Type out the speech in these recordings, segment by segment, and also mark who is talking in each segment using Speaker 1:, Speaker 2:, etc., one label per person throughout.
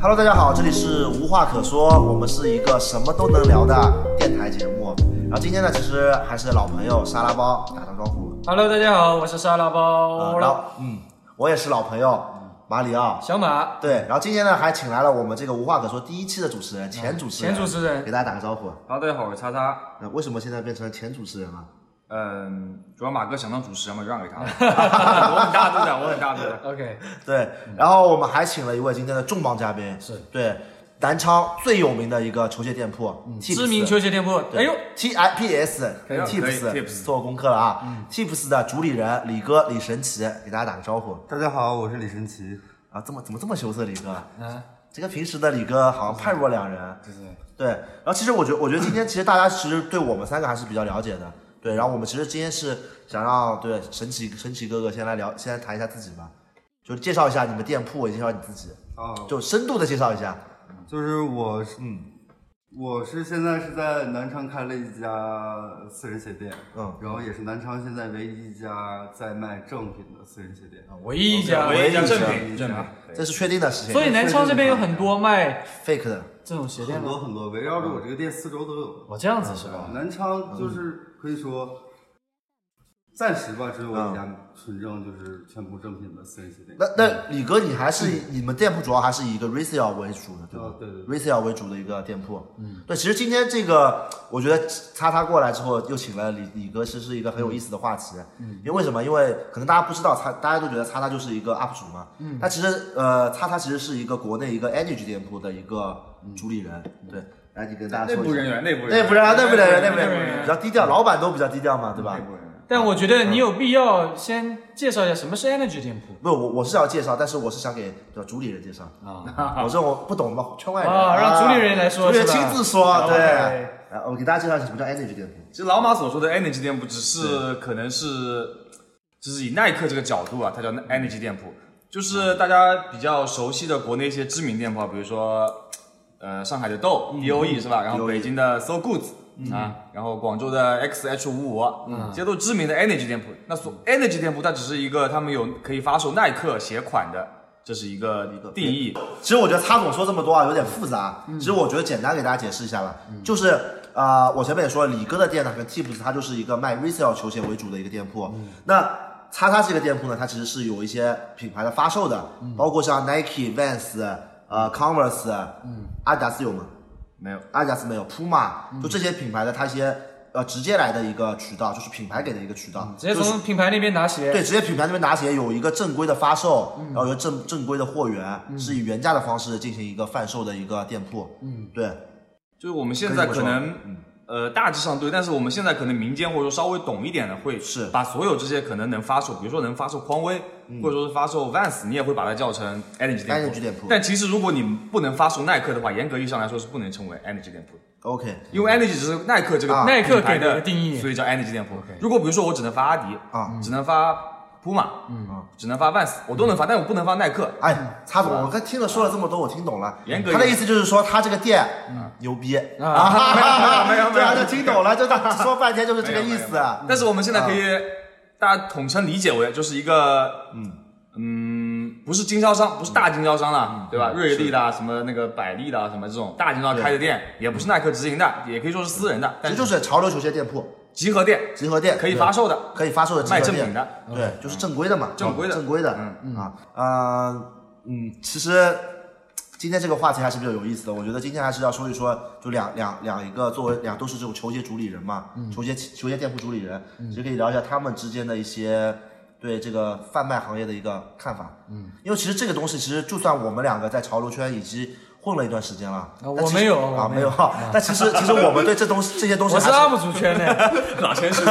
Speaker 1: Hello，大家好，这里是无话可说，我们是一个什么都能聊的电台节目。然后今天呢，其实还是老朋友沙拉包打声招呼。
Speaker 2: Hello，大家好，我是沙拉包，
Speaker 1: 呃，然后嗯，我也是老朋友马里奥。
Speaker 2: 小马，
Speaker 1: 对，然后今天呢，还请来了我们这个无话可说第一期的主持人，前主持人，
Speaker 2: 嗯前主持人
Speaker 1: 给大家打个招呼。
Speaker 3: 哈喽，大家好，我是叉叉。
Speaker 1: 那为什么现在变成前主持人了？
Speaker 3: 嗯，主要马哥想当主持人嘛，就让 给他了。我很大度的，我很大度 的。
Speaker 2: OK，
Speaker 1: 对，然后我们还请了一位今天的重磅嘉宾，
Speaker 2: 是
Speaker 1: 对南昌最有名的一个球鞋店铺，Tips
Speaker 2: 嗯知名球鞋店铺，哎
Speaker 1: 哎
Speaker 2: 呦
Speaker 1: 呦，，T I P S
Speaker 3: 可以了哎可以
Speaker 1: Tips
Speaker 3: ，Tips
Speaker 1: 做功课了啊！Tips 的主理人李哥李神奇给大家打个招呼
Speaker 4: 大家好，我是李神奇。
Speaker 1: 啊！怎么怎么这么羞涩，李哥？
Speaker 2: 啊，
Speaker 1: 这个平时的李哥好像判若两人。
Speaker 3: 就是
Speaker 1: 对，然后其实我觉我觉得今天其实大家其实对我们三个还是比较了解的。对，然后我们其实今天是想让对神奇神奇哥哥先来聊，先来谈一下自己吧，就介绍一下你们店铺，也介绍你自己，
Speaker 4: 啊，
Speaker 1: 就深度的介绍一下。
Speaker 4: 就是我是，我是现在是在南昌开了一家私人鞋店，
Speaker 1: 嗯，
Speaker 4: 然后也是南昌现在唯一一家在卖正品的私人鞋店。
Speaker 2: 唯一一家，
Speaker 3: 唯一一家正
Speaker 4: 唯一
Speaker 3: 品，
Speaker 4: 一
Speaker 3: 正
Speaker 4: 家
Speaker 3: 品。
Speaker 1: 这是确定的事情
Speaker 2: 所以南昌这边有很多卖
Speaker 1: ，fake 的。
Speaker 2: 这种鞋店
Speaker 4: 很多
Speaker 2: 吗？
Speaker 4: 很多，围绕着我这个店四周都有。
Speaker 2: 哦，这样子是吧？
Speaker 4: 南昌就是可以说，暂时吧，只有我一家纯正，就是全部正品的私人鞋店。
Speaker 1: 那那李哥，你还是以你们店铺主要还是以一个 resale 为主的，对吧
Speaker 4: 哦？对对
Speaker 1: resale 为主的一个店铺。嗯，对，其实今天这个，我觉得叉叉过来之后，又请了李李哥，其实是一个很有意思的话题。嗯，因为为什么？因为可能大家不知道，叉大家都觉得叉叉就是一个 UP 主嘛。嗯，他其实呃，叉叉其实是一个国内一个 energy 店铺的一个主理人。对，来你跟大家
Speaker 3: 内
Speaker 1: 说
Speaker 3: 部
Speaker 1: 一下
Speaker 3: 人。员，内部人
Speaker 1: 内
Speaker 3: 员，
Speaker 1: 部人员，内部人员，内部
Speaker 2: 内部
Speaker 1: 人
Speaker 2: 人
Speaker 1: 员
Speaker 2: 员
Speaker 1: 比较低调，老板都比较低调嘛，对吧？
Speaker 3: 内部人员。
Speaker 2: 但我觉得你有必要先介绍一下什么是 Energy 店铺
Speaker 1: 不，我我是要介绍，但是我是想给对吧主理人介绍。
Speaker 2: 啊，
Speaker 1: 我这我不懂嘛，圈外人
Speaker 2: 啊让主理人来说
Speaker 1: 主理人
Speaker 2: 是吧啊
Speaker 1: 亲自说，
Speaker 2: OK
Speaker 1: 对。来，我给大家介绍一下什么叫 energy 店铺。
Speaker 3: 其实老马所说的 energy 店铺，只是可能是，就是以耐克这个角度啊，它叫 energy 店铺，就是大家比较熟悉的国内一些知名店铺啊，比如说，呃，上海的豆 DOE 是吧？然后
Speaker 1: DOE
Speaker 3: 北京的 So Goods 啊，然后广州的 XH 五五，这些都是知名的 energy 店铺。那所 energy 店铺它只是一个他们有可以发售耐克鞋款的，这是一个定义。
Speaker 1: 其实我觉得擦总说这么多啊，有点复杂。
Speaker 2: 嗯
Speaker 1: 其实我觉得简单给大家解释一下吧，就是啊、呃我前面也说了，李哥的店呢跟 Tips 它就是一个卖 resale 球鞋为主的一个店铺。
Speaker 2: 嗯
Speaker 1: 那叉叉这个店铺呢，它其实是有一些品牌的发售的，
Speaker 2: 嗯
Speaker 1: 包括像 Nike、Vans、呃 Converse、嗯、阿迪达斯有吗？
Speaker 3: 没有，
Speaker 1: 阿迪达斯没有，Puma
Speaker 3: 嗯
Speaker 1: 就这些品牌的它一些呃直接来的一个渠道，就是品牌给的一个渠
Speaker 3: 嗯
Speaker 1: 道，
Speaker 2: 直接从品牌那边拿鞋，
Speaker 1: 对，直接品牌那边拿鞋有一个正规的发售，
Speaker 3: 嗯
Speaker 1: 然后有正正规的货源，是以原价的方式进行一个贩售的一个店铺。嗯，对，
Speaker 3: 就是我们现在可
Speaker 1: 可以这
Speaker 3: 能
Speaker 1: 么说嗯，
Speaker 3: 呃，大致上对，但是我们现在可能民间或者说稍微懂一点的会
Speaker 1: 是
Speaker 3: 把所有这些可能能发售，比如说能发售匡威，或者说是发售 Vans，你也会把它叫成 Energy 店铺。
Speaker 1: Energy 店铺
Speaker 3: 但其实如果你不能发售耐克的话，严格意义上来说是不能称为 Energy 店铺的，嗯
Speaker 1: OK，
Speaker 3: 因为 Energy 只是耐克这个
Speaker 1: 嗯啊
Speaker 3: 品牌
Speaker 2: 耐克给
Speaker 3: 的
Speaker 2: 的定义
Speaker 3: 所以叫 Energy 店铺。如果比如说我只能发阿迪
Speaker 1: 啊，
Speaker 3: 只能发 Puma，嗯，只能发 Vans，我都能发，但我不能发耐克。
Speaker 1: 哎，叉总，我刚听了说了这么多，我听懂了。
Speaker 3: 严格
Speaker 1: 他的意
Speaker 3: 一点
Speaker 1: 思就是说，他这个店牛逼
Speaker 3: 嗯啊没有没有没有
Speaker 1: 对啊，就听懂了，就 他说半天就是这个意思。
Speaker 3: 但是我们现在可以
Speaker 1: 啊
Speaker 3: 大家统称理解为就是一个嗯嗯，不是经销商，不是大经销商
Speaker 1: 嗯
Speaker 3: 啦，对吧？瑞丽的什么那个百丽的什么这种大经销商开的店，也不是耐克直营的，也可以说是私人的，
Speaker 1: 嗯其
Speaker 3: 但
Speaker 1: 实就是潮流球鞋店铺、
Speaker 3: 集合店
Speaker 1: 集合店
Speaker 3: 可以发售的，
Speaker 1: 可以发售的集合
Speaker 3: 卖正
Speaker 1: 店
Speaker 3: 品的。
Speaker 1: 对，就是正规的嘛，
Speaker 3: 正规的
Speaker 1: 正规的，嗯啊，呃，嗯，其实今天这个话题还是比较有意思的，我觉得今天还是要说一说，就两两两一个作为两都是这种球鞋主理人嘛，球鞋球鞋店铺主理人，其实可以聊一下他们之间的一些。对这个贩卖行业的一个看法，嗯，因为其实这个东西，其实就算我们两个在潮流圈已经混了一段时间了，但
Speaker 2: 我
Speaker 1: 其实
Speaker 2: 没有
Speaker 1: 啊，
Speaker 2: 我
Speaker 1: 没
Speaker 2: 没有
Speaker 1: 但其实其实我们对这东西这些东西
Speaker 2: 我
Speaker 1: 还
Speaker 2: 是
Speaker 1: 是
Speaker 2: UP 主圈的，
Speaker 3: 老先生，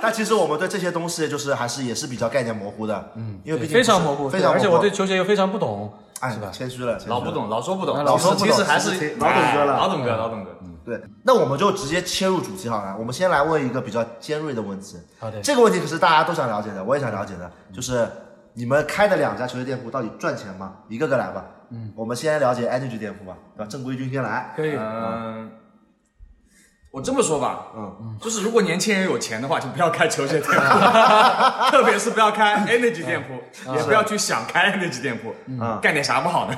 Speaker 1: 但其实我们对这些东西就是还是也是比较概念模糊的，嗯，因为毕竟
Speaker 2: 非常模糊，
Speaker 1: 非
Speaker 2: 对
Speaker 1: 常模糊，
Speaker 2: 而且我对球鞋又非常不懂，
Speaker 1: 哎
Speaker 2: 是吧
Speaker 1: 谦虚了，谦虚了
Speaker 3: 老不。懂，老说不懂，
Speaker 2: 老
Speaker 1: 说不懂
Speaker 3: 其实其实还
Speaker 1: 其实
Speaker 3: 是
Speaker 1: 老董哥了
Speaker 3: 哎老董哥，老董哥。
Speaker 1: 对，那我们就直接切入主题好了。我们先来问一个比较尖锐的问题，
Speaker 2: 好的，
Speaker 1: 这个问题可是大家都想了解的，我也想了解的，
Speaker 2: 嗯
Speaker 1: 就是你们开的两家球鞋店铺到底赚钱吗？一个个来吧。
Speaker 2: 嗯
Speaker 1: 啊嗯，我们先了解 Energy 店铺吧，对吧？正规军先来。
Speaker 2: 可以，
Speaker 3: 嗯，我这么说吧，
Speaker 1: 嗯，
Speaker 3: 就是如果年轻人有钱的话，就不要开球鞋 店铺，特别是不要开 energy 店铺，也不要去想开 energy 店铺，
Speaker 1: 嗯
Speaker 3: 干点啥不好呢？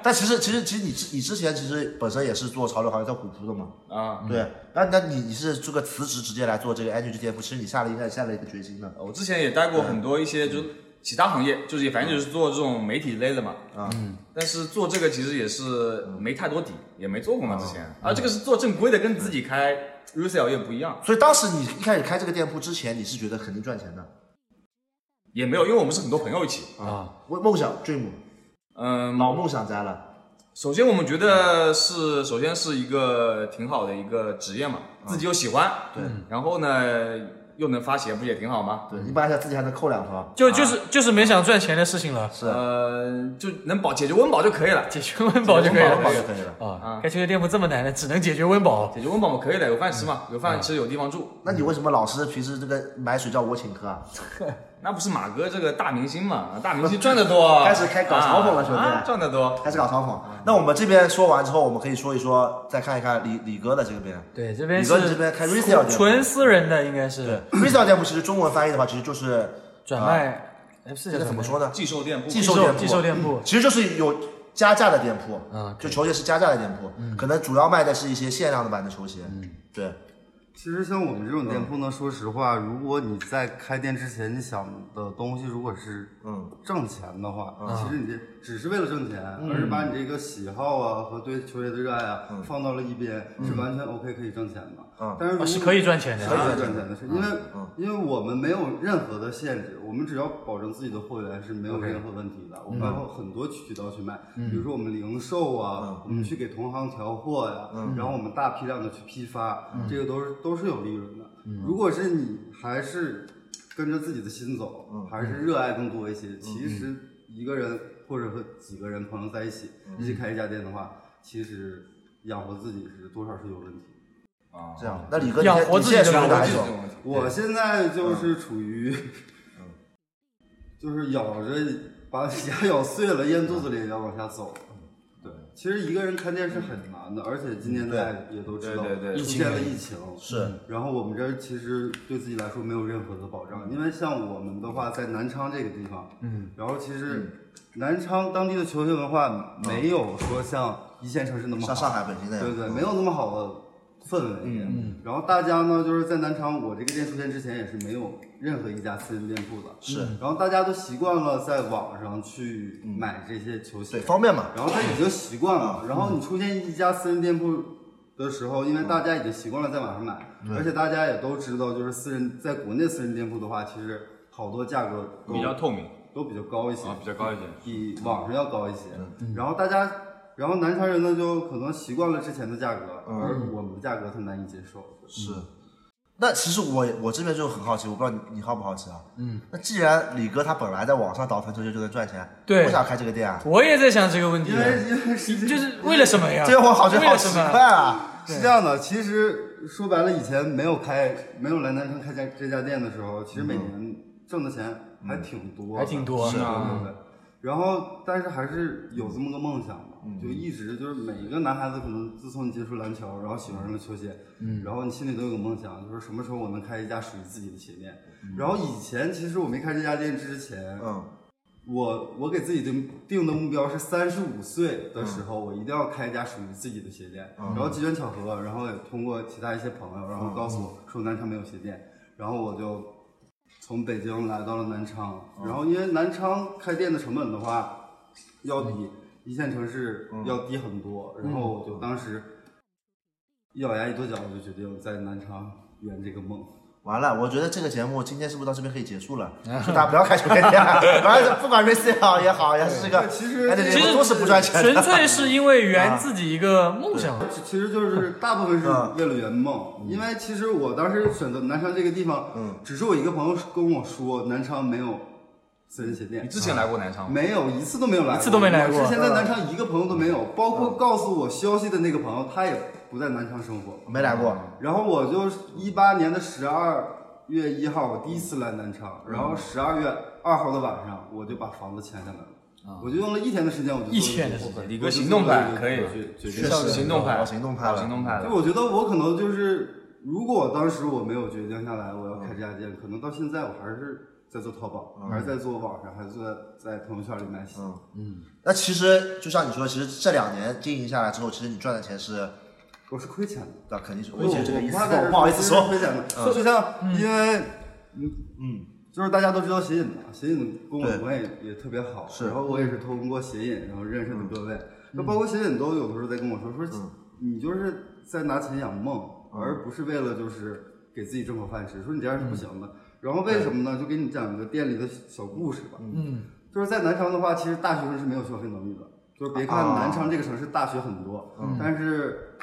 Speaker 1: 但其实其实其实你之你之前其实本身也是做潮流行业叫虎扑的嘛，
Speaker 2: 嗯
Speaker 3: 啊，
Speaker 1: 对，那那你你是这个辞职直接来做这个 energy 店铺，其实你下了应该下了一个决心的，
Speaker 3: 我之前也待过很多一些就是其他行业，就是也反正就是做这种媒体类的嘛，
Speaker 1: 啊，
Speaker 3: 但是做这个其实也是没太多底，也没做过嘛之前，啊，这个是做正规的，跟自己开 resale 也不一样，
Speaker 1: 所以当时你一开始开这个店铺之前，你是觉得肯定赚钱的，
Speaker 3: 也没有，因为我们是很多朋友一起，
Speaker 2: 啊，
Speaker 1: 我梦想 dream
Speaker 3: 嗯，
Speaker 1: 老梦想家了，
Speaker 3: 首先，我们觉得是，首先是一个挺好的一个职业嘛，
Speaker 1: 嗯
Speaker 3: 自己又喜欢，对，然后呢又能发鞋，不也挺好吗？
Speaker 1: 对，一般下自己还能扣两条，
Speaker 2: 就就是就是没想赚钱的事情了，
Speaker 1: 是
Speaker 3: 呃，就能保解决温饱就可以了，
Speaker 2: 解决温饱就可以
Speaker 1: 温饱
Speaker 2: 了
Speaker 1: 就可以了。
Speaker 2: 啊。开球鞋店铺这么难的，只能解决温饱。
Speaker 3: 解决温饱可以了，有饭吃
Speaker 1: 嗯
Speaker 3: 嘛，有饭吃有地方住，
Speaker 1: 那你为什么老是平时这个买水叫我请客啊？
Speaker 3: 那不是马哥这个大明星嘛？大明星赚得 多，
Speaker 1: 开始开搞嘲讽了
Speaker 3: 啊
Speaker 1: 兄弟
Speaker 3: 啊赚得多，
Speaker 1: 开始搞嘲讽。那我们这边说完之后，我们可以说一说，再看一看李李哥的这边。
Speaker 2: 对，这边
Speaker 1: 你
Speaker 2: 是
Speaker 1: 说你这边开 resale 店铺
Speaker 2: 纯私人的，应该是
Speaker 1: resale 店铺其实中文翻译的话，其实就是
Speaker 2: 转
Speaker 1: 啊
Speaker 2: 卖，哎，是
Speaker 1: 这
Speaker 2: 叫
Speaker 1: 个
Speaker 2: 什
Speaker 1: 怎么？说呢？
Speaker 3: 寄售店铺，
Speaker 1: 寄
Speaker 2: 寄
Speaker 1: 售
Speaker 2: 售
Speaker 1: 店铺
Speaker 2: 寄售店铺，
Speaker 1: 其实就是有加价的店铺，
Speaker 2: 嗯
Speaker 1: 就球鞋是加价的店铺，可能主要卖的是一些限量的版的球鞋，对，
Speaker 4: 其实像我们这种
Speaker 2: 嗯
Speaker 4: 店铺呢，说实话，如果你在开店之前，你想的东西如果是
Speaker 1: 嗯
Speaker 4: 挣钱的话，
Speaker 2: 嗯
Speaker 4: 其实你这只是为了挣钱，而是把你这个喜好啊和对球鞋的热爱啊、
Speaker 2: 嗯
Speaker 4: 放到了一边，是完全 OK 可以挣钱的。
Speaker 1: 嗯
Speaker 4: 但是如
Speaker 2: 哦
Speaker 4: 果
Speaker 2: 嗯是可以赚钱
Speaker 4: 可以
Speaker 2: 的。
Speaker 4: 赚钱的事，因嗯为、因为我们没有任何的限制，我们只要保证自己的货源是没有任何问题的。我们还有很多渠道去卖，比如说我们零售啊，我们去给同行调货呀、然后我们大批量的去批发，这个都是都是有利润的。如果是你还是跟着自己的心走，还是热爱更多一些，其实一个人或者和几个人朋友在一起、一起开一家店的话，其实养活自己是多少是有问题的。
Speaker 3: 啊，
Speaker 4: 哦
Speaker 1: 这样。那李哥，你
Speaker 2: 养
Speaker 1: 现
Speaker 2: 活
Speaker 1: 你
Speaker 2: 自己
Speaker 1: 现在
Speaker 2: 就
Speaker 1: 属于
Speaker 2: 养活
Speaker 1: 哪
Speaker 2: 自
Speaker 1: 一
Speaker 2: 己
Speaker 1: 种？
Speaker 3: 问题。
Speaker 4: 我现在就是处于，就是咬着把牙咬碎了，咽肚子里也要往下走。对，其实一个人看店是很难的，而且今年大家也都知道，
Speaker 3: 对对对
Speaker 4: 出现了疫情，
Speaker 1: 是
Speaker 4: 然后我们这儿其实对自己来说没有任何的保障，因为像我们的话，在南昌这个地方，嗯，然后其实南昌当地的球鞋文化没有说像一线城市那么好，
Speaker 1: 像上海本地那样，
Speaker 4: 对对，没有那么好的氛围。嗯，然后大家呢，就是在南昌，我这个店出现之前也是没有任何一家私人店铺的。嗯
Speaker 1: 是，嗯
Speaker 4: 然后大家都习惯了在网上去买这些球鞋
Speaker 1: 对，，方便嘛，嗯
Speaker 4: 然后他已经习惯了。然后你出现一家私人店铺的时候，因为大家已经习惯了在网上买，而且大家也都知道，就是私人在国内私人店铺的话，其实好多价格都
Speaker 3: 比较透明
Speaker 4: 都比较高一些
Speaker 3: 啊，比较高一些。
Speaker 4: 比网上要高一些。然后大家，然后南昌人呢就可能习惯了之前的价格，而我们的价格他难以接受。
Speaker 1: 是。那其实我我这边就很好奇，我不知道你你好不好奇啊？嗯，那既然李哥他本来在网上倒腾球鞋就能赚钱，
Speaker 2: 对
Speaker 1: 为啥开这个店啊？
Speaker 2: 我也在想这个问题
Speaker 4: 因，为因为 是
Speaker 2: 就是为了什么呀？
Speaker 1: 这个我好觉得
Speaker 2: 啊为
Speaker 1: 好
Speaker 2: 了什
Speaker 1: 奇怪
Speaker 2: 么？
Speaker 1: 啊！
Speaker 4: 是这样的，其实说白了，以前没有开没有来南昌开家这家店的时候，其实每年挣的钱还挺多
Speaker 2: 还
Speaker 4: 的，
Speaker 2: 挺多
Speaker 4: 对
Speaker 2: 是啊
Speaker 4: 对对。然后，但是还是有这么个梦想嘛，就一直就是每一个男孩子可能自从你接触篮球，然后喜欢上了球鞋，然后你心里都有个梦想，就是什么时候我能开一家属于自己的鞋店。然后以前其实我没开这家店之前，
Speaker 1: 嗯，
Speaker 4: 我我给自己的定的目标是三十五岁的时候，我一定要开一家属于自己的鞋店。然后机缘巧合，然后也通过其他一些朋友，然后告诉我说南昌没有鞋店，然后我就从北京来到了南昌。然后因为南昌开店的成本的话，要比一线城市要低很多，然后我就当时一咬牙一跺脚，我就决定在南昌圆这个梦。
Speaker 1: 完了，我觉得这个节目今天是不是到这边可以结束 了？就大家不要开球鞋店，反正不管 resale 也好，也是这个，
Speaker 4: 其实
Speaker 1: 哎对
Speaker 2: 其实
Speaker 1: 都是不赚钱的。
Speaker 2: 纯粹是因为圆自己一个
Speaker 1: 啊
Speaker 2: 梦想。
Speaker 4: 其其实就是大部分是
Speaker 2: 嗯
Speaker 4: 为了圆梦，因为其实我当时选择南昌这个地方，
Speaker 1: 嗯，
Speaker 4: 只是我一个朋友跟我说南昌没有私人鞋
Speaker 3: 你
Speaker 4: 店，
Speaker 3: 之前来过南昌吗？
Speaker 4: 没有一次都没有来，
Speaker 2: 一次都没来过嗯
Speaker 4: 我之前在南昌一个朋友都没有，包括告诉我消息的那个朋友，他也不在南昌生
Speaker 2: 嗯
Speaker 4: 活。
Speaker 1: 没来过，
Speaker 4: 然后我就一八年的十二月
Speaker 2: 嗯
Speaker 4: 一号，我第一次来南昌，然后十二月二号的晚上，我就把房子签下来了。
Speaker 2: 啊
Speaker 4: 我就用了一天的时间，我就
Speaker 2: 一天的时间
Speaker 3: 李哥行动派可以
Speaker 4: 决
Speaker 1: 确
Speaker 4: 定。
Speaker 1: 实
Speaker 3: 行动派
Speaker 1: 我行动派了
Speaker 3: 行动派了
Speaker 4: 就。我觉得我可能就是，如果当时我没有决定下来我要开这家店，可能到现在我还是在做淘宝，还是在做网上，还是在在朋友圈里卖鞋。
Speaker 1: 那其实就像你说，其实这两年经营下来之后，其实你赚的钱是，
Speaker 4: 我是亏钱的。
Speaker 1: 那肯定是，
Speaker 4: 我
Speaker 1: 我也哦这个意思，
Speaker 4: 怕在这
Speaker 1: 不好意思说嗯
Speaker 4: 亏，钱的，就像因为嗯嗯，就是大家都知道协影嘛，协影跟我
Speaker 1: 对
Speaker 4: 关系也特别好，
Speaker 1: 是嗯
Speaker 4: 然后我也是通过协影然后认识的各位，那包括协影都有的时候在跟我说说你就是在拿钱养梦，
Speaker 1: 嗯
Speaker 4: 而不是为了就是给自己挣口饭吃，说你这样是不行的。然后为什么呢？就给你讲一个店里的小故事吧。
Speaker 2: 嗯，
Speaker 4: 就是在南昌的话，其实大学生是没有消费能力的。就是别看
Speaker 1: 啊
Speaker 4: 南昌这个城市大学很
Speaker 2: 哦
Speaker 4: 多，
Speaker 2: 嗯
Speaker 4: 但是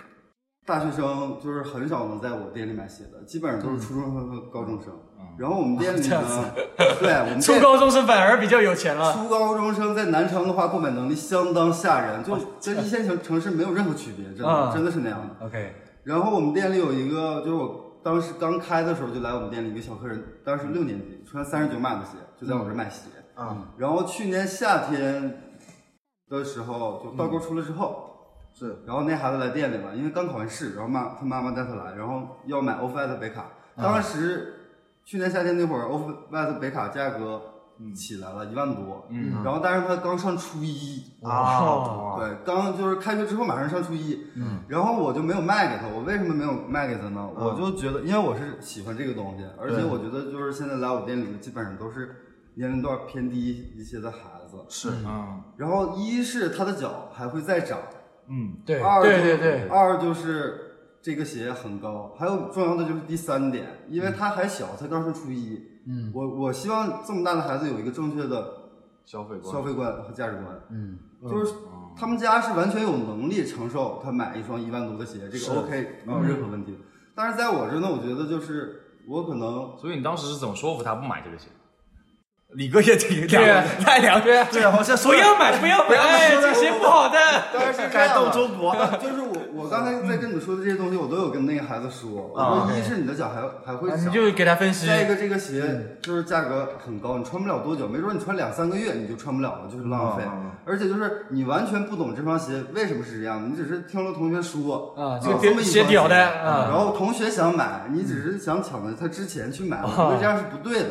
Speaker 4: 大学生就是很少能在我店里买鞋的，基本上都是初中生和高中生。然后我们店里
Speaker 2: 嗯这样
Speaker 4: 呢，对我们
Speaker 2: 初
Speaker 4: 店
Speaker 2: 高中生反而比较有钱了。
Speaker 4: 初高中生在南昌的话，购买能力相当吓人，就跟一线城城市没有任何区别，真的
Speaker 2: 哦啊
Speaker 4: 真的是那样的。
Speaker 2: OK，
Speaker 4: 然后我们店里有一个，就是我当时刚开的时候就来我们店里一个小客人，当时六年级，穿三十九码的鞋，就在我这儿卖鞋。
Speaker 1: 啊，
Speaker 4: 然后去年夏天的时候，就倒
Speaker 3: 嗯
Speaker 4: 钩出了之后，
Speaker 1: 是
Speaker 4: 然后那孩子来店里了，因为刚考完试，然后妈他妈妈带他来，然后要买 off white 的北卡。
Speaker 3: 啊
Speaker 4: 当时、去年夏天那会儿，off white 的北卡价格起来了一万多，
Speaker 3: 嗯
Speaker 4: 然后但是他刚上初一，
Speaker 2: 哦
Speaker 1: 啊，
Speaker 4: 对，刚就是开学之后马上上初一，
Speaker 2: 嗯
Speaker 4: 然后我就没有卖给他。我为什么没有卖给他呢？我就觉得，因为我是喜欢这个东西，而且我觉得就是现在来我店里的基本上都是年龄段偏低一些的孩子。
Speaker 1: 是，
Speaker 3: 嗯，
Speaker 4: 然后一是他的脚还会再长，
Speaker 1: 嗯，
Speaker 2: 对
Speaker 4: 二
Speaker 2: 对
Speaker 4: 就
Speaker 2: 对对，
Speaker 1: 啊
Speaker 4: 二就是这个鞋很高，还有重要的就是第三点，因
Speaker 2: 嗯
Speaker 4: 为他还小，他刚上初一。嗯，我我希望这么大的孩子有一个正确的
Speaker 3: 消费观
Speaker 4: 消费观和价值观。嗯，就是他们家是完全有能力承受他买一双一万多的鞋，这
Speaker 1: 是
Speaker 4: 个 OK 没有任何问题。但是在我这呢，我觉得就是我可能
Speaker 3: 所以你当时是怎么说服他不买这个鞋？李哥也挺
Speaker 2: 对
Speaker 3: 凉，太凉。
Speaker 2: 对啊，
Speaker 1: 对啊，我这
Speaker 2: 不要买，不要买，哎这个鞋不好的。
Speaker 4: 当然是这
Speaker 1: 感
Speaker 4: 样
Speaker 1: 动
Speaker 4: 的。
Speaker 1: 中国，
Speaker 4: 就是我，我刚才在跟你们说的这些东西，我都有跟那个孩子说。我
Speaker 1: 啊
Speaker 4: 说，一是你的脚还还会
Speaker 2: 啊你
Speaker 4: 长，
Speaker 2: 就给他分析，
Speaker 4: 再一个这个
Speaker 2: 嗯
Speaker 4: 鞋就是价格很高，你穿不了多久，没准你穿两三个月你就穿不了了，就是浪费
Speaker 2: 嗯
Speaker 1: 啊啊啊。
Speaker 4: 而且就是你完全不懂这双鞋为什么是这样的，你只是听了同学说
Speaker 2: 啊
Speaker 4: 有
Speaker 2: 这个
Speaker 4: 这么一
Speaker 2: 鞋
Speaker 4: 双
Speaker 2: 屌的
Speaker 4: 鞋
Speaker 2: 啊嗯
Speaker 4: 然后同学想买，你只是想抢着他之前去买，我
Speaker 2: 啊
Speaker 4: 觉得这样是不对的。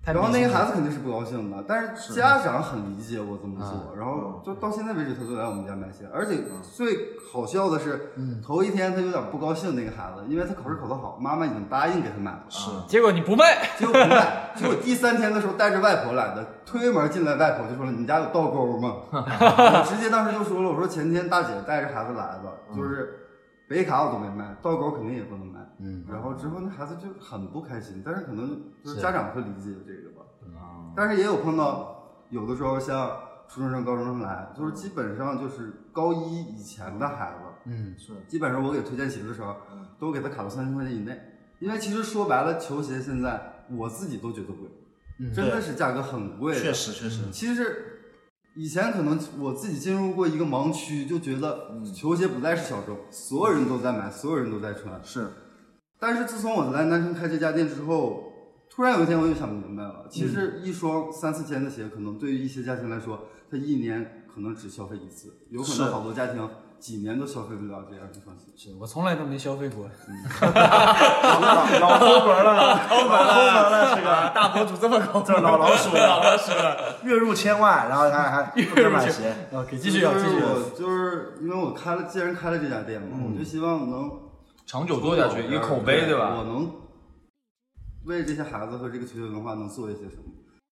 Speaker 2: 太
Speaker 4: 然后那
Speaker 2: 明
Speaker 4: 个
Speaker 2: 显
Speaker 4: 孩子肯定是不高兴的，但是家长很理解我这么
Speaker 2: 啊
Speaker 4: 做，然后就到现在为止，他都来我们家买鞋。而且最好笑的是，
Speaker 2: 嗯
Speaker 4: 头一天他有点不高兴，那个孩子，因为他考试考得好，妈妈已经答应给他买了，是，
Speaker 2: 结果你不卖，
Speaker 4: 结果不卖。结果第三天的时候带着外婆来的，推门进来，外婆就说了：“你家有倒钩吗？” 我直接当时就说了：“我说前天大姐带着孩子来的，就是北卡我都没卖，倒钩肯定也不能卖。”嗯，然后之后那孩子就很不开心，但是可能就是嗯家长会理解这个吧。但是也有碰到，有的时候像初中生、高中生来，就是基本上就是高一以前的孩子，
Speaker 2: 嗯，
Speaker 1: 是嗯
Speaker 4: 基本上我给推荐鞋的时候，都给他卡到三千块钱以内，因为其实说白了，球鞋现在我自己都觉得贵，真的是价格很贵的。
Speaker 1: 确实确实，
Speaker 4: 其实以前可能我自己进入过一个盲区，就觉得
Speaker 2: 嗯
Speaker 4: 球鞋不再是小众，所有人都在买，所有人都在穿。
Speaker 1: 是，
Speaker 4: 但是自从我来南昌开这家店之后，突然有一天我就想明白了，
Speaker 2: 嗯
Speaker 4: 其实一双三四千的鞋，可能对于一些家庭来说，他一年可能只消费一次，有可
Speaker 1: 是
Speaker 4: 能好多家庭几年都消费不了这样一双鞋。
Speaker 2: 我从来都没消费过。
Speaker 1: 老抠门了，抠门了，这个
Speaker 3: 大博主这么高，
Speaker 1: 这是老老鼠 了，
Speaker 3: 老鼠 了。
Speaker 1: 月入千万，然后还还不准买鞋，
Speaker 2: OK，继续啊，
Speaker 4: 就
Speaker 2: 继
Speaker 4: 是
Speaker 2: 续啊。嗯
Speaker 4: 我就是因为我开了，既然开了这家店嘛，我就希望能
Speaker 3: 长久做下去，一个口碑，对啊
Speaker 4: 我
Speaker 3: 吧？
Speaker 4: 能为这些孩子和这个球鞋文化能做一些什么？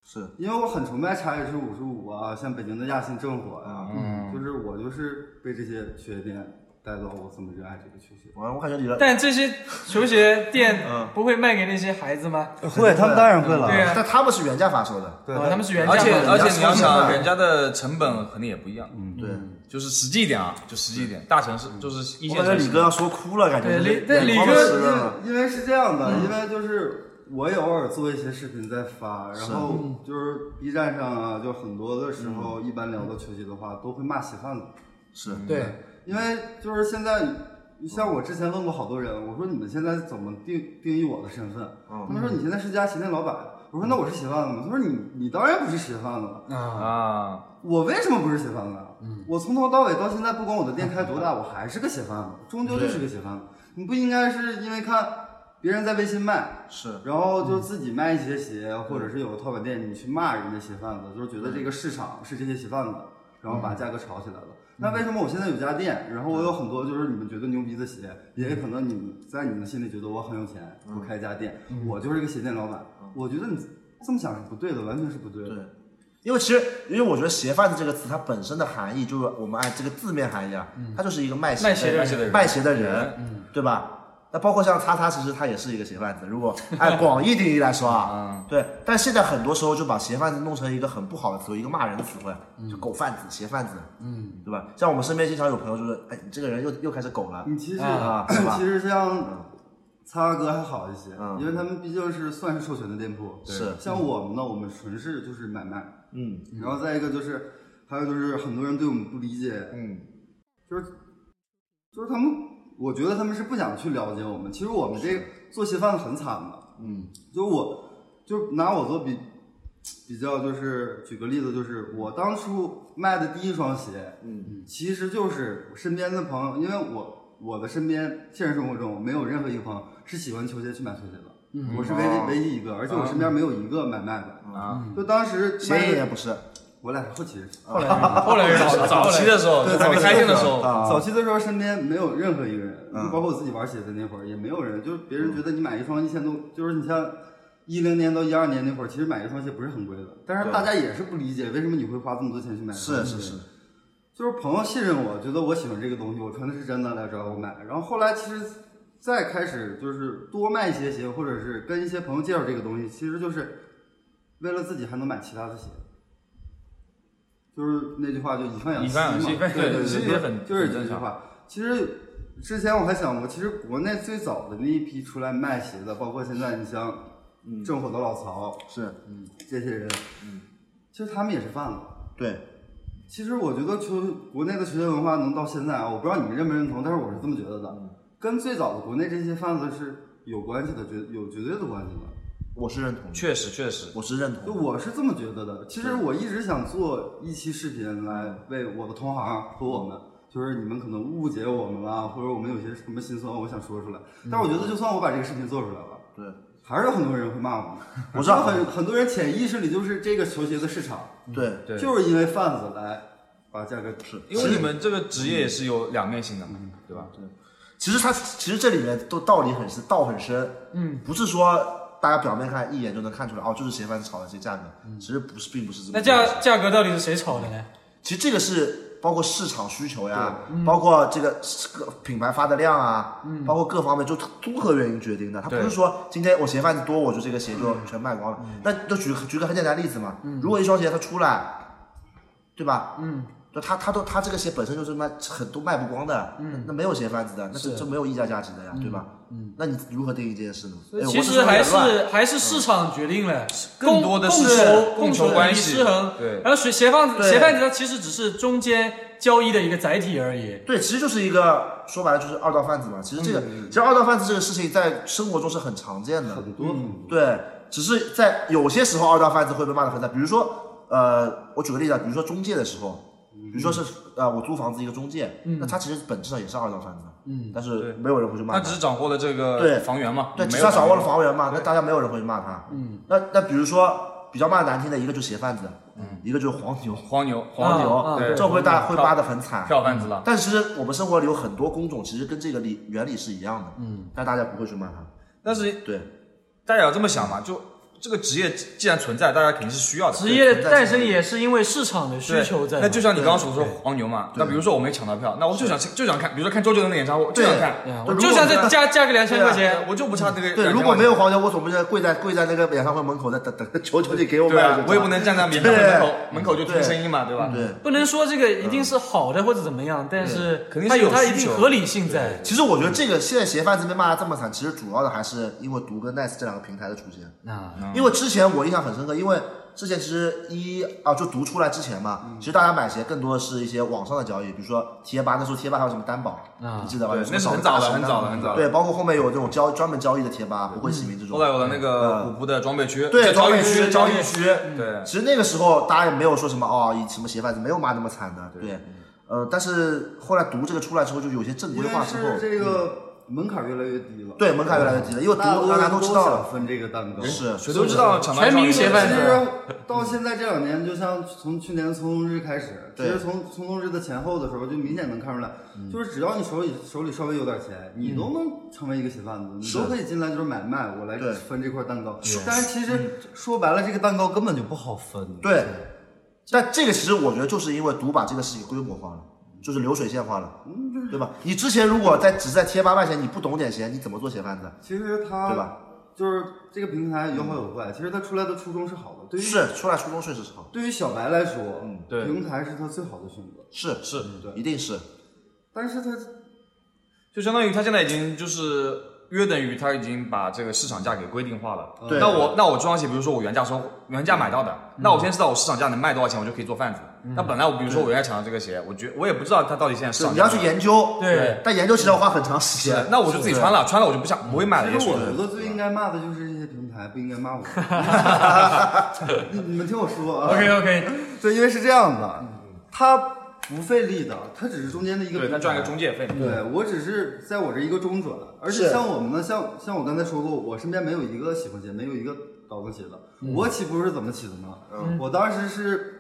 Speaker 1: 是，
Speaker 4: 因为我很崇拜查理是五十五啊，像北京的亚信正火呀、
Speaker 3: 嗯
Speaker 4: 就是我就是被这些球鞋店带到我这么热爱这个球鞋。
Speaker 1: 我我感觉你的，
Speaker 2: 但这些球鞋店
Speaker 3: 嗯
Speaker 2: 不会卖给那些孩子吗？
Speaker 4: 呃会，他们当然会了
Speaker 2: 对啊
Speaker 1: 但他们是原价发售的，
Speaker 2: 哦，他们是原价
Speaker 3: 而且
Speaker 2: 卖的
Speaker 3: 而且你要
Speaker 1: 人家是
Speaker 3: 想，
Speaker 1: 的
Speaker 3: 人家的成本肯定也不一样，
Speaker 1: 对，
Speaker 3: 就是实际一点啊，就实际一点。大城市就是一
Speaker 1: 我
Speaker 3: 线
Speaker 1: 感觉
Speaker 3: 城
Speaker 1: 李
Speaker 3: 市
Speaker 1: 哥，要说哭了，感觉
Speaker 2: 对
Speaker 1: 就是
Speaker 2: 李对
Speaker 1: 眼
Speaker 2: 李
Speaker 1: 眶
Speaker 2: 哥
Speaker 1: 都
Speaker 4: 因
Speaker 1: 湿润
Speaker 4: 为
Speaker 1: 了
Speaker 4: 因为是嗯这样的，因为就是我也偶尔做一些视频在发，然后就是 B 站上啊，就很多的时候，一般聊到球鞋的话，都会骂鞋贩子。
Speaker 1: 是，
Speaker 2: 对，
Speaker 4: 因为就是现在，像我之前问过好多人，我说你们现在怎么定定义我的身份？他们说你现在是家鞋店老板。我说那我是鞋贩子吗？他说你你当然不是鞋贩子了，
Speaker 2: 啊，
Speaker 3: 啊，
Speaker 4: 我为什么不是鞋贩子啊？我从头到尾到现在，不管我的店开多大，我还是个鞋贩子，终究就是个鞋贩子。你不应该是因为看别人在微信卖，
Speaker 1: 是
Speaker 4: 然后就自己卖一些鞋，
Speaker 1: 嗯
Speaker 4: 或者是有个淘宝店，你去骂人家鞋贩子，就是觉得这个市场是这些鞋贩子，然后把价格炒起来了。
Speaker 1: 嗯
Speaker 4: 那为什么我现在有家店，然后我有很多就是你们觉得牛逼的鞋，
Speaker 1: 嗯
Speaker 4: 也可能你们在你们心里觉得我很有钱，我开一家店，
Speaker 1: 嗯
Speaker 4: 我就是一个鞋店老板。我觉得你这么想是不对的，完全是不对的。
Speaker 1: 对，因为其实，因为我觉得“鞋贩子”这个词，它本身的含义就是我们按这个字面含义啊，它就是一个卖
Speaker 2: 卖鞋的
Speaker 1: 鞋
Speaker 3: 人
Speaker 1: 卖鞋的人，对嗯吧？那包括像擦擦，其实他也是一个鞋贩子。如果按广义定义来说 啊，对。但现在很多时候就把鞋贩子弄成一个很不好的词汇，一个骂人的词汇，就狗贩子、鞋贩子，嗯，对吧？像我们身边经常有朋友就是，哎，你这个人又又开始狗了，
Speaker 4: 你其实、
Speaker 1: 啊是吧
Speaker 4: 其实像擦哥还好一些，
Speaker 1: 嗯
Speaker 4: 因为他们毕竟是算是授权的店铺。
Speaker 1: 对是
Speaker 4: 像我们呢，我们纯是就是买卖，
Speaker 1: 嗯
Speaker 4: 然后再一个就是，还有就是很多人对我们不理解，
Speaker 1: 嗯，
Speaker 4: 就是就是他们，我觉得他们是不想去了解我们。其实我们这个做鞋贩子很惨的，
Speaker 1: 嗯，
Speaker 4: 就我就拿我做比比较，就是举个例子，就是我当初卖的第一双鞋，
Speaker 1: 嗯，
Speaker 4: 其实就是我身边的朋友，因为我我的身边现实生活中没有任何一个朋友是喜欢球鞋去买球鞋的，
Speaker 1: 嗯
Speaker 4: 我是唯
Speaker 3: 哦
Speaker 4: 唯一一个，而且我身边没有一个买卖的。
Speaker 3: 啊，
Speaker 4: 就当时
Speaker 1: 鞋
Speaker 4: 卖
Speaker 1: 印哦
Speaker 4: 的
Speaker 1: 也不是，
Speaker 4: 我俩是后期认识的。
Speaker 2: 后来后来
Speaker 3: 早早期的时候，就还没开店的时候，
Speaker 1: 啊
Speaker 4: 早期的时候，身边没有任何一个人，
Speaker 1: 嗯
Speaker 4: 就包括我自己玩鞋的那会儿，也没有人，就是别人觉得你买一双一千多，就是你像一零年到一二年那会儿，其实买一双鞋不是很贵的，但是大家也是不理解为什么你会花这么多钱去买一
Speaker 1: 是
Speaker 4: 双鞋。
Speaker 1: 是是，
Speaker 4: 就是朋友信任我，觉得我喜欢这个东西，我穿的是真的来找我买。然后后来其实再开始就是多卖一些鞋，或者是跟一些朋友介绍这个东西，其实就是为了自己还能买其他的鞋。就是那句话，就以贩养
Speaker 3: 以贩养
Speaker 4: 吸
Speaker 3: 吸
Speaker 4: 嘛，对
Speaker 3: 对
Speaker 4: 对
Speaker 3: 其实
Speaker 4: 对，
Speaker 3: 也很
Speaker 4: 就是
Speaker 3: 很
Speaker 4: 这
Speaker 3: 正
Speaker 4: 句
Speaker 3: 常
Speaker 4: 话。其实之前我还想过，其实国内最早的那一批出来卖鞋的，包括现在你像
Speaker 3: 嗯
Speaker 4: 正火的老曹
Speaker 1: 是，
Speaker 4: 这些人，其实他们也是贩子。
Speaker 1: 对，
Speaker 4: 其实我觉得球国内的球鞋文化能到现在啊，我不知道你们认不认同，但是我是这么觉得的，跟最早的国内这些贩子是有关系的，绝有绝对的关系的。
Speaker 1: 我是认同的，
Speaker 3: 确实确实，
Speaker 1: 我是认
Speaker 4: 就
Speaker 1: 同的，
Speaker 4: 我是这么觉得的。其实我一直想做一期视频来为我的同行和我们，就是你们可能误解我们啦，或者我们有些什么心酸，我想说出来。但是我觉得，就算我把这个视频做出来了。
Speaker 1: 对。
Speaker 4: 还是有很多人会骂我们，
Speaker 1: 我知道
Speaker 4: 很很多人潜意识里就是这个球鞋的市场，
Speaker 1: 对，
Speaker 3: 对
Speaker 4: 就是因为贩子来把价格是
Speaker 3: 因为你们这个职业也是有两面性的嘛，嗯对吧？
Speaker 1: 其实它其实这里面都道理很深，道很深。嗯，不是说大家表面看一眼就能看出来，哦，就是鞋贩子炒的这价格，其实不是，并不嗯是这么。
Speaker 2: 那价，价格到底是谁炒的呢？
Speaker 1: 其实这个是包括市场需求呀，包括这个这个品牌发的量啊，包括各方面，就综合原因决定的。它不
Speaker 3: 对
Speaker 1: 是说今天我鞋贩子多，我就这个鞋就全卖光了。那就举个举个很简单的例子嘛，如果一双鞋它出来，对吧？嗯。就它它都它这个鞋本身就是卖很都卖不光的，嗯，那没有鞋贩子的，那这
Speaker 2: 是
Speaker 1: 这没有溢价价值的呀，对吧？嗯，那你如何定义这件事呢？哎
Speaker 2: 其
Speaker 1: 我这说
Speaker 2: 实
Speaker 1: 有点
Speaker 2: 还是
Speaker 1: 乱
Speaker 2: 还是市场决定了，
Speaker 3: 更
Speaker 2: 供
Speaker 3: 多的
Speaker 2: 供
Speaker 3: 嗯是
Speaker 2: 求
Speaker 3: 供
Speaker 2: 供
Speaker 3: 求
Speaker 2: 求
Speaker 3: 关
Speaker 2: 比
Speaker 3: 系
Speaker 2: 失衡。
Speaker 3: 对
Speaker 2: 然后水鞋贩子
Speaker 1: 对
Speaker 2: 鞋贩子它其实只是中间交易的一个载体而已。
Speaker 1: 对，其实就是一个说白了就是二道贩子嘛。其实这个，其实二道贩子这个事情在生活中是很常见的，
Speaker 4: 很多很多。
Speaker 1: 对，只是在有些时候二道贩子会被骂得很惨。比如说，呃，我举个例子啊，比如说中介的时候，比如说是呃我租房子一个中介，那他其实本质上也是二道贩子，嗯，但
Speaker 3: 对
Speaker 1: 是没有人会去骂
Speaker 3: 他
Speaker 1: 他，
Speaker 3: 只是掌握了这
Speaker 1: 对
Speaker 3: 个房源嘛，
Speaker 1: 对，
Speaker 3: 没
Speaker 1: 只
Speaker 3: 有
Speaker 1: 要掌握
Speaker 3: 房
Speaker 1: 了房
Speaker 3: 源
Speaker 1: 源嘛，那大家没有人会去骂他。嗯，那那比如说比较骂得难听的一个就是鞋贩子，嗯，一个就是黄牛，
Speaker 3: 黄牛
Speaker 1: 黄
Speaker 3: 黄牛
Speaker 2: 啊
Speaker 1: 牛
Speaker 3: 对嗯
Speaker 1: 这会大家会骂得很惨，
Speaker 3: 票贩子了，
Speaker 1: 但其实我们生活里有很多工种，其实跟这个理原理是一样的，嗯，但大家不会去骂它。
Speaker 3: 但是
Speaker 1: 对，
Speaker 3: 大家要这么想嘛，就这个职业既然存在，大家肯定是需要的。
Speaker 2: 职业
Speaker 1: 存
Speaker 2: 的
Speaker 1: 在
Speaker 2: 诞
Speaker 1: 这
Speaker 2: 生
Speaker 1: 里
Speaker 2: 也是因为市场的需
Speaker 3: 对
Speaker 2: 求在嘛。
Speaker 3: 那就像你刚刚所说的黄牛嘛，那比如说我没抢到票，那我就想就想看，比如说看周杰伦的演唱会，我就想看，
Speaker 2: 对啊
Speaker 1: 对
Speaker 2: 我
Speaker 1: 如
Speaker 2: 就
Speaker 1: 果
Speaker 2: 像
Speaker 1: 我
Speaker 2: 这
Speaker 1: 们
Speaker 2: 加加个两千块
Speaker 3: 对啊
Speaker 2: 钱，
Speaker 3: 我就不差这个。
Speaker 1: 对，如果没有，黄牛，我总不能跪在跪在那个演唱会门口在等等， 求求你给我
Speaker 3: 对
Speaker 1: 买
Speaker 3: 啊
Speaker 1: 就，
Speaker 3: 我也不能站在演唱会门口门口就
Speaker 1: 对
Speaker 3: 听声音嘛，对吧？
Speaker 1: 对。
Speaker 2: 不能说这个一定是好的或者怎么样，但是
Speaker 3: 肯定是
Speaker 2: 它
Speaker 3: 有
Speaker 2: 它
Speaker 3: 需
Speaker 2: 一定
Speaker 3: 求
Speaker 2: 合理性在。
Speaker 1: 其实我觉得这个现在鞋贩子被骂的这么惨，其实主要的还是因为毒跟 Nice 这两个平台的出现。
Speaker 3: 嗯
Speaker 2: 啊，
Speaker 1: 因为之前我印象很深刻，因为之前其实一啊就毒出来之前嘛，其实大家买鞋更多的是一些网上的交易，比如说贴吧，那时候贴吧还有什么担保，
Speaker 2: 啊
Speaker 1: 你记得吧？
Speaker 3: 对
Speaker 1: 有什么
Speaker 3: 那是很
Speaker 1: 扫
Speaker 3: 早
Speaker 1: 大
Speaker 3: 的
Speaker 1: 神
Speaker 3: 很
Speaker 1: 担
Speaker 3: 早
Speaker 1: 保
Speaker 3: 的很早的
Speaker 1: 对，包括后面有这种交专门交易的贴吧，不会起名这种。
Speaker 3: 后来有了那个古布的装备区，
Speaker 1: 对，
Speaker 3: 交
Speaker 1: 装备
Speaker 3: 易区，
Speaker 1: 区，交
Speaker 3: 交易
Speaker 1: 易
Speaker 3: 区，
Speaker 1: 区，
Speaker 3: 对，
Speaker 1: 其实那个时候大家也没有说什么哦，以什么鞋贩子没有骂那么惨的，对，呃，但是后来毒这个出来之后，就有些正
Speaker 4: 因
Speaker 1: 规
Speaker 4: 为
Speaker 1: 化之后
Speaker 4: 是，这个门槛越来越低了，
Speaker 1: 对门槛越来越低了，因为毒
Speaker 4: 大家都
Speaker 1: 大家都知道了，
Speaker 4: 想分这个蛋糕，
Speaker 1: 是
Speaker 3: 谁都知道抢
Speaker 2: 全民
Speaker 3: 民
Speaker 2: 鞋贩
Speaker 4: 其
Speaker 2: 子
Speaker 4: 实到现在这两年，就像从去年从冬日开始，其
Speaker 1: 对
Speaker 4: 实从从冬日的前后的时候，就明显能看出来，就是只要你手里手里稍微有点钱，你都能成为一个鞋贩子，你
Speaker 1: 是
Speaker 4: 都可以进来就是买卖，我来
Speaker 1: 对
Speaker 4: 分这块蛋糕。但是嗯其实说白了，这个蛋糕根本就不好分。
Speaker 1: 对，但这个其实我觉得就是因为毒把这个事情规模化了，就是流水线化了，
Speaker 4: 嗯
Speaker 1: 对吧？你之前如果在只在贴吧卖鞋，你不懂点鞋，你怎么做鞋贩子？
Speaker 4: 其实它
Speaker 1: 对吧？
Speaker 4: 就是这个平台有好有坏，其实它出来的初衷是好的，对于
Speaker 1: 是出来初中确实是好，
Speaker 4: 对于小白来说，
Speaker 3: 嗯
Speaker 4: 嗯
Speaker 3: 对
Speaker 4: 平台是他最好的选择，
Speaker 1: 是是
Speaker 4: 对，
Speaker 1: 一定是
Speaker 4: 但是他
Speaker 3: 就相当于他现在已经就是约等于他已经把这个市场价给规定化了。
Speaker 1: 对
Speaker 3: 那我那我这双鞋，比如说我原价收原价买到的，
Speaker 4: 嗯
Speaker 3: 那我先知道我市场价能卖多少钱，我就可以做贩子。那本来我比如说我原来抢到这个鞋，我觉我也不知道它到底现在市
Speaker 1: 是
Speaker 3: 场
Speaker 1: 你
Speaker 3: 价
Speaker 1: 要去研究，
Speaker 2: 对，
Speaker 1: 但研究其实要花很长时
Speaker 3: 是
Speaker 1: 间。
Speaker 3: 那我就自己穿了，穿了我就不想不会买了，也
Speaker 4: 其实
Speaker 3: 许
Speaker 4: 我觉得最应该骂的就是这些平台，不应 该骂我。你你们听我说啊
Speaker 2: OK OK，
Speaker 4: 对，因为是这样的，他不费力的，他只是中间的一个
Speaker 3: 嗯对
Speaker 4: 平
Speaker 3: 他
Speaker 4: 台，
Speaker 3: 赚个中介费嘛。
Speaker 4: 对我只是在我这一个中转，而且
Speaker 1: 是
Speaker 4: 像我们呢，像像我刚才说过，我身边没有一个喜欢鞋，没有一个倒腾鞋的。我起步是怎么起的呢？嗯我当时是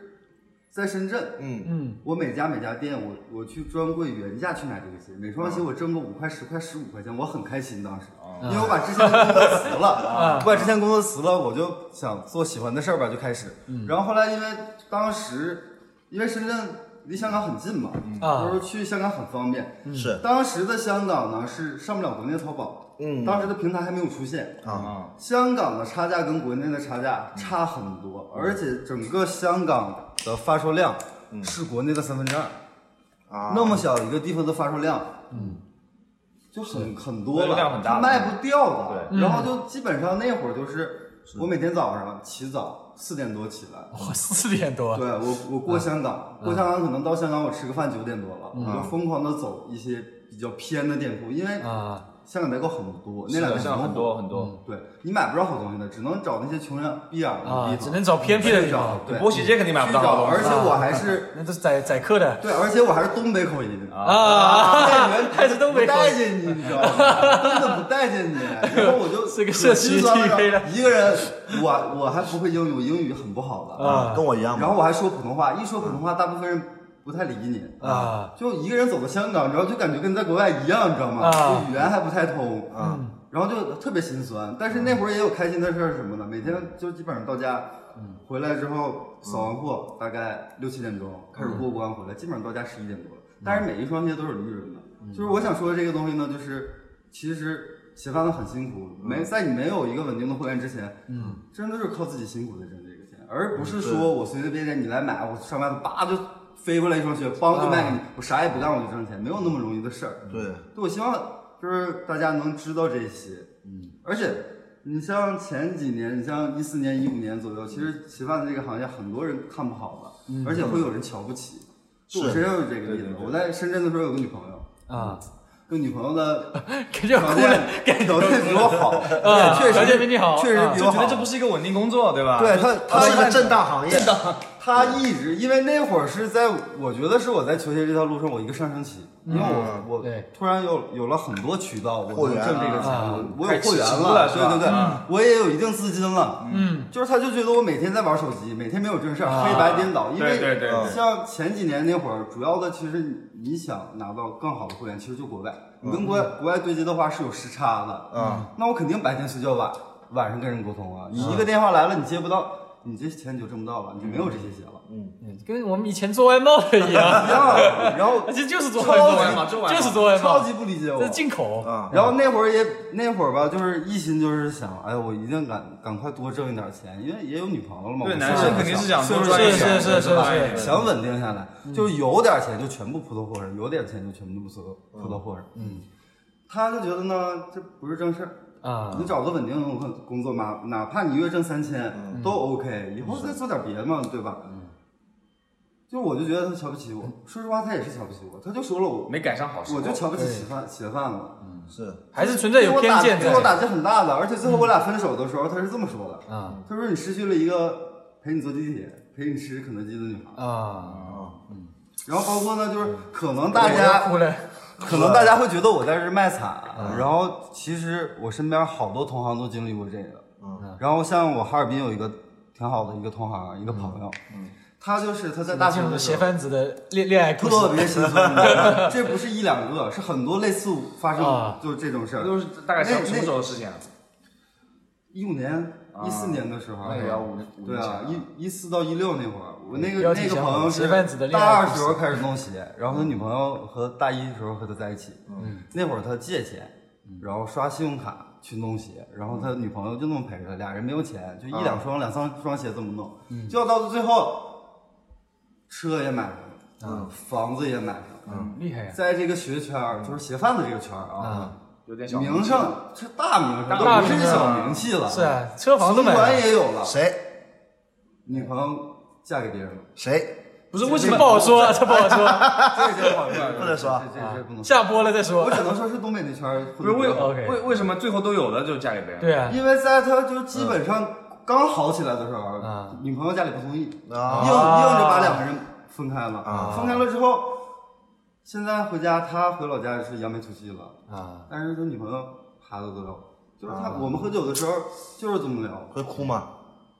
Speaker 4: 在深圳，
Speaker 1: 嗯，
Speaker 2: 嗯，
Speaker 4: 我每家每家店，我我去专柜原价去买这个鞋，每双鞋我挣个五块、十块、十五块钱，我很开心当时，因为我把之前的工作辞了，啊我把之前工作辞了，我就想做喜欢的事儿吧，就开始。然后后来因为当时因为深圳离香港很近嘛，
Speaker 2: 啊
Speaker 4: 就是去香港很方便。
Speaker 1: 是
Speaker 4: 当时的香港呢是上不了国内淘宝，
Speaker 1: 嗯
Speaker 4: 当时的平台还没有出现，
Speaker 1: 啊，
Speaker 4: 香港的差价跟国内的差价差很多，而且整个香港的发售量是国内的三分之二，
Speaker 1: 啊
Speaker 4: 那么小一个地方的发售量，嗯，就很很多
Speaker 3: 那个
Speaker 4: 了，
Speaker 3: 量很大
Speaker 4: 它卖不掉的。然后就基本上那会儿就是我每天早上起早四点多起来，
Speaker 2: 哇，四点多，
Speaker 4: 对我，我
Speaker 2: 嗯
Speaker 4: 过香港，过香港可能到香港我吃个饭九点多了，我就疯狂的走一些比较偏的店铺，因为
Speaker 2: 啊
Speaker 4: 香港代购很嗯多，那
Speaker 3: 是
Speaker 4: 两
Speaker 3: 的，
Speaker 4: 天
Speaker 3: 像很
Speaker 4: 火，
Speaker 3: 多很多。
Speaker 4: 对你买不着好东西的，只能找那些穷人逼眼儿的地
Speaker 2: 啊，
Speaker 4: 方，
Speaker 2: 只能找偏僻的地方，
Speaker 4: 对，
Speaker 3: 波鞋街肯定买不
Speaker 4: 去
Speaker 3: 到
Speaker 4: 找，
Speaker 3: 好
Speaker 4: 而
Speaker 3: 东西
Speaker 4: 且我
Speaker 2: 啊
Speaker 4: 还是
Speaker 2: 那都是宰宰客的
Speaker 4: 对，而且我还是东北口音啊。
Speaker 2: 啊，还
Speaker 4: 还
Speaker 2: 是东北
Speaker 4: 不
Speaker 2: 口
Speaker 4: 待
Speaker 2: 音，
Speaker 4: 见你，你知道吗？真的不待见你。然后我就是
Speaker 2: 个社区
Speaker 4: 我心酸
Speaker 2: TK 的
Speaker 4: 了一个人，我我还不会英语，我英语很不好的
Speaker 2: 啊
Speaker 1: 跟我一样
Speaker 4: 然
Speaker 1: 嘛，
Speaker 4: 后我还说普通话，一说普通话，大部分人不太理你
Speaker 2: 啊。
Speaker 4: 就一个人走到香港，然后就感觉跟在国外一样，你知道吗？
Speaker 2: 啊
Speaker 4: 就语言还不太通啊，然后就特别心酸。但是那会儿也有开心的事儿什么的，每天就基本上到家，回来之后扫完货，大概六七点钟开始过关回来，基本上到家十一点多了。但是每一双鞋都是驴人的，就是我想说的这个东西呢，就是其实。鞋贩子很辛苦，没在你没有一个稳定的货源之前，嗯，真的是靠自己辛苦在挣这个钱，而不是说我随随便便你来买，我上外头叭就飞过来一双鞋，帮就卖给你，我啥也不干我就挣钱，没有那么容易的事儿。
Speaker 1: 对，
Speaker 4: 对，我希望就是大家能知道这些，嗯，而且你像前几年，你像一四年、一五年左右，其实鞋贩子这个行业很多人看不好的，
Speaker 2: 嗯
Speaker 4: 而且会有人瞧不起。就我
Speaker 1: 是
Speaker 4: 身上有这个例子，我在深圳的时候有个女朋友，
Speaker 2: 啊，
Speaker 4: 跟女朋 友的
Speaker 2: 感觉
Speaker 4: 条
Speaker 2: 哭了
Speaker 4: 件，条件比我好，对，确实
Speaker 2: 条件啊比你啊好
Speaker 4: 确实
Speaker 2: 啊
Speaker 4: 比
Speaker 3: 就
Speaker 4: 我
Speaker 3: 觉
Speaker 4: 好
Speaker 3: 得。这不是一个稳定工作，对吧？
Speaker 4: 对他，
Speaker 1: 它
Speaker 4: 他
Speaker 1: 是一个正当行业，
Speaker 4: 他一直，因为那会儿是在，我觉得是我在球鞋这条路上我一个上升期，因为我
Speaker 3: 啊
Speaker 4: 我
Speaker 2: 对
Speaker 4: 突然有有了很多渠道，我
Speaker 1: 货
Speaker 4: 能
Speaker 1: 源
Speaker 4: 挣这个钱
Speaker 2: 啊
Speaker 4: 了，我有货
Speaker 3: 开始起
Speaker 4: 源
Speaker 3: 步了是
Speaker 4: 对
Speaker 3: 吧
Speaker 4: 对对
Speaker 3: 嗯，
Speaker 4: 我也有一定资金了，
Speaker 2: 嗯，
Speaker 4: 啊就是他就觉得我每天在玩手机，每天没有正事
Speaker 2: 啊
Speaker 4: 儿，黑白颠倒，因为
Speaker 3: 对对对
Speaker 4: 像前几年那会儿，主要的其实你想拿到更好的货源，其实就国外，你跟国外国外对接的话是有时差的，
Speaker 1: 嗯，
Speaker 4: 那我肯定白天睡觉晚，晚上跟人沟通啊，你一个电话来了，你接不到。你这钱你就挣不到了，你就没有这些鞋了。
Speaker 2: 跟我们以前做外贸的一
Speaker 4: 一
Speaker 2: 样，
Speaker 4: 样，然后
Speaker 2: 这就是做外贸，就是做外
Speaker 4: 超
Speaker 2: 贸，
Speaker 4: 级不理解
Speaker 2: 这
Speaker 4: 我
Speaker 2: 是。进口
Speaker 1: 啊，
Speaker 4: 然后那会儿也那会儿吧，就是一心就是想，哎，我一定赶赶快多挣一点钱，因为也有女朋友了嘛。
Speaker 3: 对，
Speaker 4: 我
Speaker 3: 男生肯定是想多
Speaker 4: 是
Speaker 3: 赚一点，
Speaker 2: 是是是
Speaker 3: 多赚一点
Speaker 2: 是
Speaker 4: 想稳定下来，就是有点钱就全部扑到货上，有点钱就全部扑到扑到货上。嗯，他就觉得呢，这不是正事儿，
Speaker 2: 啊
Speaker 4: 你找个稳定的工工作嘛，哪怕你月挣三千、都 OK，以后再做点别的嘛，对吧？就我就觉得他瞧不起我，说实话他也是瞧不起我，他就说了我，
Speaker 3: 没赶上好时候。
Speaker 4: 我就瞧不起铁饭铁饭了，
Speaker 1: 是
Speaker 2: 还是存在有偏见
Speaker 4: 对
Speaker 2: 在。
Speaker 4: 我打对我打击很大的，而且最后我俩分手的时候他是这么说的，
Speaker 2: 啊
Speaker 4: 他说你失去了一个陪你坐地铁、陪你吃肯德基的女孩，
Speaker 2: 啊！
Speaker 4: 然后包括呢就是可能大
Speaker 2: 大
Speaker 4: 家
Speaker 2: 哭了。
Speaker 4: 可能大家会觉得我在这儿卖惨，啊然后其实我身边好多同行都经历过这个。
Speaker 1: 嗯
Speaker 4: 然后像我哈尔滨有一个挺好的一个同行，一个朋友，他就是他在大学
Speaker 2: 进入了
Speaker 4: 的时
Speaker 2: 鞋
Speaker 4: 候。
Speaker 2: 贩子的恋恋爱故
Speaker 4: 特
Speaker 2: 事。
Speaker 4: 别心酸的， 这不是一两个，是很多类似发生
Speaker 2: 啊
Speaker 4: 就是这种事儿。
Speaker 3: 都是大概什
Speaker 4: 那
Speaker 3: 么什么时候的事情啊？
Speaker 4: 一五年、一四年的时候，
Speaker 3: 那也要五五
Speaker 4: 对
Speaker 3: 年前
Speaker 4: 啊
Speaker 3: 了，
Speaker 4: 一一四到一六那会儿，我那
Speaker 2: 要
Speaker 4: 个
Speaker 2: 提
Speaker 4: 那
Speaker 2: 醒
Speaker 4: 个
Speaker 2: 我
Speaker 4: 朋友
Speaker 2: 鞋贩子的
Speaker 4: 是
Speaker 2: 恋爱
Speaker 4: 大二
Speaker 2: 故
Speaker 4: 时
Speaker 2: 事
Speaker 4: 候开始弄鞋，然后他女朋友和大一的时候和他在一起，嗯，那会儿他借钱，然后刷信用卡去弄鞋，然后他女朋友就那么陪着他，俩人没有钱，就一两双、两三双鞋这么弄，就到最后，车也买上了，嗯，房子也买上了，
Speaker 2: 嗯，厉害呀！
Speaker 4: 在这个学圈儿，就是鞋贩子这个圈儿啊，
Speaker 3: 有点小
Speaker 4: 名声是大名声，
Speaker 2: 大
Speaker 4: 都不
Speaker 2: 名
Speaker 4: 是
Speaker 2: 声
Speaker 4: 小
Speaker 2: 啊
Speaker 4: 名气了，
Speaker 2: 是啊，车房都
Speaker 4: 宿
Speaker 2: 买
Speaker 4: 管
Speaker 2: 了，
Speaker 4: 也有了，
Speaker 1: 谁
Speaker 4: 女朋友嫁给别人了，
Speaker 1: 谁
Speaker 2: 不是为什么不好 说？这不好说，
Speaker 4: 这就不好说，
Speaker 1: 不能说啊
Speaker 4: 这这这不能说。
Speaker 2: 下播了再说
Speaker 4: 我。只能说是东北那圈儿
Speaker 3: 不是为
Speaker 2: OK
Speaker 3: 为为什么最后都有的就嫁给别人？
Speaker 2: 对啊，
Speaker 4: 因为在他就基本上刚好起来的时候
Speaker 2: 嗯，
Speaker 4: 女朋友家里不同意，硬硬
Speaker 1: 啊
Speaker 4: 着把两个人分开了。分开了之后，现在回家他回老家是扬眉吐气了，
Speaker 2: 啊，
Speaker 4: 但是他女朋友孩子都有，就是他我们喝酒的时候就是这么聊。
Speaker 1: 会哭吗？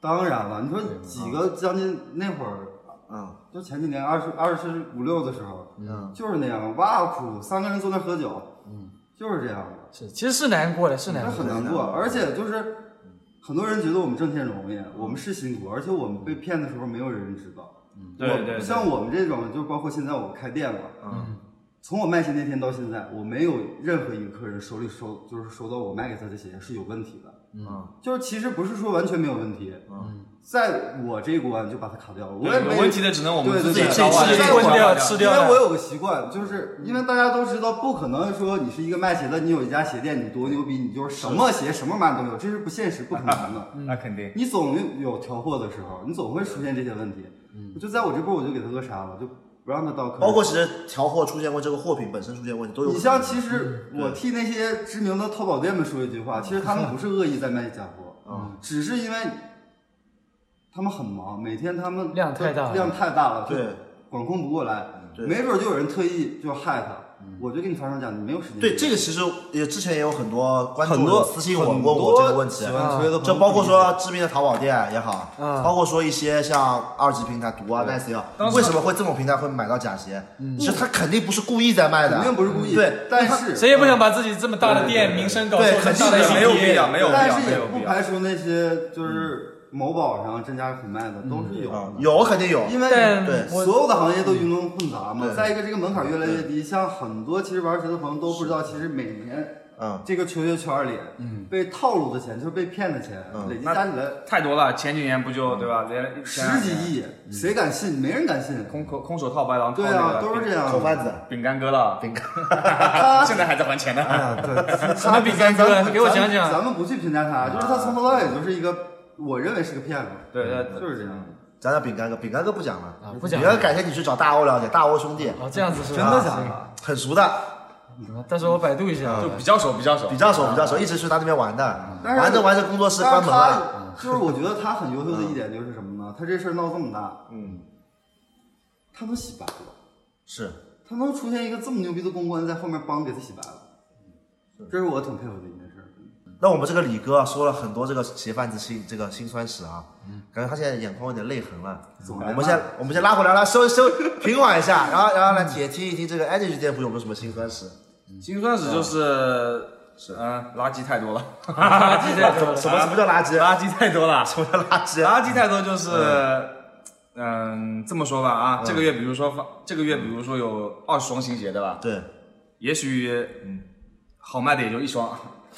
Speaker 4: 当然了，你说几个将近那会儿。
Speaker 1: 嗯
Speaker 4: 就前几年二十二十五六的时候，
Speaker 1: 嗯，
Speaker 4: 就是那样哇哭，三个人坐那喝酒，嗯，就是这样的，
Speaker 2: 是，其实是难过的，是难
Speaker 4: 那
Speaker 2: 过
Speaker 4: 很
Speaker 2: 的。
Speaker 4: 难过。而且就是很多人觉得我们挣钱容易，我们是辛苦，而且我们被骗的时候没有人知道。
Speaker 3: 对
Speaker 4: 我
Speaker 3: 对对
Speaker 4: 像我们这种，就包括现在我开店了，嗯，从我卖鞋那天到现在，我没有任何一个客人手里收，就是收到我卖给他的鞋是有问题的。
Speaker 1: 嗯，
Speaker 4: 就是其实不是说完全没有问题，嗯，在我这一关就把它卡掉了，我也
Speaker 3: 对，
Speaker 4: 没
Speaker 3: 有问题的只能我们
Speaker 4: 对对
Speaker 3: 自己
Speaker 4: 对
Speaker 3: 消化
Speaker 4: 自己
Speaker 3: 自己
Speaker 4: 混
Speaker 3: 消化
Speaker 2: 掉
Speaker 3: 掉
Speaker 2: 吃
Speaker 4: 因
Speaker 2: 掉
Speaker 4: 为我有个习惯，就是因为大家都知道，不可能说你是一个卖鞋的，你有一家鞋店，你多牛逼，你就是什么鞋什么码都有，这是不现实、不可能 的。
Speaker 3: 那肯定。
Speaker 4: 你总有调货的时候，你总会出现这些问题。
Speaker 3: 嗯
Speaker 4: 就在我这波，我就给他扼杀了，就不让他到客人。
Speaker 1: 包括其实调货出现过这个货品本身出现问题都有可能。嗯
Speaker 4: 你像，其实我替那些知名的淘宝店们说一句话，其实他们不是恶意在卖假
Speaker 1: 啊
Speaker 4: 货，嗯只是因为他们很忙，每天他们
Speaker 2: 量太大了
Speaker 4: 量太大了，就
Speaker 1: 对嗯
Speaker 4: 管控不过来，
Speaker 1: 对嗯
Speaker 4: 没准就有人特意就害他，我就给你发上假，你没有时间。
Speaker 1: 对这个其实也之前也有很多观
Speaker 4: 很
Speaker 1: 众
Speaker 4: 多
Speaker 1: 有私信我问我这个问题
Speaker 4: 喜，欢吹的朋友
Speaker 1: 这包括说知名的淘宝店也好，
Speaker 2: 嗯
Speaker 1: 包括说一些像二级平台毒啊、nice 也好，为什么会这种平台会买到假鞋？其实他肯定不是故意在卖的，
Speaker 4: 嗯肯定不是故意，
Speaker 1: 对，
Speaker 4: 但是
Speaker 2: 谁也不想把自己这么大的店名声搞
Speaker 1: 对
Speaker 2: 错，
Speaker 1: 肯定
Speaker 2: 大的
Speaker 1: 的
Speaker 2: 企业
Speaker 3: 没有必要，没有必要，
Speaker 4: 但是
Speaker 3: 没
Speaker 4: 也
Speaker 3: 有
Speaker 4: 不
Speaker 3: 必要。
Speaker 4: 排除那些就是某宝上真假可卖的都是有
Speaker 1: 嗯
Speaker 4: 的
Speaker 1: 啊，有肯定有，
Speaker 4: 因为
Speaker 2: 但
Speaker 1: 对
Speaker 2: 我
Speaker 4: 所有的行业都鱼龙混杂嘛
Speaker 1: 对。
Speaker 4: 再一个，这个门槛越来越低，像很多其实玩鞋的朋友都不知道，其实每年
Speaker 1: 嗯，
Speaker 4: 这个球鞋圈里，被套路的钱就是被骗的钱，累计
Speaker 3: 那
Speaker 4: 加起来
Speaker 3: 太多了，前几年不就对吧？连
Speaker 4: 嗯十几，亿，谁敢信？没人敢信。
Speaker 3: 空口空手套白狼，
Speaker 4: 对
Speaker 3: 套那
Speaker 4: 啊，
Speaker 3: 个
Speaker 4: 都是这样
Speaker 1: 口
Speaker 4: 的。
Speaker 1: 贩子，
Speaker 3: 饼干哥了，饼干， 现在还在还钱呢。
Speaker 4: 啊，对，
Speaker 2: 什么饼干哥
Speaker 4: 咱们
Speaker 2: 给我讲
Speaker 4: 咱
Speaker 2: 讲
Speaker 4: 们咱们不去评价他，就是他从头到尾就是一个，我认为是个骗子。
Speaker 3: 对对，
Speaker 4: 就是这样。
Speaker 1: 讲讲饼干哥，饼干哥不讲了，
Speaker 2: 啊不讲
Speaker 1: 饼
Speaker 2: 了
Speaker 1: 干哥改天你去找大欧了解，大欧兄弟
Speaker 2: 哦，这样子是吧？
Speaker 4: 真的假的？
Speaker 1: 啊很熟的，
Speaker 2: 行？到时候我百度一
Speaker 4: 嗯
Speaker 2: 下。啊
Speaker 3: 就比较熟，比较熟
Speaker 1: 比。较熟比较熟，一直去他那边玩的，
Speaker 4: 但是
Speaker 1: 玩着玩着工作室
Speaker 4: 但
Speaker 1: 关
Speaker 4: 是
Speaker 1: 门了，
Speaker 4: 他就是我觉得他很优秀的一点就是什么呢？他这事儿闹这么大，
Speaker 1: 嗯，
Speaker 4: 他能洗白了。
Speaker 1: 是
Speaker 4: 他能出现一个这么牛逼的公关在后面帮给他洗白了，这是我挺佩服的一件事儿。
Speaker 1: 那我们这个李哥说了很多这个鞋贩子心这个辛酸史啊，感觉他现在眼眶有点泪痕了。啊
Speaker 4: 总来
Speaker 1: 我
Speaker 4: 吧
Speaker 1: 们先我们先拉回来，来收收平缓一下，然后然后来也听一听这个 Energy 店铺有没有什么辛酸史，
Speaker 3: 辛酸史就是，嗯，垃圾太多了，
Speaker 2: 垃圾太多了
Speaker 1: 什么什么叫垃圾？
Speaker 3: 垃圾太多了，
Speaker 1: 什么叫垃圾？啊
Speaker 3: 垃圾太多就是，嗯，这么说吧啊，这个月比如说发，这个月比如说有二十双新鞋对吧？
Speaker 1: 对，
Speaker 3: 也许嗯，好卖的也就一双。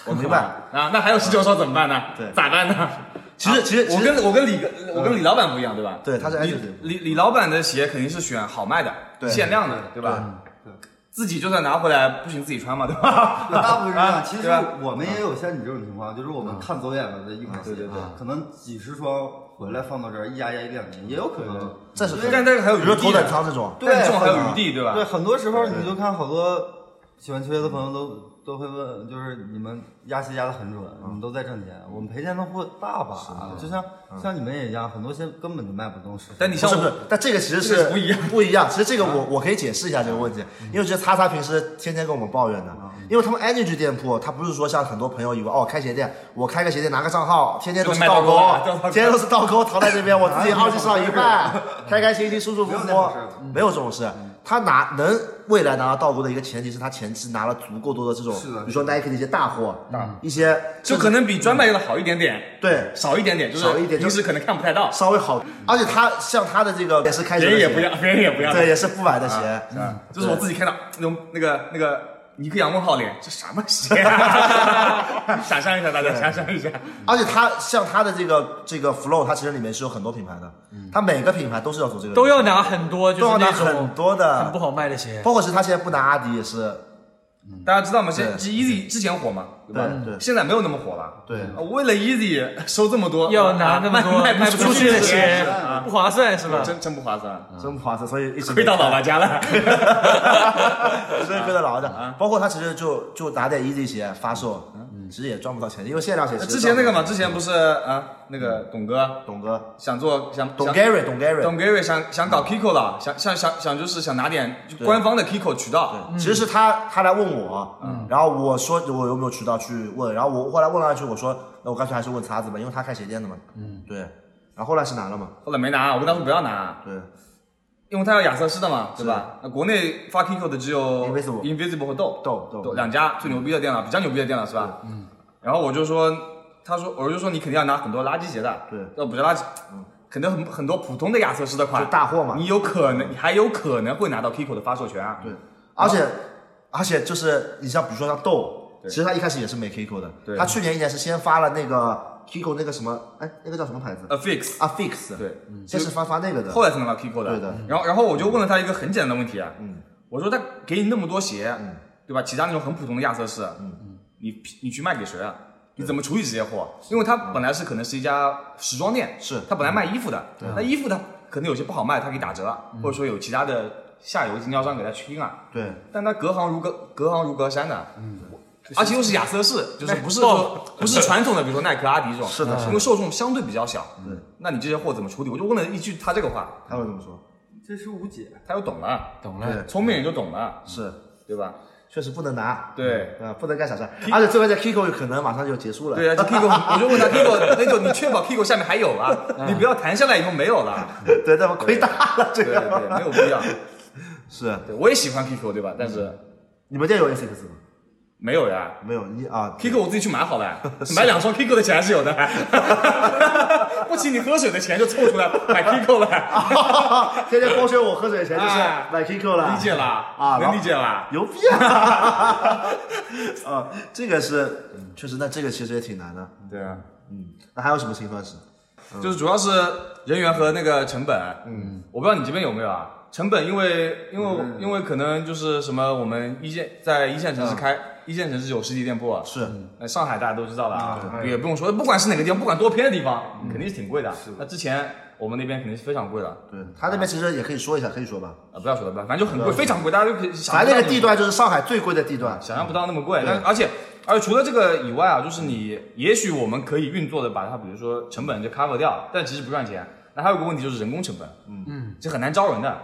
Speaker 1: 我明白。
Speaker 3: 啊，那还有十九双怎么办 呢？
Speaker 1: 对
Speaker 3: 咋办呢？
Speaker 1: 其实
Speaker 3: 啊
Speaker 1: 其实
Speaker 3: 我
Speaker 1: 其实
Speaker 3: 跟我跟李我跟李老板不一样，对吧？
Speaker 1: 对他是
Speaker 3: 嗯李
Speaker 1: Energy 店
Speaker 3: 李李老板的鞋肯定是选好卖的、
Speaker 1: 对
Speaker 3: 嗯限量的，对吧？
Speaker 4: 对
Speaker 3: 自己就算拿回来不行自己穿嘛，对吧？
Speaker 4: 那大部分是这样。
Speaker 3: 啊
Speaker 4: 其实
Speaker 3: 对吧嗯
Speaker 4: 我们也有像你这种情况，就是我们看走眼了的一款鞋
Speaker 3: 对对对，
Speaker 4: 可能几十双回来放到这儿一压压一两年，也有可能。
Speaker 1: 这是
Speaker 3: 但但是还有
Speaker 1: 比
Speaker 3: 余
Speaker 1: 如说头
Speaker 3: 地
Speaker 1: 等
Speaker 3: 的，
Speaker 1: 舱这种，
Speaker 4: 对，
Speaker 3: 但这种还有
Speaker 4: 很
Speaker 3: 余地，对嗯吧？
Speaker 4: 对，很多时候你就看好多喜欢球鞋的朋友都都会问，就是你们压鞋压得很准，
Speaker 3: 嗯
Speaker 4: 你们都在挣钱，我们赔钱的货大把，啊就像像你们也一样，很多鞋根本就卖不动市场。
Speaker 3: 嗯但你
Speaker 1: 不
Speaker 3: 像
Speaker 1: 是不是
Speaker 3: 我，
Speaker 1: 但这个其实
Speaker 3: 这
Speaker 1: 是
Speaker 3: 个不一样，啊
Speaker 1: 不一样。其实这个我我可以解释一下这个问题，因为我觉得擦擦平时天天跟我们抱怨的，
Speaker 3: 啊
Speaker 1: 因为他们 Energy 店铺，他不是说像很多朋友以为哦开鞋店，我开个鞋店拿个账号，天天都是倒
Speaker 3: 就卖
Speaker 1: 钩
Speaker 3: 倒钩啊倒， 钩
Speaker 1: 天天都是倒 钩，躺在这边，我自己二级市
Speaker 3: 啊
Speaker 1: 场一半， 开开心心舒舒服
Speaker 4: 没
Speaker 1: 服
Speaker 4: 有那回事，
Speaker 1: 没有这种事。他拿能未来拿到倒钩的一个前提是他前期拿了足够多的这种，
Speaker 4: 是的
Speaker 1: 比如说 Nike 的一些大货，一些
Speaker 3: 嗯就可能比专卖要的好一点点，
Speaker 1: 对
Speaker 3: 少一点点，就是
Speaker 1: 少一点就
Speaker 3: 平时可能看不太到，
Speaker 1: 稍微好，而且他像他的这个也是开
Speaker 3: 别
Speaker 1: 鞋
Speaker 3: 人
Speaker 1: 的
Speaker 3: 也
Speaker 1: 鞋
Speaker 3: 不要，别人也不要，
Speaker 1: 对，也是不买的鞋。嗯
Speaker 2: 嗯
Speaker 3: 啊，就是我自己看到那种那个那个尼克杨梦浩脸，这什么 鞋、啊？想象一下，大家想象一下，
Speaker 1: 而且它像它的这个这个 flow，它其实里面是有很多品牌的，
Speaker 3: 嗯
Speaker 1: 它每个品牌都是要走这个，
Speaker 2: 都要，拿很多，就是
Speaker 1: 都要拿
Speaker 2: 那种
Speaker 1: 很多的
Speaker 2: 很不好卖的鞋。
Speaker 1: 包括其实它现在不拿阿迪也是，
Speaker 3: 大家知道吗？现
Speaker 1: 对
Speaker 3: Easy 之前火嘛，对吧？
Speaker 2: 嗯
Speaker 1: 对对
Speaker 3: 现在没有那么火了。
Speaker 1: 对
Speaker 3: 啊为了 Easy 收这么多，
Speaker 2: 要拿那么多
Speaker 3: 啊卖
Speaker 2: 卖
Speaker 3: 不
Speaker 2: 不出去
Speaker 3: 的
Speaker 2: 的鞋
Speaker 3: 啊，
Speaker 2: 不划算是吧？嗯
Speaker 3: 真真不划算，
Speaker 1: 真不划算，所以一直
Speaker 3: 亏到老玩家了。
Speaker 1: 所以亏到老
Speaker 3: 啊
Speaker 1: 的。包括它其实就就拿点 easy 鞋发售，嗯其实也赚不到钱，因为限量鞋其实
Speaker 3: 之嗯前那个嘛，
Speaker 1: 赚
Speaker 3: 之前不是啊，那个董哥
Speaker 1: 不到钱，董哥，
Speaker 3: 想做想
Speaker 1: 董
Speaker 3: 想
Speaker 1: Gary，董 Gary，
Speaker 3: 董 Gary 想想
Speaker 2: 嗯
Speaker 3: 搞 Kiko 了，想想想想就是想拿点就官方的 Kiko 渠道，
Speaker 2: 嗯
Speaker 1: 其实是他他来问我，
Speaker 3: 嗯
Speaker 1: 然后我说我有没有渠道去问，然后我后来问了一句，我说那我干脆还是问叉子吧，因为他开鞋店的嘛，嗯，对，然后后来是拿了嘛，
Speaker 3: 后来没拿，我跟他说不要拿，
Speaker 1: 对，
Speaker 3: 因为他要亚瑟士的嘛，对吧？那国内发 Kiko 的只有
Speaker 1: Invisible
Speaker 3: Invisible 和豆
Speaker 1: 豆豆
Speaker 3: 豆两家最牛逼的店了，比较牛逼的店了，是吧？嗯。然后我就说，他说，我就说你肯定要拿很多垃圾鞋的，
Speaker 1: 对嗯
Speaker 3: 要不是垃圾，肯定很很多普通的亚瑟士的
Speaker 1: 就
Speaker 3: 款，
Speaker 1: 大货嘛，
Speaker 3: 你有可能，你还有可能会拿到 Kiko 的发售权啊。
Speaker 1: 对，而且而且就是你像比如说像豆，其实他一开始也是没 Kiko 的，
Speaker 3: 对
Speaker 1: 他去年一年是先发了那个 Kiko 那个什么，哎，那个叫什么牌子
Speaker 3: A fix，
Speaker 1: 啊 Fix，
Speaker 3: 呃对，
Speaker 1: 先是发发那个的，
Speaker 3: 后来才能到 Kiko 的。
Speaker 1: 对的。
Speaker 3: 然后，然后我就问了他一个很简单的问题，嗯，我说他给你那么多鞋，嗯，对吧？其他那种很普通的亚瑟士，嗯嗯，你你去卖给谁啊？你怎么处理这些货？因为他本来是可能是一家时装店，
Speaker 1: 是
Speaker 3: 他本来卖衣服的，那衣服他可能有些不好卖，他给打折了，或者说有其他的下游经销商给他去拼啊。
Speaker 1: 对，
Speaker 3: 但他隔行如隔隔行如隔山的，嗯，而且又是亚瑟士， 就是不是说不是传统的，比如说耐克、阿迪这种，是的，嗯因为受众相对比较小，对，那你这些货怎么处理？我就问了一句他这个话，
Speaker 1: 他会这么说，
Speaker 4: 这是无解。
Speaker 3: 他又懂了，
Speaker 2: 懂
Speaker 1: 对
Speaker 2: 了，
Speaker 3: 聪明人就懂了，
Speaker 1: 是
Speaker 3: 对吧？
Speaker 1: 确实不能拿，
Speaker 3: 对
Speaker 1: 啊，不能干傻事儿，而且这边在 Kiko 有可能马上就结束了，
Speaker 3: 对啊，这 Kiko，我就问他 Kiko，那就你确保 Kiko 下面还有啊，你不要弹下来以后没有了，
Speaker 1: 对，那么亏大了这
Speaker 3: 对对
Speaker 1: 个，
Speaker 3: 对，没有必 要。
Speaker 1: 是
Speaker 3: 对，我也喜欢 Kiko，对吧？但是
Speaker 1: 你们店有 S X 吗？
Speaker 3: 没有呀。
Speaker 1: 没有，你啊
Speaker 3: Kiko 我自己去买好了，买两双 Kiko 的钱还是有的， 不仅你喝水的钱就凑出来买 Kiko 了。
Speaker 1: 啊天天光学我喝水钱就是
Speaker 3: 哎
Speaker 1: 买 Kiko 了，
Speaker 3: 理解了
Speaker 1: 啊
Speaker 3: 能理解了。
Speaker 1: 牛逼 啊！啊，这个是嗯确实，那这个其实也挺难的。
Speaker 3: 对啊，
Speaker 1: 嗯，那还有什么辛酸史？嗯
Speaker 3: 就是主要是人员和那个成本。嗯，我不知道你这边有没有啊？成本因为因
Speaker 1: 嗯
Speaker 3: 为因为可能就是什么，我们一线在一线城市
Speaker 1: 啊
Speaker 3: 开，一线城市有实体店铺啊。
Speaker 1: 是
Speaker 3: 那上海大家都知道了啊，也不用说，不管是哪个地方，不管多偏的地方，
Speaker 1: 嗯
Speaker 3: 肯定是挺贵的。那之前我们那边肯定是非常贵的啊，
Speaker 1: 对他那边其实也可以说一下，可以说吧。
Speaker 3: 不要说了，不要，反正就很贵，非常贵，大家就可以想
Speaker 1: 反正那个
Speaker 3: 象那种
Speaker 1: 地段就是上海最贵的地段，
Speaker 3: 想象不到那么贵。但而且而且除了这个以外啊，就是你也许我们可以运作的把它，比如说成本就 cover 掉，但其实不赚钱。那还有个问题就是人工成本，嗯嗯，这很难招人的。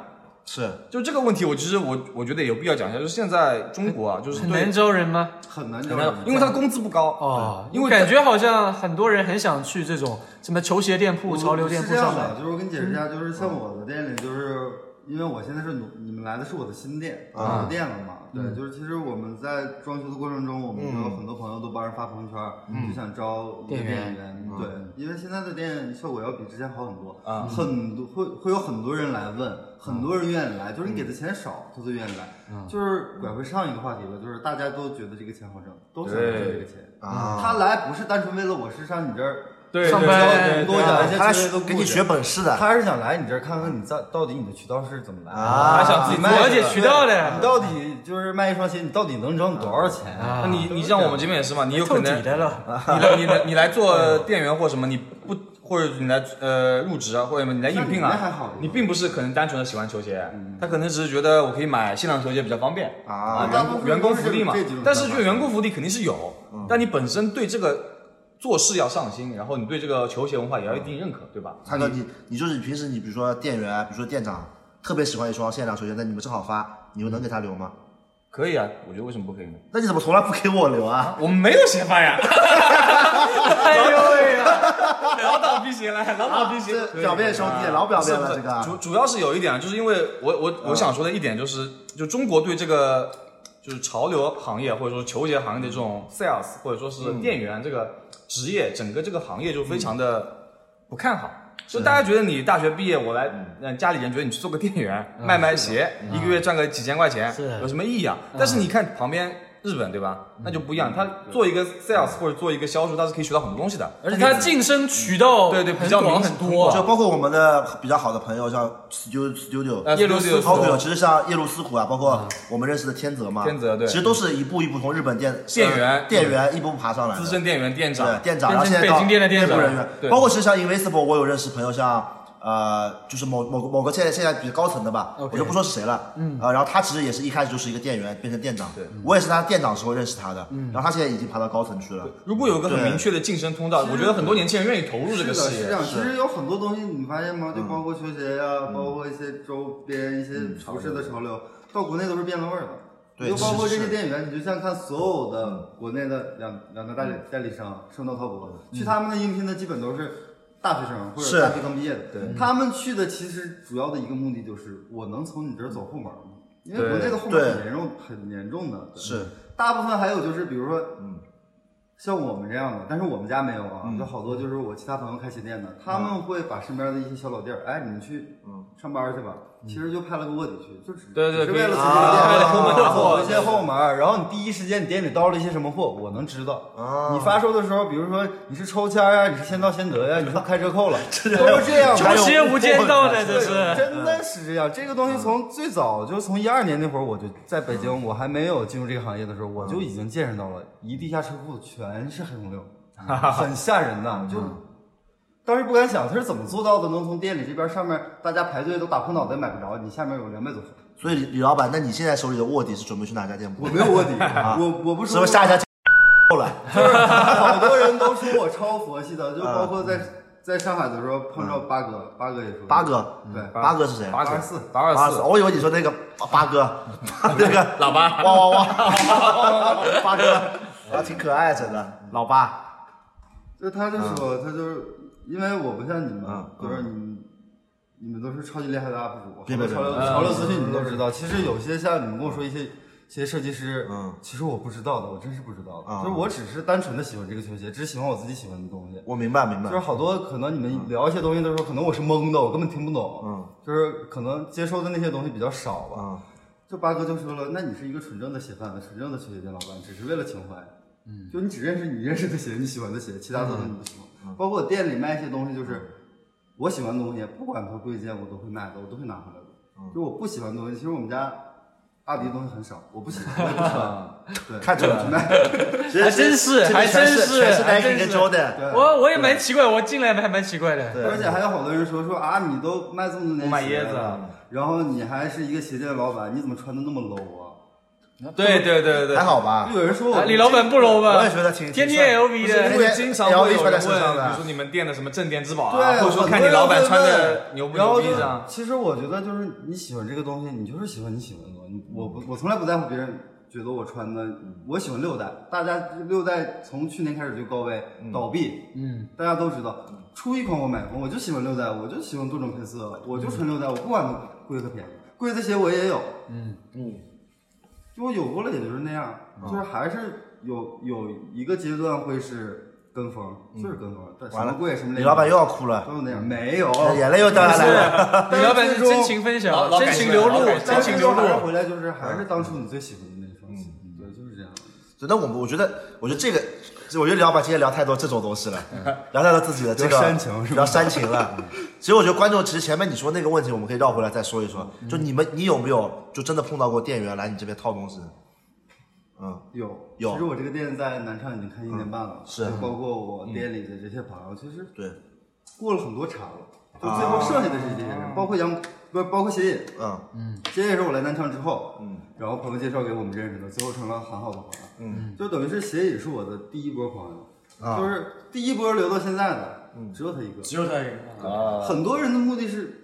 Speaker 1: 是
Speaker 3: 就这个问题，我其实我我觉得有必要讲一下，就是现在中国啊，就
Speaker 2: 嗯
Speaker 3: 是
Speaker 2: 很
Speaker 3: 对
Speaker 2: 难招人吗？
Speaker 4: 很难
Speaker 3: 很
Speaker 4: 找
Speaker 3: 难
Speaker 4: 人，
Speaker 3: 因为他的工资不高，
Speaker 2: 哦，
Speaker 3: 因为
Speaker 2: 感觉好像很多人很想去这种什么球鞋店铺、
Speaker 4: 我
Speaker 2: 潮流店铺
Speaker 4: 是这
Speaker 2: 上
Speaker 4: 样
Speaker 2: 班嗯
Speaker 4: 的，。就是我跟你解释一下，就是像我的店里，就是因为我现在是努你们来的是我的新店，
Speaker 2: 啊
Speaker 4: 我的店了嘛。
Speaker 2: 嗯
Speaker 4: 对，就是其实我们在装修的过程中，我们有很多朋友都帮人发朋友圈，就想招一个
Speaker 2: 嗯店员嗯
Speaker 4: 店员。对，因为现在的店效果要比之前好很多
Speaker 3: 啊，
Speaker 4: 很多会会有很多人来问，很多人愿意来，就是
Speaker 2: 嗯
Speaker 4: 你给的钱少，他就愿意来。就是拐回上一个话题了，就是大家都觉得这个钱好挣，都想挣这个钱。
Speaker 1: 啊，
Speaker 4: 他来不是单纯为了我是上你这儿
Speaker 3: 对
Speaker 2: 上
Speaker 3: 对
Speaker 2: 班
Speaker 3: 对对
Speaker 4: 多讲一些
Speaker 1: 啊他
Speaker 4: 这些都
Speaker 1: 来
Speaker 4: 不
Speaker 1: 给你
Speaker 4: 讲
Speaker 1: 学本事的，
Speaker 5: 他是想来你这儿看看你在到底你的渠道是怎么来的，
Speaker 1: 啊
Speaker 5: 他想自己卖
Speaker 2: 了解渠道的
Speaker 5: 你到底就是卖一双鞋，你到底能挣多少钱啊？
Speaker 3: 那你你像我们这边也是嘛，你有可
Speaker 2: 透
Speaker 3: 能
Speaker 2: 底
Speaker 3: 啊
Speaker 2: 的了，
Speaker 3: 你来你来你来 做店员或什么，你不或者你来呃入职啊，或者你来应聘
Speaker 4: 那你那还
Speaker 3: 啊
Speaker 4: 好，嗯
Speaker 3: 你并不是可能单纯的喜欢球鞋，他可能只是觉得我可以买限量球鞋比较方便
Speaker 1: 啊
Speaker 3: 员工员工福利嘛
Speaker 4: 这几种。
Speaker 3: 但是
Speaker 4: 想
Speaker 3: 就
Speaker 4: 法嗯
Speaker 3: 员工福利肯定是有，但你本身对这个做事要上心，然后你对这个球鞋文化也要有一定认可，对吧？
Speaker 1: 他哥，你你就是你平时你比如说店员，比如说店长特别喜欢一双限量球鞋，那你们正好发，你们能给他留吗？
Speaker 3: 可以啊，我觉得为什么不可以呢？
Speaker 1: 那你怎么从来不给我留啊？
Speaker 3: 我们没有鞋贩呀，
Speaker 2: 哎呦喂呀！
Speaker 3: 老倒逼鞋来，老倒逼鞋
Speaker 1: 这。表面兄弟，老表面了这
Speaker 3: 主
Speaker 1: 个。
Speaker 3: 主要是有一点，就是因为我我我想说的一点就是，就中国对这个就是潮流行业或者说球鞋行业的这种 sales 或者说是店员这个职业，整个这个行业就非常的不看好。就大家觉得你大学毕业，我来，嗯，家里人觉得你去做个店员，卖卖鞋，一个月赚个几千块钱
Speaker 2: 是，
Speaker 3: 有什么意义啊？但是你看旁边日本，对吧？那就不一样，他做一个 sales 或者做一个销售，他是可以学到很多东西的。
Speaker 2: 而且它晋升渠道
Speaker 3: 对对比
Speaker 2: 很
Speaker 3: 较
Speaker 2: 广
Speaker 3: 明
Speaker 2: 很多
Speaker 1: 就包括我们的比较好的朋友，像 Studio Studio，
Speaker 3: 呃
Speaker 2: 耶路斯
Speaker 3: ，Studio
Speaker 1: 包括其实像夜路思苦啊，包括我们认识的天泽嘛，
Speaker 3: 天泽对
Speaker 1: 其实都是一步一步从日本店
Speaker 3: 店员
Speaker 1: 呃店员一步步爬上来的，
Speaker 3: 资深店员、店
Speaker 1: 对
Speaker 3: 长、
Speaker 1: 店长，然
Speaker 2: 变
Speaker 1: 后
Speaker 2: 成
Speaker 1: 现在
Speaker 2: 北
Speaker 1: 到
Speaker 2: 京店的店
Speaker 1: 内部
Speaker 2: 长
Speaker 1: 人员，
Speaker 3: 对
Speaker 1: 包括其实像 Invisible，我有认识朋友像。呃，就是某某个某个现在现在比较高层的吧
Speaker 2: OK
Speaker 1: 我就不说是谁了。嗯，啊、然后他其实也是一开始就是一个店员，变成店长。对，我也是他店长时候认识他的。嗯，然后他现在已经爬到高层去了。
Speaker 3: 如果有个很
Speaker 1: 对
Speaker 3: 明确的晋升通道，我觉得很多年轻人愿意投入这个
Speaker 4: 是的，
Speaker 3: 事
Speaker 4: 是
Speaker 3: 业
Speaker 4: 这。样。其实有很多东西，你发现吗？
Speaker 1: 嗯
Speaker 4: 就包括球鞋呀、包括一些周边、一些服饰的潮流，到国内都是变了味儿的。
Speaker 1: 对
Speaker 4: 就包括
Speaker 1: 是
Speaker 4: 这
Speaker 1: 是
Speaker 4: 些店员，你就像看所有的国内的两两大代理
Speaker 1: 嗯
Speaker 4: 代理商，圣斗、滔搏，去他们的应聘的基本都是大学生或
Speaker 1: 是
Speaker 4: 者大学刚毕业的。对，他们去的其实主要的一个目的就是，我能从你这儿走后门吗？因为国内的后门
Speaker 1: 对
Speaker 4: 很严重，很严重的。对
Speaker 1: 是，
Speaker 4: 大部分还有就是，比如说，嗯像我们这样的，但是我们家没有啊，
Speaker 3: 嗯
Speaker 4: 有好多就是我其他朋友开鞋店的，他们会把身边的一些小老弟儿，哎，你们去上班去吧，其实就派了个卧底去，就只
Speaker 3: 嗯对对
Speaker 4: 只
Speaker 3: 可
Speaker 4: 是
Speaker 3: 以
Speaker 4: 为了自己
Speaker 3: 啊
Speaker 4: 的
Speaker 3: 派了
Speaker 4: 店
Speaker 3: 抠门大
Speaker 4: 走
Speaker 3: 货
Speaker 4: 一
Speaker 5: 一
Speaker 4: 些
Speaker 5: 些
Speaker 4: 后
Speaker 5: 后
Speaker 4: 门。
Speaker 5: 门儿，然后你第一时间你店里到了一些什么货，我能知道。
Speaker 3: 啊
Speaker 5: 你发售的时候，比如说你是抽签儿呀，你是先到先得呀，你是开折 扣了，都是这样
Speaker 2: 球
Speaker 5: 的。
Speaker 2: 鞋无间道呢，这
Speaker 5: 对，
Speaker 2: 是。
Speaker 5: 真的是这样。这个东
Speaker 1: 嗯
Speaker 5: 西从最早就从一二年那会儿，我就在北京，我还没有进入这个行业的时候，我就已经见识到了，一地下车库全是黑红 六，很吓人的。就
Speaker 1: 嗯
Speaker 5: 当时不敢想他是怎么做到的，能从店里这边上面大家排队都打破脑袋买不着，你下面有两百多双。
Speaker 1: 所以李李老板，那你现在手里的卧底是准备去哪家店铺
Speaker 4: 我？没有卧底，我我不
Speaker 1: 啊是不
Speaker 4: 说
Speaker 1: 是下一家够了？
Speaker 4: 好多人都说我超佛系的，就包括在在上海的时候碰到八哥，八哥也说
Speaker 1: 嗯八哥，嗯
Speaker 4: 对
Speaker 1: 八哥是谁？
Speaker 3: 八
Speaker 4: 八十四
Speaker 3: 八二
Speaker 1: 八哦
Speaker 3: 四，
Speaker 1: 我以为你说那个八八哥，那个
Speaker 3: 老八
Speaker 1: 哇哇哇，八哥，啊，挺可爱真的，老八，
Speaker 4: 就他就说，他就是因为我不像你们，
Speaker 1: 嗯
Speaker 4: 就是你们你们都是超级厉害的 UP 主，
Speaker 1: 别别别
Speaker 4: 潮流
Speaker 1: 嗯
Speaker 5: 潮
Speaker 4: 潮流
Speaker 5: 流
Speaker 4: 资
Speaker 5: 资
Speaker 4: 讯
Speaker 5: 讯
Speaker 4: 你
Speaker 5: 你
Speaker 4: 都
Speaker 5: 都
Speaker 4: 知
Speaker 5: 知
Speaker 4: 道。
Speaker 5: 道，其实有些像你们跟我说一些一些设计师，
Speaker 1: 嗯
Speaker 5: 其实我不知道的，我真是不知道的。
Speaker 1: 啊
Speaker 5: 就是我只是单纯的喜欢这个球鞋，只喜欢我自己喜欢的东西。
Speaker 1: 我明白明
Speaker 5: 就
Speaker 1: 白
Speaker 5: 是，好多可能你们聊一些东西的时候，可能我是懵的，我根本听不懂。
Speaker 1: 嗯，
Speaker 5: 就是可能接收的那些东西比较少吧。
Speaker 1: 嗯，
Speaker 4: 就八哥就说了，那你是一个纯正的鞋贩子，纯正的球鞋店老板，只是为了情怀。嗯，就你只认识你认识的鞋，你喜欢的鞋，其他的东西你不喜欢。包括我店里卖一些东西，就是我喜欢的东西，不管它贵贱，我都会卖的，我都会拿回来的。就我不喜欢的东西，其实我们家阿迪的东西很少，我不喜欢，我也不穿。对，
Speaker 1: 看出来了
Speaker 4: 去卖。
Speaker 1: 还
Speaker 2: 还真是还真是
Speaker 1: 全是 n
Speaker 2: 还
Speaker 1: i k
Speaker 2: 真
Speaker 1: 跟
Speaker 2: 是
Speaker 1: Jordan，
Speaker 2: 我我也蛮奇怪，我进来还蛮奇怪的。
Speaker 1: 对
Speaker 4: 而且还有好多人说说啊，你都卖这么多年
Speaker 3: 我买
Speaker 4: 鞋
Speaker 3: 椰子
Speaker 4: 了，然后你还是一个鞋店的老板，你怎么穿的那么 low 啊？
Speaker 3: 对对对对
Speaker 1: 还，好吧？
Speaker 4: 就 有人说
Speaker 2: 啊
Speaker 4: 我
Speaker 2: 李老板不柔吧？
Speaker 1: 我也觉得挺
Speaker 2: 天
Speaker 1: 挺帅
Speaker 2: 天 LV
Speaker 1: 不
Speaker 3: 因
Speaker 1: 是
Speaker 2: 的，
Speaker 3: 为经常会有人
Speaker 1: 穿在
Speaker 3: 问，
Speaker 1: 身
Speaker 3: 比
Speaker 1: 上的
Speaker 3: 如说你们店的什么镇店之宝啊，
Speaker 4: 对
Speaker 3: 或者说看你老板穿的牛不
Speaker 5: 然
Speaker 3: 牛
Speaker 5: 后
Speaker 3: 逼
Speaker 5: 就
Speaker 3: 这样。
Speaker 5: 其实我觉得就是你喜欢这个东西，你就是喜欢你喜欢的东西。
Speaker 4: 我不我从来不在乎别人觉得我穿的，
Speaker 3: 嗯
Speaker 4: 我喜欢六代，大家六代从去年开始就高位倒闭，嗯，大家都知道，出一款我买一款，我就喜欢六代，我就喜欢多种配
Speaker 3: 嗯
Speaker 4: 色，我就穿六代，我不管贵和便宜，贵的鞋我也有，
Speaker 1: 嗯，
Speaker 4: 就我有过了，也就是那样，
Speaker 3: 嗯
Speaker 4: 就是还是有有一个阶段会是跟风，
Speaker 3: 嗯
Speaker 4: 就是跟风，但什
Speaker 1: 完
Speaker 4: 么
Speaker 1: 了
Speaker 4: 贵什么
Speaker 1: 李老板又要哭
Speaker 4: 都
Speaker 1: 了，
Speaker 4: 是那样，没有，
Speaker 1: 眼泪又掉下来了。
Speaker 2: 李老板是真情分
Speaker 3: 老
Speaker 2: 享，
Speaker 3: 老
Speaker 2: 真
Speaker 3: 感
Speaker 2: 情
Speaker 3: 谢
Speaker 2: 流
Speaker 3: 老
Speaker 2: 露
Speaker 3: 感，谢
Speaker 2: 真情流
Speaker 4: 但是最后还是嗯
Speaker 2: 露。
Speaker 4: 回来就是还是当初你最喜欢的那双鞋，对，就是这样。
Speaker 1: 那我们我觉得，我觉得这个就我觉得聊吧，今天聊太多这种东西了，聊太多自己的这个
Speaker 5: 聊煽情是吧
Speaker 1: 聊煽情了。其实我觉得观众，其实前面你说那个问题，我们可以绕回来再说一说。就你们，你有没有就真的碰到过店员来你这边套东西？嗯，
Speaker 4: 有
Speaker 1: 有
Speaker 4: 其实我这个店在南昌已经开一年半了，
Speaker 1: 是
Speaker 4: 就包括我店里的这些朋友，其实
Speaker 1: 对，
Speaker 4: 过了很多茬了，就最后剩下的是这些人，包括杨，不包括协野，
Speaker 1: 嗯，
Speaker 4: 协野是我来南昌之后，嗯，然后朋友介绍给我们认识的，最后成了很好的朋友，嗯，就等于是协野是我的第一波朋友，就是第一波留到现在的，嗯只有他一个，
Speaker 3: 只有他一个啊，
Speaker 4: 很多人的目的是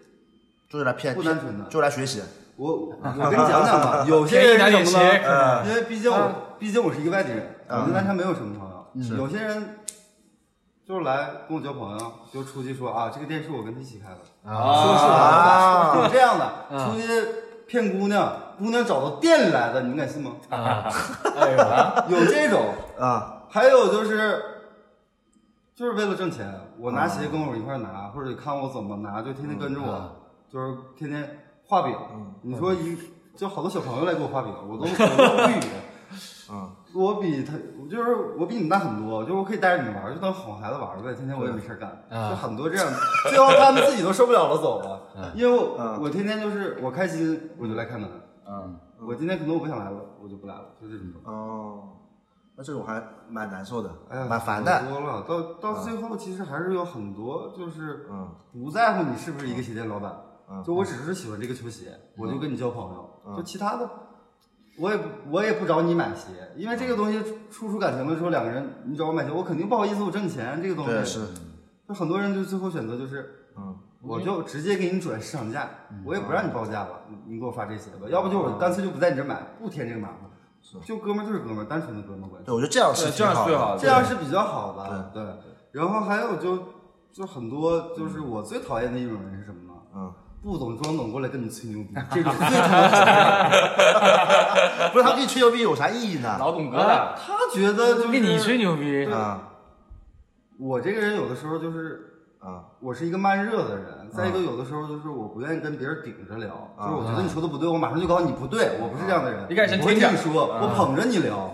Speaker 1: 就是来骗，
Speaker 4: 不单纯的
Speaker 1: 就是来学习。
Speaker 4: 我我跟你讲讲 吧，有些
Speaker 2: 便宜拿
Speaker 4: 人
Speaker 2: 点
Speaker 4: 是什么
Speaker 2: 鞋可
Speaker 1: 啊
Speaker 4: 呢？因为毕竟
Speaker 2: 啊
Speaker 4: 我毕竟我是一个外地人，我跟南昌没有什么朋
Speaker 2: 嗯
Speaker 4: 友。有些人就是来跟我交朋友，就出去说啊，这个店是我跟他一起开的，说是我
Speaker 1: 啊
Speaker 4: 的有这样
Speaker 2: 啊
Speaker 4: 的，出去骗姑娘，姑娘找到店里来的，你们敢信吗？
Speaker 2: 哎呦，
Speaker 4: 有这种，
Speaker 1: 啊，
Speaker 4: 还有就是，就是为了挣钱，我拿鞋跟我一块儿拿，或者看我怎么拿，就天天跟着我，就是天天画饼。你说一就好多小朋友来给我画饼，我都我都无语。
Speaker 1: 嗯，
Speaker 4: 我比他，我就是我比你们大很多，就是我可以带着你玩儿，就当哄孩子玩儿呗。天天我也没事儿干，就很多这样，最后他们自己都受不了了，走了。因为我我天天就是我开心，我就来看看。
Speaker 3: 嗯，
Speaker 4: 我今天可能我不想来了，我就不来了，就这种状态。
Speaker 1: 哦，那这种还蛮难受的，
Speaker 4: 哎呀，
Speaker 1: 蛮烦
Speaker 4: 可
Speaker 1: 的。
Speaker 4: 多了，到到最后其实还是有很多就是
Speaker 1: 嗯
Speaker 4: 不在乎你是不是一个鞋店老板，
Speaker 1: 嗯
Speaker 4: 就我只是喜欢这个球鞋，我就跟你交朋友，就其他的。我也不我也不找你买鞋，因为这
Speaker 1: 嗯
Speaker 4: 个东西处出感情的时候，两个人你找我买鞋，我肯定不好意思，我挣钱这个东
Speaker 1: 对，
Speaker 4: 西。
Speaker 1: 是，
Speaker 4: 就很多人就最后选择就是，
Speaker 1: 嗯，
Speaker 4: 我就直接给你转市场价，我也不让你报价了，你你给我发这鞋吧，要不就
Speaker 1: 嗯
Speaker 4: 我干脆就不在你这买，不添这个麻烦。就哥们儿就是哥们儿，单纯的哥们儿关系。
Speaker 1: 对，我觉得这样是
Speaker 3: 对
Speaker 1: 挺
Speaker 3: 这样是
Speaker 1: 好
Speaker 3: 最
Speaker 1: 的。
Speaker 2: 啊
Speaker 3: 好的，
Speaker 4: 这样是比较好的。对，然后还有就就很多，就是我最讨厌的一种人是什么呢？
Speaker 1: 嗯，
Speaker 4: 不懂装懂过来跟你吹牛逼，这种最讨厌。
Speaker 1: 不是他跟你吹牛逼有啥意义呢？
Speaker 3: 老懂哥的，
Speaker 4: 他觉得就是
Speaker 2: 跟你吹，牛逼，
Speaker 3: 嗯
Speaker 1: 啊
Speaker 4: 我这个人有的时候就是
Speaker 1: 啊
Speaker 4: 我是一个慢热的人，再一个有的时候就是我不愿意跟别人顶着聊，就是我觉得你说的不对，我马上就告诉你不对，我不是这样的人。
Speaker 3: 一开始
Speaker 4: 我会
Speaker 3: 听
Speaker 4: 跟
Speaker 3: 着
Speaker 4: 你说，我捧着你聊。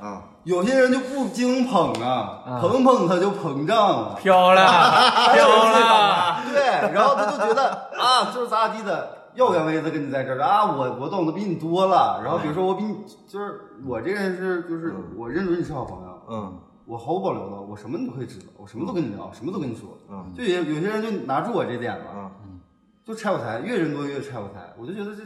Speaker 1: 啊！
Speaker 4: 有些人就不经捧啊，捧捧他就膨胀了。
Speaker 2: 飘 了，
Speaker 4: 还有
Speaker 2: 飘
Speaker 4: 人
Speaker 2: 了，
Speaker 4: 对，然后他就觉得 啊，就是咋咋地的，要原位子跟你在这儿的啊，我我懂得比你多了。然后比如说我比你，就是我这个人是，就是我认准你是好朋友，
Speaker 1: 嗯
Speaker 4: 我毫无保留的，我什么你都可以知道，我什么都跟你聊，什么都跟你说。
Speaker 1: 嗯
Speaker 4: 就有有些人就拿住我这点了，
Speaker 1: 嗯。
Speaker 4: 就拆我台，越人多越拆我台。我就觉得这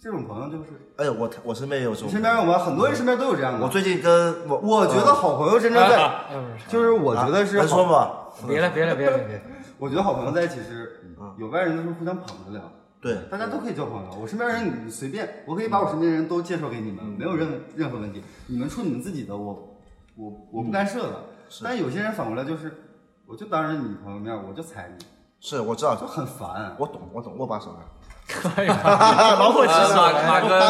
Speaker 4: 这种朋友就是，
Speaker 1: 哎呦，我我身边也有这种。
Speaker 4: 你身边有吗？很多人身边都有这样的。
Speaker 1: 我最近跟我嗯
Speaker 4: 我觉得好朋友真正 在，
Speaker 2: 哎不是
Speaker 4: 就是我觉得是
Speaker 1: 啊能说
Speaker 4: 好，
Speaker 1: 吗？
Speaker 2: 别了，别了，别了，别了，
Speaker 4: 我觉得好朋友在一起是
Speaker 1: 嗯
Speaker 4: 有外人的时候互相捧着聊。
Speaker 1: 对，
Speaker 4: 大家都可以交朋友。我身边人你随便，我可以把我身边人都介绍给你们，没有任任何问题。你们处你们自己的，我我我不干涉的。但有些人反过来就是，我就当着你朋友面我就踩你，
Speaker 1: 是我知道
Speaker 4: 就，很烦。
Speaker 1: 我懂，我懂，握把手啊。
Speaker 2: 哎呦，老火气
Speaker 3: 呃
Speaker 2: 了，
Speaker 3: 马马哥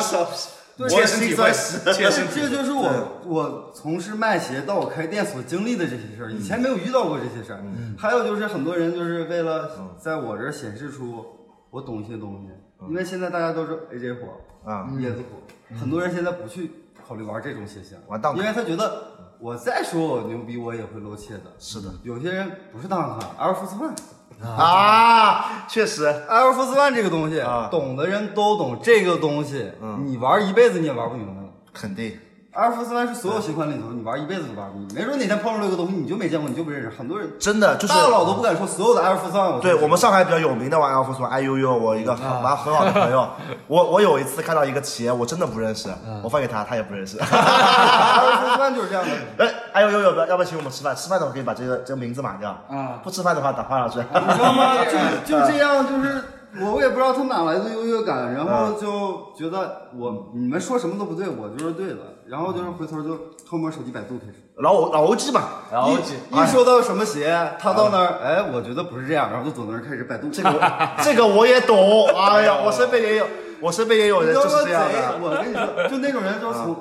Speaker 3: 切身体会， 切
Speaker 4: 这
Speaker 3: 身体
Speaker 4: 这就是我我从事卖鞋到我开店所经历的这些事儿，以前没有遇到过这些事儿。
Speaker 3: 嗯
Speaker 4: 还有就是很多人就是为了在我这儿显示出我懂一些东西，
Speaker 3: 嗯
Speaker 4: 因为现在大家都是 AJ 火，
Speaker 1: 啊，
Speaker 4: 椰子火，很多人现在不去考虑玩这种鞋型，
Speaker 1: 玩档
Speaker 4: 因
Speaker 1: 口
Speaker 4: 为他觉得我再说我牛逼，我也会露怯的。
Speaker 1: 是的。
Speaker 4: 有些人不是档卡，Air Force One，Air
Speaker 1: 啊，确实，
Speaker 4: Force One 这个东西
Speaker 1: 啊，
Speaker 4: 懂的人都懂这个东西，
Speaker 3: 嗯
Speaker 4: 你玩一辈子你也玩不明白了。
Speaker 1: 肯定。
Speaker 4: Air Force One 是所有鞋款里头，你玩一辈子都玩不明白。没准哪天碰上了一个东西，你就没见过，你就不认识。很多人
Speaker 1: 真的就是
Speaker 4: 大佬都不敢说所有的 Air Force One，
Speaker 1: 对
Speaker 4: 都
Speaker 1: 我 们上海比较有名的玩 Air Force One，哎呦呦，我一
Speaker 3: 啊
Speaker 1: 个很蛮很好的朋 友，我我有一次看到一个企业，我真的不认识，
Speaker 3: 嗯
Speaker 1: 我发给他，他也不认识。
Speaker 4: Air Force One 就是这样的。
Speaker 1: 哎，哎呦呦，要不要要不要请我们吃饭？吃饭的话可以把这个这个名字码掉，
Speaker 2: 啊，
Speaker 1: 不吃饭的话打话上去。
Speaker 3: 啊
Speaker 4: 你知道吗？
Speaker 1: 嗯
Speaker 4: 就就这样，就是我也不知道他哪来的优越感，然后
Speaker 1: 嗯
Speaker 4: 就觉得我你们说什么都不对，我就是对的，然后就是回头就偷摸手机百度开始。
Speaker 1: 老老欧记嘛，
Speaker 3: 然后几
Speaker 1: 哎
Speaker 4: 一一说到什么鞋，他到那儿，哎，我觉得不是这样，然后就走那儿开始百度。
Speaker 1: 这个我这个我也懂。哎呀，我身边也有，我身边也有
Speaker 4: 你
Speaker 1: 人
Speaker 4: 知
Speaker 1: 就
Speaker 4: 道吗？
Speaker 1: 是
Speaker 4: 贼啊
Speaker 1: 这样的。，
Speaker 4: 我跟你说，就那种人，就是从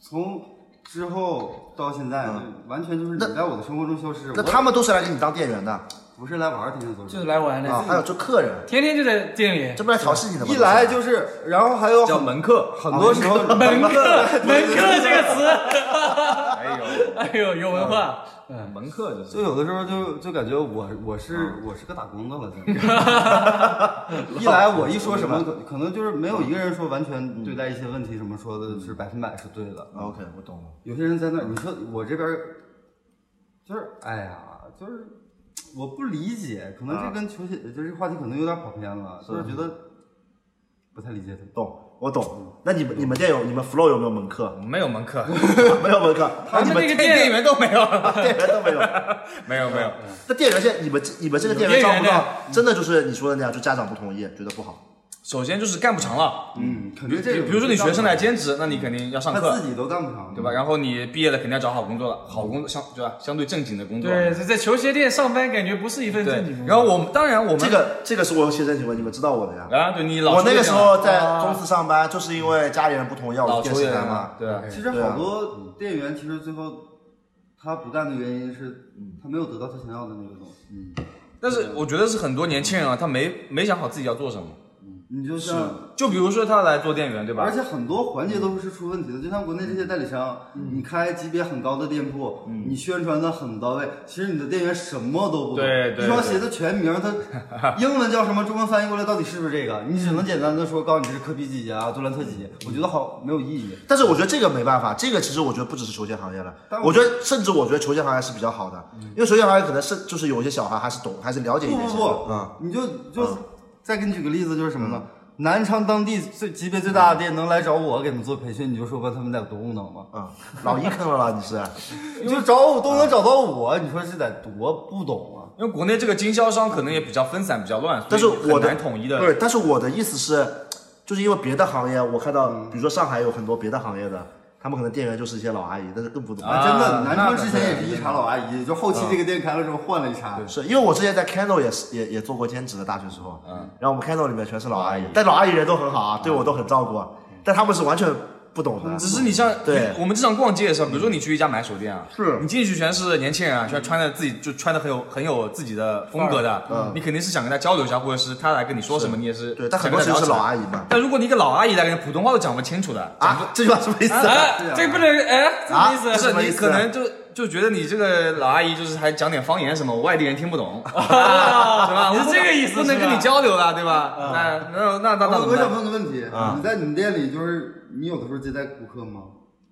Speaker 4: 从
Speaker 5: 嗯
Speaker 4: 之后到现在，就完全就是你在我的生活中消失。
Speaker 1: 那
Speaker 4: 我
Speaker 1: 他们都是来给你当店员的，
Speaker 4: 不是来玩儿天天做
Speaker 2: 就是来玩
Speaker 1: 啊，还
Speaker 2: 的，
Speaker 1: 有就客人，
Speaker 2: 天天就在店里。
Speaker 1: 这不来调戏你的吗？
Speaker 5: 一来就是，然后还有
Speaker 3: 叫
Speaker 5: 很
Speaker 3: 门客，
Speaker 5: 很
Speaker 4: 哦
Speaker 5: 多时候
Speaker 2: 门客，门客这个词，
Speaker 3: 哎呦， 啊
Speaker 2: 哎呦，有文化。
Speaker 3: 门客就是
Speaker 5: 就 有的时候就就感觉我我是
Speaker 4: 我是个打工的了，现在
Speaker 5: 一来我一
Speaker 4: 一
Speaker 5: 说
Speaker 4: 说
Speaker 5: 什
Speaker 4: 什
Speaker 5: 么嗯
Speaker 4: 么可可能就是没有一个人说完全对待一些问题什么说的是百分百是对的，
Speaker 1: OK，我懂了。
Speaker 4: 有些人在那儿，你说我这边儿就是哎呀，就是我不理解，可能
Speaker 3: 啊
Speaker 4: 这跟球鞋就是这话题可能有点跑偏了，就是觉得不太理解他。
Speaker 1: 懂，我懂。那你们你们店有你们 flow 有没有门客？
Speaker 3: 没有门 客，
Speaker 1: 没有门客，
Speaker 2: 他
Speaker 1: 那你
Speaker 2: 们
Speaker 1: 们
Speaker 2: 那个
Speaker 3: 店
Speaker 2: 店
Speaker 3: 员都没有，
Speaker 1: 店员都没有。
Speaker 3: 没有没有，
Speaker 1: 那店员现在你们这你们这个店
Speaker 2: 有
Speaker 1: 招
Speaker 2: 店
Speaker 1: 不
Speaker 2: 员
Speaker 1: 到，真的就是你说的那样，就家长不同意，觉得不好。
Speaker 3: 首先就是干不长了，
Speaker 4: 嗯，肯
Speaker 3: 比
Speaker 4: 定这
Speaker 3: 比
Speaker 4: 种
Speaker 3: 比如说你学生来兼职，那你肯定要上
Speaker 4: 他
Speaker 3: 课，
Speaker 4: 自己都干不嗯长，
Speaker 3: 对吧？？然后你毕业了肯定要找好工作了，好工作相对吧？相对正经的工作，
Speaker 2: 对，在球鞋店上班感觉不是一份正经工作。
Speaker 3: 对。然后我们当然我们
Speaker 1: 这个这个是我切身体会，你们知道我的呀。
Speaker 3: 啊，对你老
Speaker 1: 我那个时
Speaker 3: 是这样
Speaker 1: 候在中四上班，就是因为家里人不同意让
Speaker 3: 老
Speaker 1: 我去
Speaker 3: 球
Speaker 1: 电视
Speaker 3: 员
Speaker 1: 台
Speaker 3: 嘛
Speaker 1: 嘛，。
Speaker 3: 对啊，
Speaker 4: 其实好多店员其实最后他不干的原因是
Speaker 3: 嗯
Speaker 4: 他没有得到他想要的那个东西。
Speaker 3: 但是我觉得是很多年轻人啊，他没没想好自己要做什么。
Speaker 4: 你就像，
Speaker 3: 就比如说他来做店员，对吧？
Speaker 4: 而且很多环节都是出问题的，就像国内这些代理商，
Speaker 3: 嗯
Speaker 4: 你开级别很高的店铺，你宣传的很到位，其实你的店员什么都不懂。
Speaker 3: 对对
Speaker 4: 一双鞋的全名， 它英文叫什么，中文翻译过来到底是不是这
Speaker 3: 嗯
Speaker 4: 个？你只能简单的说，告诉你这是科比几啊，杜兰特几，我觉得好没有意义。
Speaker 1: 但是我觉得这个没办法，这个其实我觉得不只是球鞋行业了
Speaker 4: 但，我
Speaker 1: 我觉得甚至我觉得球鞋行业是比较好的，因为球鞋行业可能是就是有一些小孩还是懂，还是了解一
Speaker 4: 不
Speaker 1: 点。
Speaker 4: 不不，
Speaker 1: 嗯，
Speaker 4: 你就就再给你举个例子，就是什么
Speaker 3: 嗯
Speaker 4: 呢？南昌当地最级别最大的店能来找我给他们做培训，你就说吧，他们得有多无能吧？
Speaker 1: 嗯，老一坑了啦，你是？
Speaker 4: 你就找我都能找到我，你说这得多不懂啊？
Speaker 3: 因为国内这个经销商可能也比较分散、比较乱，
Speaker 1: 但是
Speaker 3: 所以
Speaker 1: 我
Speaker 3: 很
Speaker 1: 的
Speaker 3: 难统一
Speaker 1: 不
Speaker 3: 的。
Speaker 1: 是，但是我的意思是，就是因为别的行业，我看到，比如说上海有很多别的行业的，他们可能店员就是一些老阿姨，但是更不懂。
Speaker 3: 啊
Speaker 4: 真的，南
Speaker 3: 那
Speaker 4: 昌
Speaker 3: 可
Speaker 4: 之前也是一茬老阿姨，就后期这个店开了之后换了一茬。
Speaker 1: 是因为我之前在 Candle 也是也也做过兼职的，大学时候，嗯，然后我们 Candle 里面全是老阿姨，但老阿姨人都很好啊，对我都很照顾，但他们是完全不懂的。
Speaker 3: 只是你像
Speaker 1: 对
Speaker 3: 我们经常逛街的时候，比如说你去一家买手店啊，
Speaker 1: 是
Speaker 3: 你进去全是年轻人啊，全穿的自己就穿的很有很有自己的风格的，你肯定是想跟他交流一下，或者是他来跟你说什么，你也是
Speaker 1: 对，但很
Speaker 3: 想
Speaker 1: 多
Speaker 3: 跟
Speaker 1: 其
Speaker 3: 他
Speaker 1: 实
Speaker 3: 聊
Speaker 1: 是
Speaker 3: 起
Speaker 1: 老
Speaker 3: 来。
Speaker 1: 阿姨嘛。
Speaker 3: 但如果你一个老阿姨来跟你普通话都讲不清楚的，
Speaker 1: 啊，这句话什么意思？
Speaker 2: 啊，这不能哎，什么意
Speaker 1: 啊
Speaker 3: 不
Speaker 2: 思？
Speaker 3: 是
Speaker 1: 什么意
Speaker 3: 你
Speaker 1: 思
Speaker 3: 可能就就觉得你这个老阿姨就是还讲点方言什么，我外地人听 不懂，对吧？
Speaker 2: 啊 你
Speaker 3: 我
Speaker 2: 是
Speaker 3: 不
Speaker 2: 这个意思
Speaker 3: 不能啊
Speaker 2: 是
Speaker 3: 跟
Speaker 2: 吧
Speaker 3: 你交流了，对吧？
Speaker 1: 啊
Speaker 3: 那那那那那怎
Speaker 4: 我我
Speaker 3: 么
Speaker 4: 想
Speaker 3: 办？
Speaker 4: 问个问题，
Speaker 3: 啊
Speaker 4: 你在你店里就是你有的时候接待顾客吗？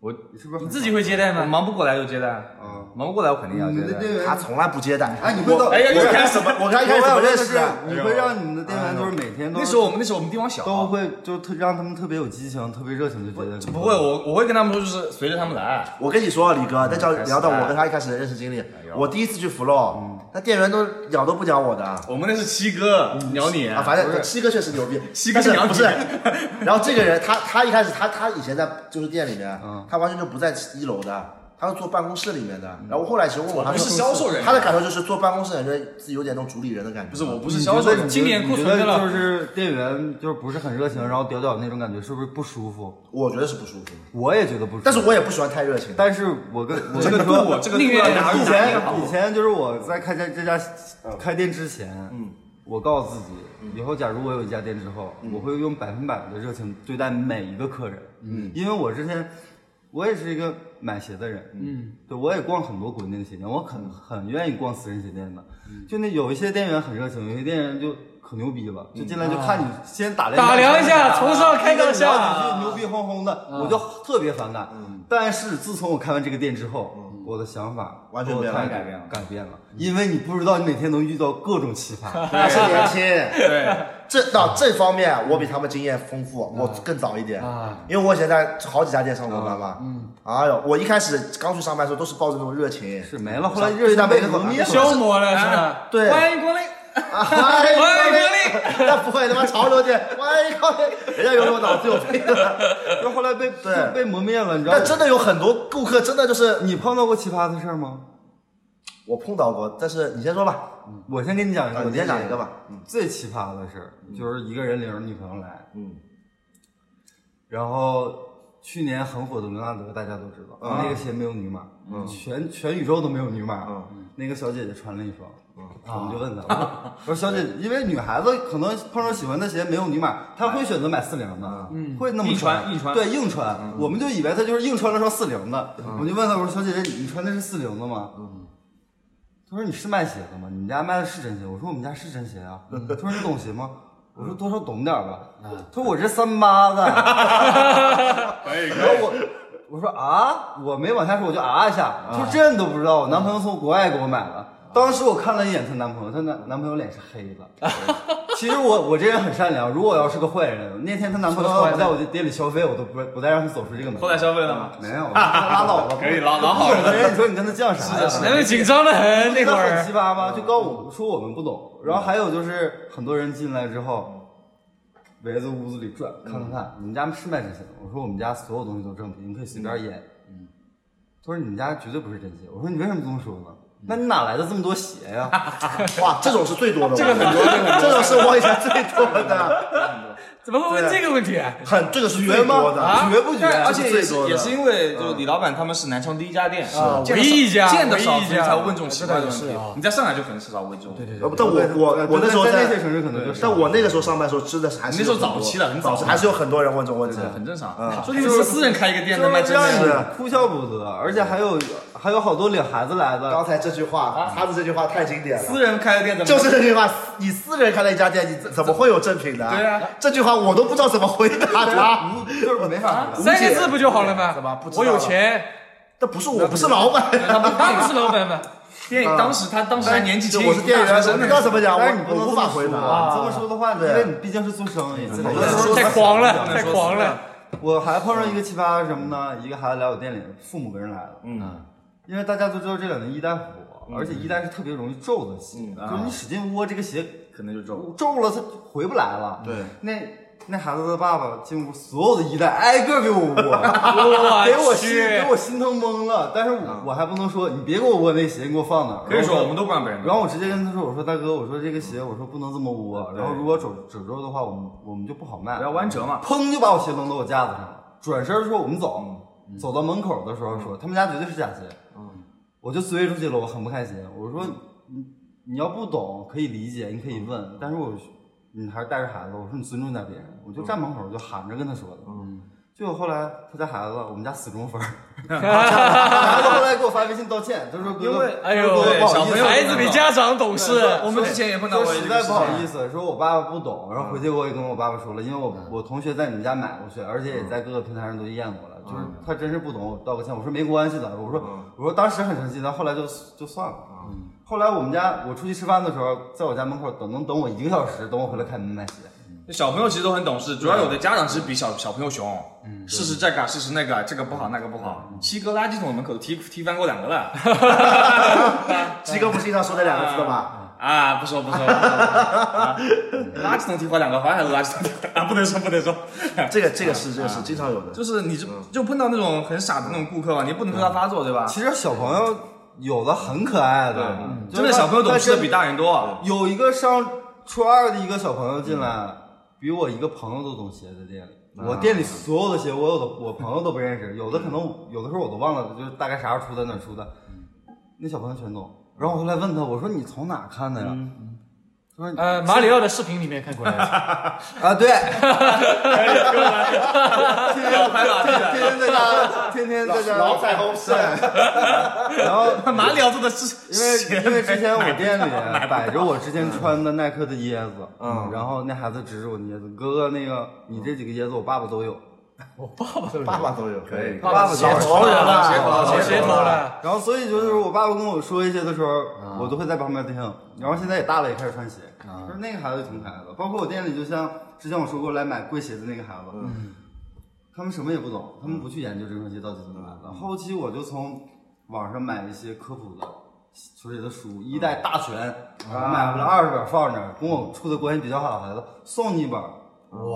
Speaker 3: 我
Speaker 4: 你是不是
Speaker 2: 你
Speaker 4: 很
Speaker 2: 自己会接待
Speaker 3: 我
Speaker 2: 吗？
Speaker 3: 忙不过来就接待，
Speaker 4: 啊？
Speaker 3: 忙不过来我肯定要
Speaker 4: 你们
Speaker 3: 接
Speaker 4: 的
Speaker 3: 待。
Speaker 4: 店员
Speaker 1: 他从来不接待。
Speaker 4: 哎，你会到
Speaker 3: 哎呀，又开始
Speaker 1: 嗯我跟他一开始怎么认识的？
Speaker 4: 你会让你们的店员就是每天都
Speaker 3: 啊哎那时候我们那时候我们地方小，啊
Speaker 4: 都会就特让他们特别有激情，特别热情，就觉得
Speaker 3: 不会，我我会跟他们说，就是随着他们来。
Speaker 1: 我跟你说，李哥，那叫
Speaker 3: 嗯开始
Speaker 1: 聊到
Speaker 3: 了
Speaker 1: 我跟他一开始的认识经历
Speaker 3: 呦。嗯哎
Speaker 1: 我第一次去 Flow，那店员都鸟都不鸟我的啊，
Speaker 3: 我们那是七哥鸟你，
Speaker 1: 反正七哥确实牛逼，
Speaker 3: 七哥
Speaker 1: 但
Speaker 3: 是
Speaker 1: 是
Speaker 3: 鸟你
Speaker 1: 不是？ 然后这个人他他一开始他他以前在就是店里面，
Speaker 3: 嗯
Speaker 1: 他完全就不在一楼的，他是坐办公室里面的。然后我后来其实问我，他
Speaker 3: 不
Speaker 1: 说
Speaker 3: 嗯是销售人员
Speaker 1: 他的感受就是坐办公室感觉自己有点那种主理人的感觉。
Speaker 3: 不是，我不是
Speaker 4: 你
Speaker 3: 销售
Speaker 4: 觉得
Speaker 3: 人
Speaker 4: 嗯你
Speaker 2: 经典库存的了
Speaker 4: 就是店员就是不是很热情，然后屌屌那种感觉，是不是不舒服？
Speaker 1: 我觉得是不舒服，
Speaker 4: 我也觉得不舒服。
Speaker 1: 但是我也不喜欢太热情。
Speaker 4: 但是我跟我
Speaker 3: 这
Speaker 4: 跟
Speaker 3: 个
Speaker 4: 你
Speaker 3: 度
Speaker 4: 说，
Speaker 3: 我这个度
Speaker 2: 宁愿
Speaker 3: 要拿
Speaker 4: 以
Speaker 3: 拿捏
Speaker 4: 前
Speaker 3: 好。
Speaker 4: 以前就是我在开家这家开店之前，嗯，我告诉自己，
Speaker 2: 嗯
Speaker 4: 以后假如我有一家店之后，我会用百分百的热情对待每一个客人，嗯，因为我之前我也是一个买鞋的人，嗯，对我也逛很多国内的鞋店，我
Speaker 2: 嗯
Speaker 4: 很很愿意逛私人鞋店的，就那有一些店员很热情，有些店员就。可牛逼了，就进来就看你先打
Speaker 2: 嗯
Speaker 4: 量
Speaker 2: 啊打量一下
Speaker 4: 你
Speaker 2: 从上开到下
Speaker 4: 你要你去牛逼哄
Speaker 1: 嗯
Speaker 4: 哄的，我就特别反感。但是自从我开完这个店之后，我的想法
Speaker 1: 嗯完全
Speaker 4: 我的
Speaker 1: 变了嗯
Speaker 4: 态度
Speaker 3: 改变了
Speaker 4: 改变了，因为你不知道你哪天能遇到各种奇 葩。
Speaker 1: 还是年轻，
Speaker 3: 对，
Speaker 1: 这到这方面啊我比他们经验丰富，我更早一点
Speaker 2: 啊，
Speaker 1: 因为我以前在好几家店上过班嘛。嗯，哎呦，我一开始刚去上班的时候都是抱着那种热情，
Speaker 4: 是没了，后来热
Speaker 1: 对
Speaker 4: 情
Speaker 1: 待每
Speaker 4: 被
Speaker 1: 个
Speaker 4: 磨灭
Speaker 1: 小
Speaker 4: 了。
Speaker 2: 消磨了是吧？
Speaker 1: 对
Speaker 2: 欢迎光临。
Speaker 1: 啊欢迎光临，那不会他妈潮 流店，欢迎光临，人家有什么脑子有病 的？
Speaker 4: 就后来被
Speaker 1: 对
Speaker 4: 就被磨灭了，你知道
Speaker 1: 但
Speaker 4: 吗？
Speaker 1: 真的有很多顾客，真的就是
Speaker 4: 你碰到过奇葩的事儿吗？
Speaker 1: 我碰到过，但是你先说吧，
Speaker 4: 我先给你讲一
Speaker 1: 啊
Speaker 4: 个，，
Speaker 1: 你先讲一个。吧。嗯
Speaker 4: 最奇葩的事儿就是一个人领着女朋友来，
Speaker 1: 嗯，
Speaker 4: 然后去年很火的伦纳德大家都知道，那个鞋没有女码，全全宇宙都没有女码。
Speaker 1: 嗯
Speaker 4: 那个小姐姐穿了一双，啊我们就问她，我说小姐姐，因为女孩子可能碰上喜欢的鞋没有你买，她会选择买四零的，会那么
Speaker 3: 硬穿硬穿
Speaker 4: 对，硬穿，我们就以为她就是硬穿了双四零的，我就问她，我说小姐姐，你穿的是四零的吗？她说你是卖鞋的吗？你们家卖的是真鞋？我说我们家是真鞋啊。
Speaker 3: 嗯
Speaker 4: 她说你懂鞋吗？我说多少懂点儿吧。她说我这三八的。然后我我说啊，我没往下说，我就啊一下，
Speaker 3: 嗯
Speaker 4: 就这你都不知道，我男朋友从国外给我买的。当时我看了一眼她男朋友，她男男朋友脸是黑的。 其实我我这人很善良，如果我要是个坏人，那天她男朋友不在我的店里消费，我都不不再让她走出这个门。
Speaker 3: 后来消费了吗？
Speaker 4: 没有，拉 倒吧。
Speaker 3: 可以老老好
Speaker 4: 了。人你说你跟她犟啥呀？
Speaker 2: 男的紧张的
Speaker 4: 哎
Speaker 2: 很那会
Speaker 4: 很
Speaker 2: 儿
Speaker 4: 七，八吧，就告我们说我们不懂。然后还有就是很多人进来之后，围着屋子里转，看看看，你们家是卖真鞋的？我说我们家所有东西都正品，你可以随便验。嗯，他说你们家绝对不是真鞋。我说你为什么这么说呢？那你哪来的这么多鞋呀、
Speaker 1: 哇，这种是最多的，这个很多， 这种是我以前最多的，
Speaker 2: 怎么会问这个问题啊？
Speaker 1: 很这个是最多的，
Speaker 2: 啊
Speaker 4: 绝不绝？
Speaker 3: 但而且也
Speaker 1: 是最
Speaker 3: 是
Speaker 1: 多的
Speaker 3: 也是因为就是李老板他们是南昌第一家店，啊
Speaker 2: 唯一一家
Speaker 3: 见的少，
Speaker 2: 唯一一
Speaker 3: 所
Speaker 2: 家
Speaker 3: 以才会问这种奇怪的问
Speaker 2: 这倒
Speaker 3: 题
Speaker 2: 是啊。
Speaker 3: 你在上海就很少问这种，对对
Speaker 1: 呃但我我我那时候
Speaker 4: 在那些城市可能就
Speaker 1: 但我那个时候上班的时候真的是还是
Speaker 3: 那时候
Speaker 1: 有很多
Speaker 3: 早期了很
Speaker 1: 早
Speaker 3: 早
Speaker 1: 期还是有很多人问这种问题，
Speaker 3: 很正常
Speaker 1: 嗯。
Speaker 3: 说你们是私人开一个店能卖
Speaker 4: 就是
Speaker 3: 真
Speaker 4: 让
Speaker 3: 的，
Speaker 4: 你哭笑不得，而且还有还有好多领孩子来的
Speaker 1: 刚，才这句话，他的这句话太经典了。
Speaker 3: 私人开的店怎么
Speaker 1: 就是这句话，你私人开了一家店，你怎怎么会有正品呢？
Speaker 3: 对啊，
Speaker 1: 这句话我都不知道怎么回答他。
Speaker 4: 无 就是没法回答。
Speaker 2: 三个字不就好了吗？
Speaker 1: 怎么不知道
Speaker 2: 我
Speaker 1: 了
Speaker 2: 有钱，
Speaker 1: 那不是我，不是老板，
Speaker 2: 他不是老板吗？
Speaker 3: 店当时他当时还年纪轻，
Speaker 1: 我是店员，
Speaker 3: 大
Speaker 1: 我
Speaker 3: 学生
Speaker 1: 不
Speaker 3: 呢
Speaker 1: 知道怎么讲，
Speaker 4: 但是哎你
Speaker 1: 啊我
Speaker 4: 不能
Speaker 1: 我
Speaker 4: 这
Speaker 1: 无法
Speaker 4: 么说
Speaker 1: 回答。
Speaker 4: 啊，这么说的话，因为你毕竟是做生意，
Speaker 2: 太狂了，太狂了！
Speaker 4: 我还碰上一个奇葩是什么呢？一个孩子来我店里，父母跟人来了，
Speaker 1: 嗯，
Speaker 4: 因为大家都知道这两年一代火，而且一代是特别容易皱的
Speaker 1: 嗯
Speaker 4: 鞋，
Speaker 1: 啊
Speaker 4: 就是你使劲窝这个鞋，
Speaker 3: 可能就皱。
Speaker 4: 皱了它就回不来了。
Speaker 1: 对，
Speaker 4: 那那孩子的爸爸进屋，所有的一代挨个给 我窝，
Speaker 2: 我
Speaker 4: 给我心
Speaker 2: 去
Speaker 4: 给，我心疼懵了。但是
Speaker 1: 啊
Speaker 4: 我我还不能说你别给我窝那鞋，你给我放那儿。
Speaker 3: 可以
Speaker 4: 然后
Speaker 3: 说我们都不让别人
Speaker 4: 然
Speaker 3: 动。
Speaker 4: 后我直接跟他说：“我说大哥，我说这个鞋，我说不能这么窝。然后如果褶褶皱的话，我们我们就不好卖。
Speaker 3: 不要弯折嘛。
Speaker 4: 砰就把我鞋扔到我架子上了，转身说我们走。
Speaker 3: 嗯
Speaker 4: 走到门口的时候说他们家绝对是假鞋。我就追出去了，我很不开心。我说你
Speaker 3: 嗯
Speaker 4: 你要不懂可以理解，你可以问，但是我你还是带着孩子，我说你尊重点别人。我就站门口就喊着跟他说的。
Speaker 3: 嗯
Speaker 4: 结果后来他家孩子，我们家死 忠粉儿，孩子后来给我发微信道歉，他说哥
Speaker 3: 因
Speaker 4: 哥
Speaker 3: 为，
Speaker 2: 哎
Speaker 4: 哥
Speaker 2: 呦
Speaker 4: 哥不好
Speaker 3: 小
Speaker 4: 意
Speaker 3: 朋
Speaker 4: 思
Speaker 3: 友
Speaker 2: 孩子比家长懂事，
Speaker 3: 我们之前也碰到
Speaker 4: 说
Speaker 3: 过一
Speaker 4: 实
Speaker 3: 个
Speaker 4: 在
Speaker 3: 事
Speaker 4: 不
Speaker 3: 情啊嗯
Speaker 4: 好意思，说我爸爸不懂，然后回去我也跟我爸爸说了，因为我我同学在你们家买过去，而
Speaker 3: 嗯
Speaker 4: 且也在各个平台上都验过了，就是他真是不懂，我道个歉，我说没关系的，我说
Speaker 3: 嗯
Speaker 4: 我说当时很生气，但后来就就算了。嗯后来我们家我出去吃饭的时候，在我家门口等能等我一个小时，等我回来开门卖鞋。
Speaker 3: 小朋友其实都很懂事，主要有的家长其实比小小朋友熊，
Speaker 4: 嗯
Speaker 3: 试试这个，试试那个，啊这个不好，那个不好。七哥垃圾桶门口踢踢翻过两个 了，
Speaker 1: 鸡哥不经常说那两个字的吧？
Speaker 3: 啊，不说不 说，不说啊垃圾桶踢翻两个，好像还是垃圾桶踢翻啊，不能说不 能说，
Speaker 1: 这个这个是这个是经常有的。
Speaker 3: 就是你就
Speaker 4: 嗯
Speaker 3: 就碰到那种很傻的那种顾客嘛，啊你不能对他发作，对吧？
Speaker 4: 其实小朋友有的很可爱的，嗯就是
Speaker 3: 真的小朋友
Speaker 4: 他
Speaker 3: 懂事的
Speaker 4: 真
Speaker 3: 比大人多，啊
Speaker 4: 有一个上初二的一个小朋友进来，比我一个朋友都懂鞋在店里。
Speaker 1: 啊
Speaker 4: 我店里所有的鞋，我有的我朋友都不认 识，有的可能有的时候我都忘了，就是大概啥时候出的哪儿出的，那小朋友全懂。然后我后来问他，我说你从哪看的呀？
Speaker 1: 嗯
Speaker 4: 他说
Speaker 2: 呃，马里奥的视频里面看过来的，
Speaker 4: 啊，对，
Speaker 3: 要拍马屁
Speaker 4: 天天在家，天天在家
Speaker 1: 老彩虹是，
Speaker 4: 然后
Speaker 3: 的，马里奥做的是
Speaker 4: 因为因为之前我 店里摆着我之前穿的耐克的椰子，嗯，然后那孩子指着我的椰子，哥哥那个你这几个椰子我爸爸都有，
Speaker 2: 我爸爸都有
Speaker 1: 爸爸都有，可以
Speaker 2: 啊
Speaker 4: 爸爸
Speaker 1: 小
Speaker 4: 都有
Speaker 1: 头人
Speaker 2: 鞋头
Speaker 1: 了，
Speaker 2: 了，鞋头了。
Speaker 4: 然后所以就是
Speaker 3: 嗯
Speaker 4: 我爸爸跟我说一些的时候，我都会在旁边听。然后现在也大了，也开始穿鞋。
Speaker 3: 嗯
Speaker 4: 就是那个孩子挺可爱的，包括我店里，就像之前我说过来买贵鞋的那个孩子，
Speaker 3: 嗯
Speaker 4: 他们什么也不懂，他们不去研究这双鞋到底怎么
Speaker 3: 嗯
Speaker 4: 来的。后期我就从网上买一些科普的球鞋的书，一代大全，
Speaker 3: 嗯
Speaker 4: 买回
Speaker 3: 啊
Speaker 4: 来二十本放着，跟我处的关系比较好的孩子送你一本，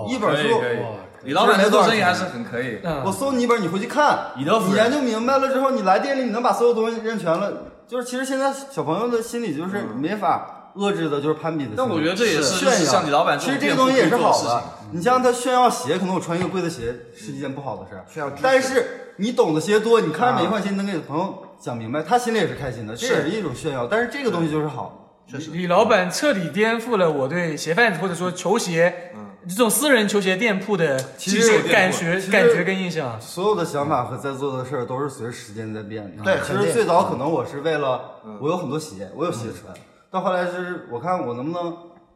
Speaker 4: 一本
Speaker 3: 可以
Speaker 4: 书
Speaker 3: 可以，李老板的做生意还是很可以。
Speaker 4: 我送你一本，你回去看，
Speaker 3: 嗯以德服人
Speaker 4: 你研究明白了之后，你来店里，你能把所有东西认全了。就是其实现在小朋友的心理就是没法遏制的，就是攀比的心理。
Speaker 3: 嗯但我觉得这也是
Speaker 4: 炫
Speaker 3: 就是
Speaker 4: 耀，
Speaker 3: 像你老板这
Speaker 4: 其
Speaker 3: 种
Speaker 4: 实这个东西也是好
Speaker 3: 店铺可以做
Speaker 4: 的
Speaker 3: 的事。
Speaker 4: 你像他炫耀鞋，可能我穿一个贵的鞋是一件不好的事
Speaker 1: 炫耀
Speaker 4: 儿
Speaker 1: 知识，
Speaker 3: 啊
Speaker 4: 但是你懂的鞋多，你看着每一款鞋，你能给朋友讲明白，他心里也是开心的，这也是一种炫耀。但是这个东西就是好，
Speaker 1: 确实，
Speaker 2: 李老板彻底颠覆了我对鞋贩子或者说球鞋，这种私人球鞋店铺的
Speaker 3: 实有店铺
Speaker 2: 感觉、
Speaker 4: 其实
Speaker 2: 感觉跟印象。
Speaker 4: 所有的想法和在做的事儿都是随着时间在变的。
Speaker 1: 对
Speaker 4: 其
Speaker 1: 肯
Speaker 4: 实
Speaker 1: 定嗯
Speaker 4: 最早可能我是为了我有很多鞋，我有鞋穿，到后来是我看我能不能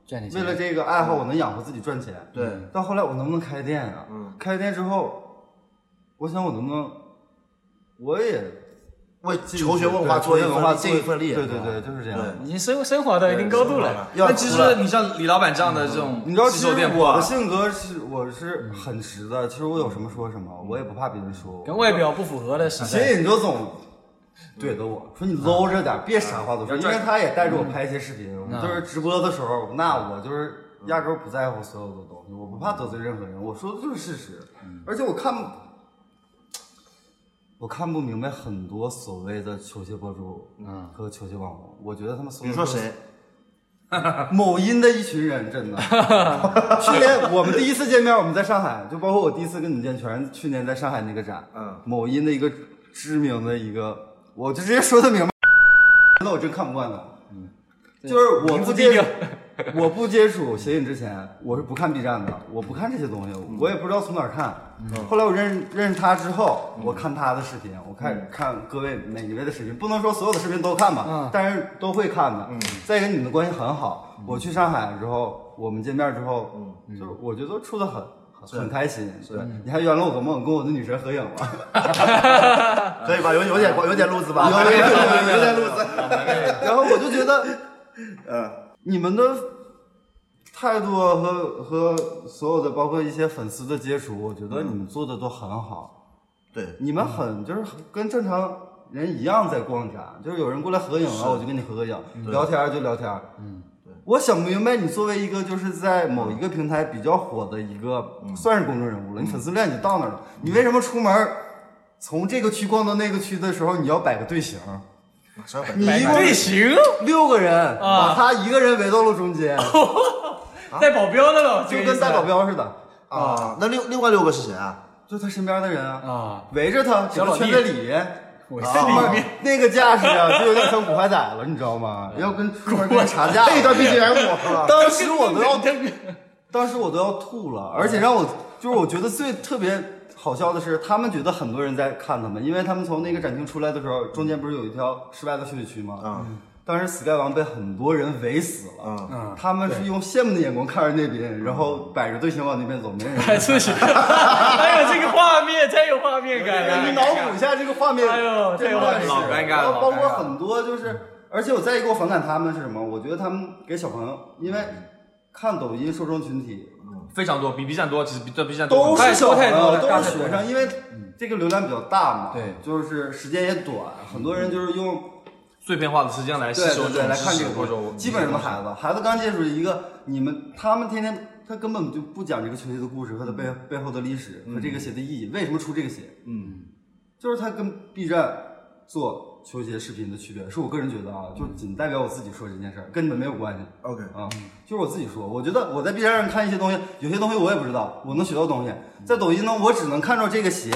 Speaker 2: 赚点钱
Speaker 4: 为了这个爱好，我能养活自己赚钱。
Speaker 1: 对嗯
Speaker 4: 到后来我能不能开店啊？开店之后，我想我能不能，我也
Speaker 1: 为
Speaker 4: 尽
Speaker 1: 求学文化
Speaker 4: 对
Speaker 1: 做一
Speaker 4: 文化
Speaker 1: 份尽一份力，啊
Speaker 4: 对对对，就是这样。
Speaker 1: 对
Speaker 2: 已经升升华到一定高度了。
Speaker 1: 要
Speaker 3: 那其
Speaker 1: 除
Speaker 3: 实
Speaker 1: 了
Speaker 3: 你像李老板这样的这种
Speaker 4: 嗯你知道，
Speaker 3: 骑
Speaker 4: 其实
Speaker 3: 手店铺
Speaker 4: 我
Speaker 3: 啊
Speaker 4: 的，性格是我是很直的，其实我有什么说什么，我也不怕别人说我。
Speaker 2: 跟外表不符合的时
Speaker 4: 其
Speaker 2: 代，
Speaker 4: 实你就总怼着我说你搂着点儿，别啥话都说，因为他也带着我拍一些视频，我们就是直播的时候，那我就是压根儿不在乎所有的东西，我不怕得罪任何人，我说的就是事实，而且我看不。我看不明白很多所谓的球鞋博主，嗯，和球鞋网红，我觉得他们所
Speaker 1: 比
Speaker 4: 有
Speaker 1: 如说
Speaker 4: 的
Speaker 1: 谁？
Speaker 4: 某音的一群人，真的。去年我们第一次见面，我们在上海，就包括我第一次跟你见，全是去年在上海那个展。
Speaker 1: 嗯，
Speaker 4: 某音的一个知名的一个，我就直接说的明白， 那我真看不惯他。嗯，就是我不接触， 我不接触邪影之前，我是不看 B 站的，我不看这些东西，我也不知道从哪儿看。后来我认认识他之后，我看他的视频，我看看各位每一位的视频，不能说所有的视频都看吧，但是都会看的。再一个，你们的关系很好，我去上海之后，我们见面之后，就是我觉得处的很。很开心，对，你还圆了我个梦，跟我的女神合影了。
Speaker 1: 可以吧？有有点有点路子吧？
Speaker 4: 有有有有
Speaker 1: 点路子。
Speaker 4: 然后我就觉 得，呃，你们的态度和和所有的，包括一些粉丝的接触，我觉得你们做的都很好。
Speaker 1: 对，
Speaker 4: 你们很就是跟正常人一样在逛展，就是有人过来合影啊，我就跟你合个影，聊天儿就聊天。嗯，我想不明白，你作为一个就是在某一个平台比较火的一个，算是公众人物了，你粉丝量已经到那儿了，你为什么出门儿从这个区逛到那个区的时候，你要摆个队形？
Speaker 1: 马上
Speaker 4: 你
Speaker 1: 本
Speaker 4: 一共
Speaker 2: 队形
Speaker 4: 六个人，把他一个人围到了中间，
Speaker 2: 带保镖的了，
Speaker 4: 就
Speaker 2: 这个意
Speaker 4: 跟
Speaker 2: 思
Speaker 4: 戴保镖似的，
Speaker 1: 啊，那另另外六个是谁啊？
Speaker 4: 就他身边的人啊，
Speaker 2: 啊，
Speaker 4: 围着他，
Speaker 2: 小
Speaker 4: 整
Speaker 2: 老
Speaker 4: 个
Speaker 2: 弟
Speaker 4: 圈在里面。啊
Speaker 2: 我在里面。
Speaker 4: 那个架势啊，就有点像古惑仔了，你知道吗？要跟出门跟人查架，哎那段 BGM，当时 我都要，当时我都要吐了，而且让我就是我觉得最特别好笑的是，他们觉得很多人在看他们，因为他们从那个展厅出来的时候，中间不是有一条室外的休息区吗？
Speaker 1: 啊，
Speaker 4: 当时 Sky 王被很多人围死了，
Speaker 1: 嗯
Speaker 2: 嗯
Speaker 4: 他们是用羡慕的眼光看着那边，然后摆着队形往那边走，没人。
Speaker 2: 还出 血，哎呦，这个画面太有画面感 啊
Speaker 4: 你
Speaker 2: 了。
Speaker 4: 脑补一下这个画面，
Speaker 2: 哎呦
Speaker 4: 真
Speaker 2: 这个画面
Speaker 4: 的是
Speaker 3: 老尴尬
Speaker 4: 然后
Speaker 3: 了
Speaker 4: 包
Speaker 3: 老
Speaker 4: 括
Speaker 3: 尴尬
Speaker 4: 很多就是，而且我再一个我反感他们是什么？我觉得他们给小朋友，因为看抖音受众群体
Speaker 3: 非常多，比 B 站多，其实比对 B 站多
Speaker 4: 都
Speaker 3: 很
Speaker 4: 是小朋
Speaker 2: 太多
Speaker 4: 友，
Speaker 2: 了
Speaker 4: 都
Speaker 2: 大
Speaker 4: 是
Speaker 2: 学
Speaker 4: 学生，因为这个流量比较大嘛，对，嗯就是时间也短，很多人就是用。
Speaker 3: 碎片化的时间来吸
Speaker 4: 对
Speaker 3: 收
Speaker 4: 对对，来看这个
Speaker 3: 或
Speaker 4: 博
Speaker 3: 者
Speaker 4: 主，基本上的孩子，孩子刚接触一个，你们他们天天他根本就不讲这个球鞋的故事和它背背后的历史和这个鞋的意义，为什么出这个鞋？嗯，就是他跟 B 站做球鞋视频的区别，是我个人觉得啊，就仅代表我自己说这件事儿，跟你们没有关系。
Speaker 1: OK
Speaker 4: 啊，就是我自己说，我觉得我在 B 站上看一些东西，有些东西我也不知道，我能学到东西。在抖音呢，我只能看到这个鞋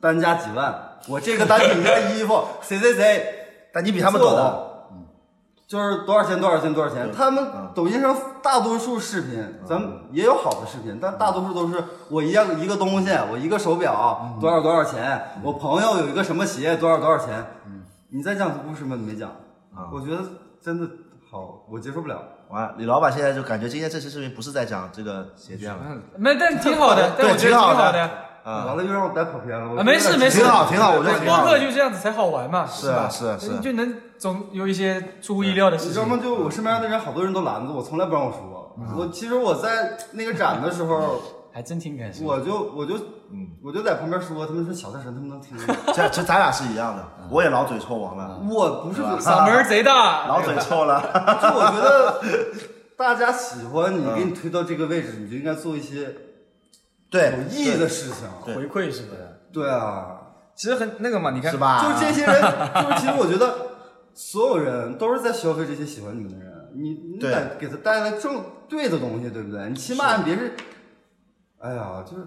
Speaker 4: 单价几万，我这个单品的衣服谁谁谁
Speaker 1: 但你比他们
Speaker 4: 做
Speaker 1: 懂。
Speaker 4: 的，嗯就是多少钱多少钱多少钱。他们
Speaker 1: 嗯
Speaker 4: 抖音上大多数视频，咱们也有好的视频，但大多数都是我一样一个东西，我一个手
Speaker 1: 嗯
Speaker 4: 表多少多少钱，我朋友有一个什么鞋多少多少钱。你在讲故事吗？你没讲
Speaker 1: 嗯啊，
Speaker 4: 我觉得真的好，我接受不了。
Speaker 1: 完了，李老板现在就感觉今天这期视频不是在讲这个鞋店了，
Speaker 2: 没，但挺好的，但我觉得挺好的。
Speaker 4: 完了又让我带跑偏了，我
Speaker 2: 啊，没事没事，
Speaker 1: 啊挺好挺好我觉得挺
Speaker 2: 播
Speaker 1: 好
Speaker 2: 客就这样子才好玩嘛，
Speaker 1: 是
Speaker 2: 吧？
Speaker 1: 啊是啊是啊
Speaker 2: 就能总有一些出乎意料的
Speaker 4: 你
Speaker 2: 事
Speaker 4: 知道
Speaker 2: 情。
Speaker 4: 吗？就我身边的人，好多人都拦着我，从来不让我说。
Speaker 1: 嗯
Speaker 4: 我其实我在那个展的时候，
Speaker 2: 还真挺感谢。
Speaker 4: 我就我就嗯我就在旁边说，他们说小点声，他们能听见。
Speaker 1: 这这咱俩是一样的，我也老嘴臭王了，
Speaker 4: 我不是就
Speaker 2: 嗓门儿贼大，
Speaker 1: 老嘴臭了。
Speaker 4: 就我觉得大家喜欢你，给你推到这个位置，你就应该做一些
Speaker 1: 对
Speaker 4: 有，意义的事情。
Speaker 2: 回馈是的。
Speaker 4: 对啊，
Speaker 3: 其实很那个嘛，你看
Speaker 1: 是？吧？
Speaker 4: 就是这些人，就是其实我觉得所有人都是在消费这些喜欢你们的人，你你
Speaker 1: 对
Speaker 4: 得给他带来正对的东西，对不对？你起码你别是，哎呀，就是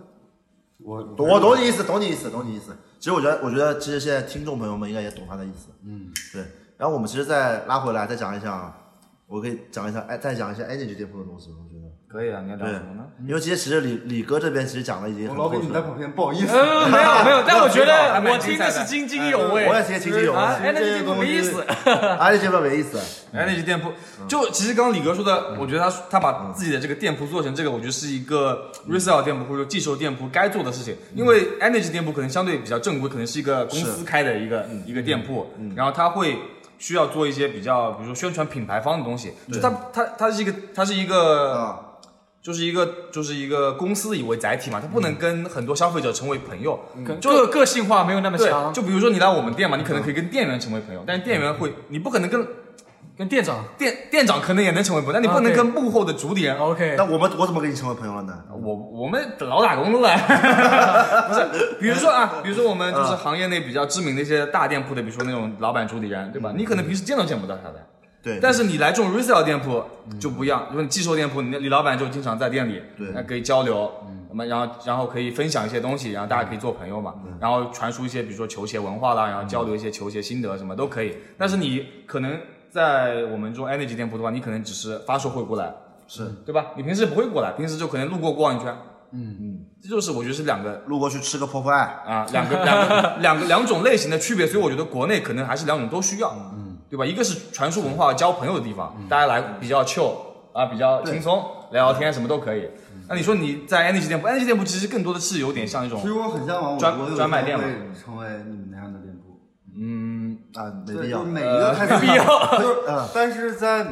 Speaker 4: 我
Speaker 1: 我懂你意思，懂你意思，懂你意思。其实我觉得，我觉得其实现在听众朋友们应该也懂他的意思。嗯，对。然后我们其实再拉回来，再讲一下，啊我可以讲一下，哎，再讲一下 energy 店铺的东西。我觉得，
Speaker 3: 可以啊，你要讲什么呢？
Speaker 1: 因为其实其实李李哥这边其实讲的已经
Speaker 4: 我
Speaker 1: 很
Speaker 4: 老给
Speaker 1: 透
Speaker 4: 你
Speaker 1: 彻
Speaker 4: 们带
Speaker 1: 了。
Speaker 4: 跑偏，不好意思。
Speaker 2: 呃，没有没有，但我觉
Speaker 3: 还
Speaker 2: 得
Speaker 3: 蛮
Speaker 2: 我听的是津津有味。
Speaker 1: 我也听津津有味
Speaker 2: 啊，哎，那
Speaker 4: 这
Speaker 2: 你
Speaker 4: 些
Speaker 2: 怎么
Speaker 4: 东西
Speaker 2: 意思？
Speaker 1: energy 啊这边没意思。
Speaker 2: 嗯
Speaker 3: 哎，那些店铺，就其实刚刚李哥说的，我觉得他他把自己的这个店铺做成这个，我觉得是一个
Speaker 2: 嗯
Speaker 3: resale 店铺或者说寄售店铺该做的事情。因为 energy 店铺可能相对比较正规，可能是一个公司开的一个
Speaker 2: 嗯
Speaker 3: 一个店铺，然后他会需要做一些比较，比如说宣传品牌方的东西。就他他他是一个他是一
Speaker 2: 啊
Speaker 3: 个。就是一个就是一个公司以为载体嘛，他不能
Speaker 2: 嗯
Speaker 3: 跟很多消费者成为朋友，
Speaker 1: 嗯
Speaker 2: 个个性化没有嗯那么强嗯
Speaker 3: 对，，就比如说你来我们店嘛，你可能可以跟店员成为朋友，但是店员会，你不可能跟
Speaker 2: 跟店长。
Speaker 3: 店店长可能也能成为朋友，但你不能
Speaker 2: OK
Speaker 3: 跟幕后的主理人。哦
Speaker 2: OK，
Speaker 1: 那我们我怎么跟你成为朋友了呢？
Speaker 3: 我我们老打工了， 不是？比如说啊，比如说我们就是行业内比较知名的一些大店铺的，比如说那种老板主理人，对吧？你可能平时见都见不到他的，
Speaker 1: 对，嗯
Speaker 3: 但是你来这种 resale 店铺就不一样，因为你寄售店铺，你的李老板就经常在店里，
Speaker 1: 对嗯
Speaker 3: 那可以交流，那么然后然后可以分享一些东西，然后大家可以做朋友嘛，
Speaker 1: 嗯
Speaker 3: 然后传输一些比如说球鞋文化啦，然后交流一些球鞋心得什么都
Speaker 1: 嗯
Speaker 3: 可以。但是你可能在我们这种 energy 店铺的话，你可能只是发售会过来，
Speaker 1: 是
Speaker 3: 对吧？你平时不会过来，平时就可能路过逛一圈，嗯嗯，这就是我觉得是两个。
Speaker 1: 路过去吃个泡泡爱，
Speaker 3: 啊，两个两个两个两种类型的区别，所以我觉得国内可能还是两种都需要，嗯，对吧？一个是传输文化、交朋友的地方，大家来比较 chill 啊，比较轻松，聊聊天什么都可以。那你说你在 energy 店铺，energy 店铺其实更多的是有点像一
Speaker 4: 其
Speaker 3: 种
Speaker 4: 实我很向往，我
Speaker 3: 专
Speaker 4: 我有
Speaker 3: 专卖
Speaker 4: 一天
Speaker 3: 店嘛
Speaker 4: 会成为你们那样的店铺。
Speaker 1: 啊，没
Speaker 4: 对，
Speaker 1: 必
Speaker 4: 就
Speaker 1: 要
Speaker 4: 是。每一
Speaker 3: 呃
Speaker 4: 个开发
Speaker 2: 没必要
Speaker 4: 就是，嗯但是在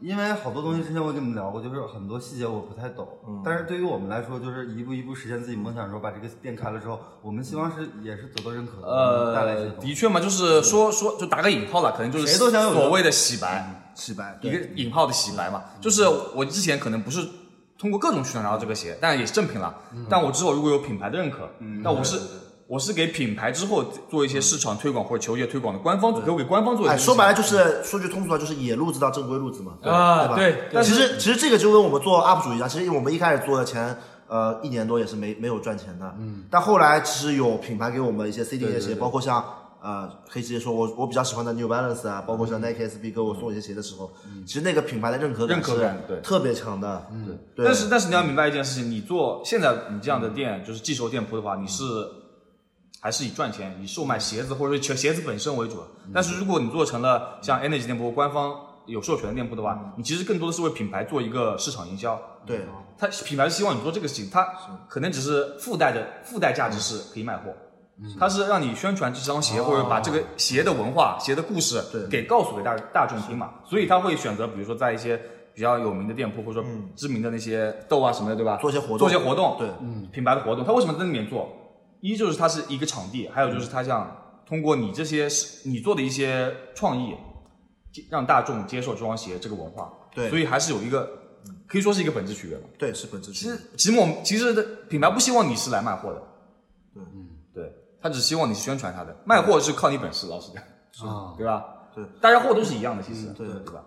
Speaker 4: 因为好多东西之前我跟你们聊过，就是很多细节我不太懂，但是对于我们来说，就是一步一步实现自己梦想的时候，把这个店开了之后，我们希望是也是得到认可的，带来一些
Speaker 3: 呃，
Speaker 4: 东西
Speaker 3: 的确嘛，就是说说就打个引号了，可能就是
Speaker 4: 谁都想有
Speaker 3: 所谓的洗白，
Speaker 1: 洗白，
Speaker 3: 一个
Speaker 1: 对，嗯
Speaker 3: 引号的洗白嘛，就是我之前可能不是通过各种渠道拿到这个鞋，但也是正品了。
Speaker 1: 嗯
Speaker 3: 但我之后如果有品牌的认可，那我是我是给品牌之后做一些市场推广或者球鞋推广的官方，给我给官方做一
Speaker 1: 哎，
Speaker 3: 些。
Speaker 1: 说白了，就是说句通俗话，就是野路子到正规路子嘛，
Speaker 2: 啊
Speaker 1: 对吧？
Speaker 2: 对对
Speaker 1: 其实其实这个就跟我们做 UP 主一样，其实我们一开始做的前呃一年多也是没没有赚钱的，嗯，但后来其实有品牌给我们一些 CD 一些鞋，包括像呃可以直接说我我比较喜欢的 New Balance 啊，包括像 Nike SB 给我送一些鞋的时候，其实那个品牌的认可
Speaker 3: 认可
Speaker 1: 是
Speaker 3: 感对
Speaker 1: 特别强的，嗯，对，
Speaker 3: 但是但是你要明白一件事情，你做现在你这样的店就是寄售店铺的话，你是还是以赚钱、以售卖鞋子或者是鞋鞋子本身为主的。
Speaker 1: 嗯
Speaker 3: 但是如果你做成了像 Energy 店铺官方有授权的店铺的
Speaker 1: 嗯
Speaker 3: 话，你其实更多的是为品牌做一个市场营销。
Speaker 1: 对
Speaker 3: 他品牌是希望你做这个事情，它可能只是附带着附带价值是可以卖货，
Speaker 1: 嗯
Speaker 3: 它是让你宣传这双鞋、或者把这个鞋的文化、鞋的故事
Speaker 1: 哦对
Speaker 3: 给告诉给大大众听嘛，所以他会选择比如说在一些比较有名的店铺或者说知名的那些豆啊什么的，对吧？
Speaker 1: 嗯做一些活动
Speaker 3: 做一些活动，嗯
Speaker 1: 对，
Speaker 3: 品牌的活动，他为什么在那里面做？一就是它是一个场地，还有
Speaker 1: 嗯
Speaker 3: 就是他想通过你这些是你做的一些创意，让大众接受这双鞋这个文化，
Speaker 1: 对
Speaker 3: 所以还是有一个可以说是一个本质区别吧。
Speaker 1: 对是本质区
Speaker 3: 其
Speaker 1: 别
Speaker 3: 实，其实我们其实的品牌不希望你是来卖货的，对，对，他只希望你是宣传他的，卖货是靠你本事，老实讲，
Speaker 5: 啊，
Speaker 3: 对吧？
Speaker 1: 对，
Speaker 3: 大家货都是一样的，其实，
Speaker 1: 对
Speaker 3: 对吧？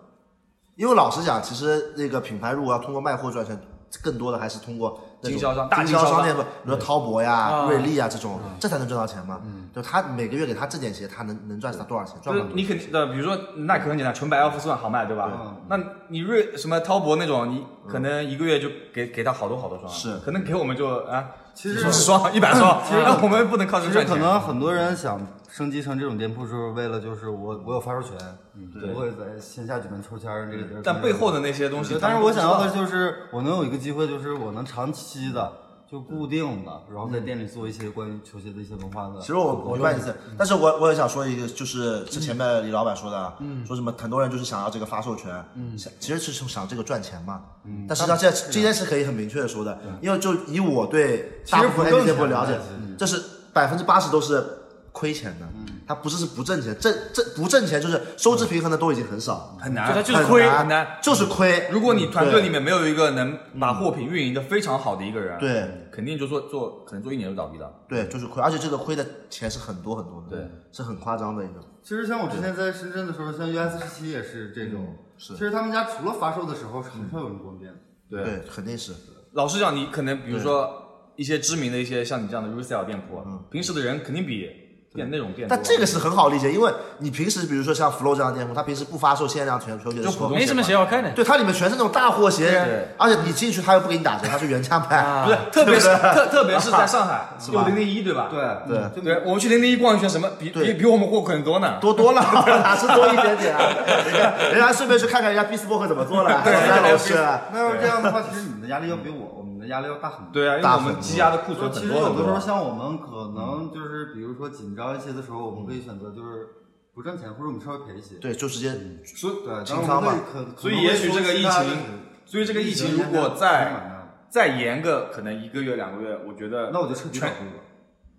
Speaker 1: 因为老实讲，其实那个品牌如果要通过卖货赚钱，更多的还是通过那种
Speaker 3: 经销商大
Speaker 1: 经销
Speaker 3: 经销商
Speaker 1: 店铺，比如说滔博呀
Speaker 2: 啊、
Speaker 1: 瑞丽啊这种，这才能挣到钱嘛。就他每个月给他这点鞋，他能能赚他多少钱？
Speaker 3: 就
Speaker 1: 赚
Speaker 3: 是
Speaker 1: 不了。
Speaker 3: 你肯定的，比如说耐克很简单，纯白 Air Force One 好卖，对吧？那你瑞什么滔博那种，你可能一个月就给给他好多好多双，啊
Speaker 1: 是
Speaker 3: 可能给我们就啊，
Speaker 4: 其实
Speaker 3: 几十双、一百双，啊那我们不能靠这
Speaker 4: 其
Speaker 3: 个赚
Speaker 4: 实可
Speaker 3: 钱。
Speaker 4: 能很多人想升级成这种店铺，是为了就是我我有发售权，嗯我会在线下举办抽签儿这个地儿。
Speaker 3: 嗯但背后的那些东西，
Speaker 4: 但是我想要的就是，我能有一个机会，就是我能长期的就固定的，然后在店里做一些关于球鞋的一些文化的。
Speaker 1: 其实我我明白你意思，但是我我也想说一个，就是之前面李老板说的，啊说什么很多人就是想要这个发授权，想其实是想这个赚钱嘛。但实际上这这件事可以很明确的说的，因为就以我对大部分
Speaker 4: 其实不挣
Speaker 1: A 店不了解
Speaker 4: 钱的其，
Speaker 1: 这是百分之八十都是亏钱的，他不是是不挣钱，挣挣不挣钱就是收支平衡的都已经很少，
Speaker 3: 很
Speaker 2: 就他
Speaker 3: 难。
Speaker 2: 就是亏
Speaker 1: 很
Speaker 2: 很难，
Speaker 1: 就是亏。嗯
Speaker 3: 如果你团队
Speaker 1: 对
Speaker 3: 里面没有一个能把货品运营的非常好的一个人，
Speaker 1: 对，
Speaker 3: 肯定就做做，可能做一年就倒闭了。
Speaker 1: 对就是亏，而且这个亏的钱是很多很多的，对，是很夸张的一个。
Speaker 4: 其实像我之前在深圳的时候，像 US 十七也是这种。其实他们家除了发售的时候，是很少有人逛店的。
Speaker 1: 对，肯定是。
Speaker 3: 老实讲，你可能比如说一些知名的一些像你这样的 resale 店铺，平时的人肯定比店那种店
Speaker 1: 嗯
Speaker 3: 多。
Speaker 1: 但这个是很好理解，因为你平时比如说像 Flow 这样的店铺，它平时不发售限量全球鞋的
Speaker 3: 就
Speaker 1: 时候
Speaker 3: 普，通
Speaker 2: 没什么鞋好看的。
Speaker 1: 对，它里面全是那种大货鞋
Speaker 3: 对，
Speaker 1: 而且你进去它又不给你打折，它是原价卖，
Speaker 3: 不是，特别是
Speaker 1: 对不对
Speaker 3: 特特别是在上海， 有零零一对吧？
Speaker 4: 对
Speaker 1: 对
Speaker 4: 嗯就
Speaker 3: 对，我们去零零一逛一圈，什么比比比我们货很多呢？
Speaker 1: 多多了，哪是多一点点啊？人家人家顺便去看看人家 b e a s b o o k 怎么做了，人家老师，
Speaker 4: 那要是这样的话，其实你们的压力要比我我们的压力要大很多。
Speaker 3: 对啊，因为
Speaker 1: 大
Speaker 3: 我
Speaker 1: 很多
Speaker 3: 们积压的库
Speaker 4: 就
Speaker 3: 存
Speaker 4: 其
Speaker 3: 很
Speaker 4: 实
Speaker 3: 多
Speaker 4: 有
Speaker 3: 很
Speaker 4: 的时候，
Speaker 3: 多。
Speaker 4: 像我们可能就是，比如说紧张一些的时候，我们可以选择就是不挣钱，或者我们稍微赔一些。
Speaker 1: 对，就直接
Speaker 3: 所以
Speaker 4: 对，当
Speaker 1: 清
Speaker 4: 然
Speaker 1: 仓
Speaker 4: 我
Speaker 1: 嘛
Speaker 4: 们会可可能
Speaker 3: 所以也许
Speaker 4: 会
Speaker 3: 这个
Speaker 4: 说
Speaker 3: 疫
Speaker 4: 其他的
Speaker 3: 情
Speaker 4: 就是
Speaker 3: 所以这个疫情如果再再延个可能一个月两个月，我觉得
Speaker 4: 那我就彻底倒
Speaker 3: 全
Speaker 4: 闭了。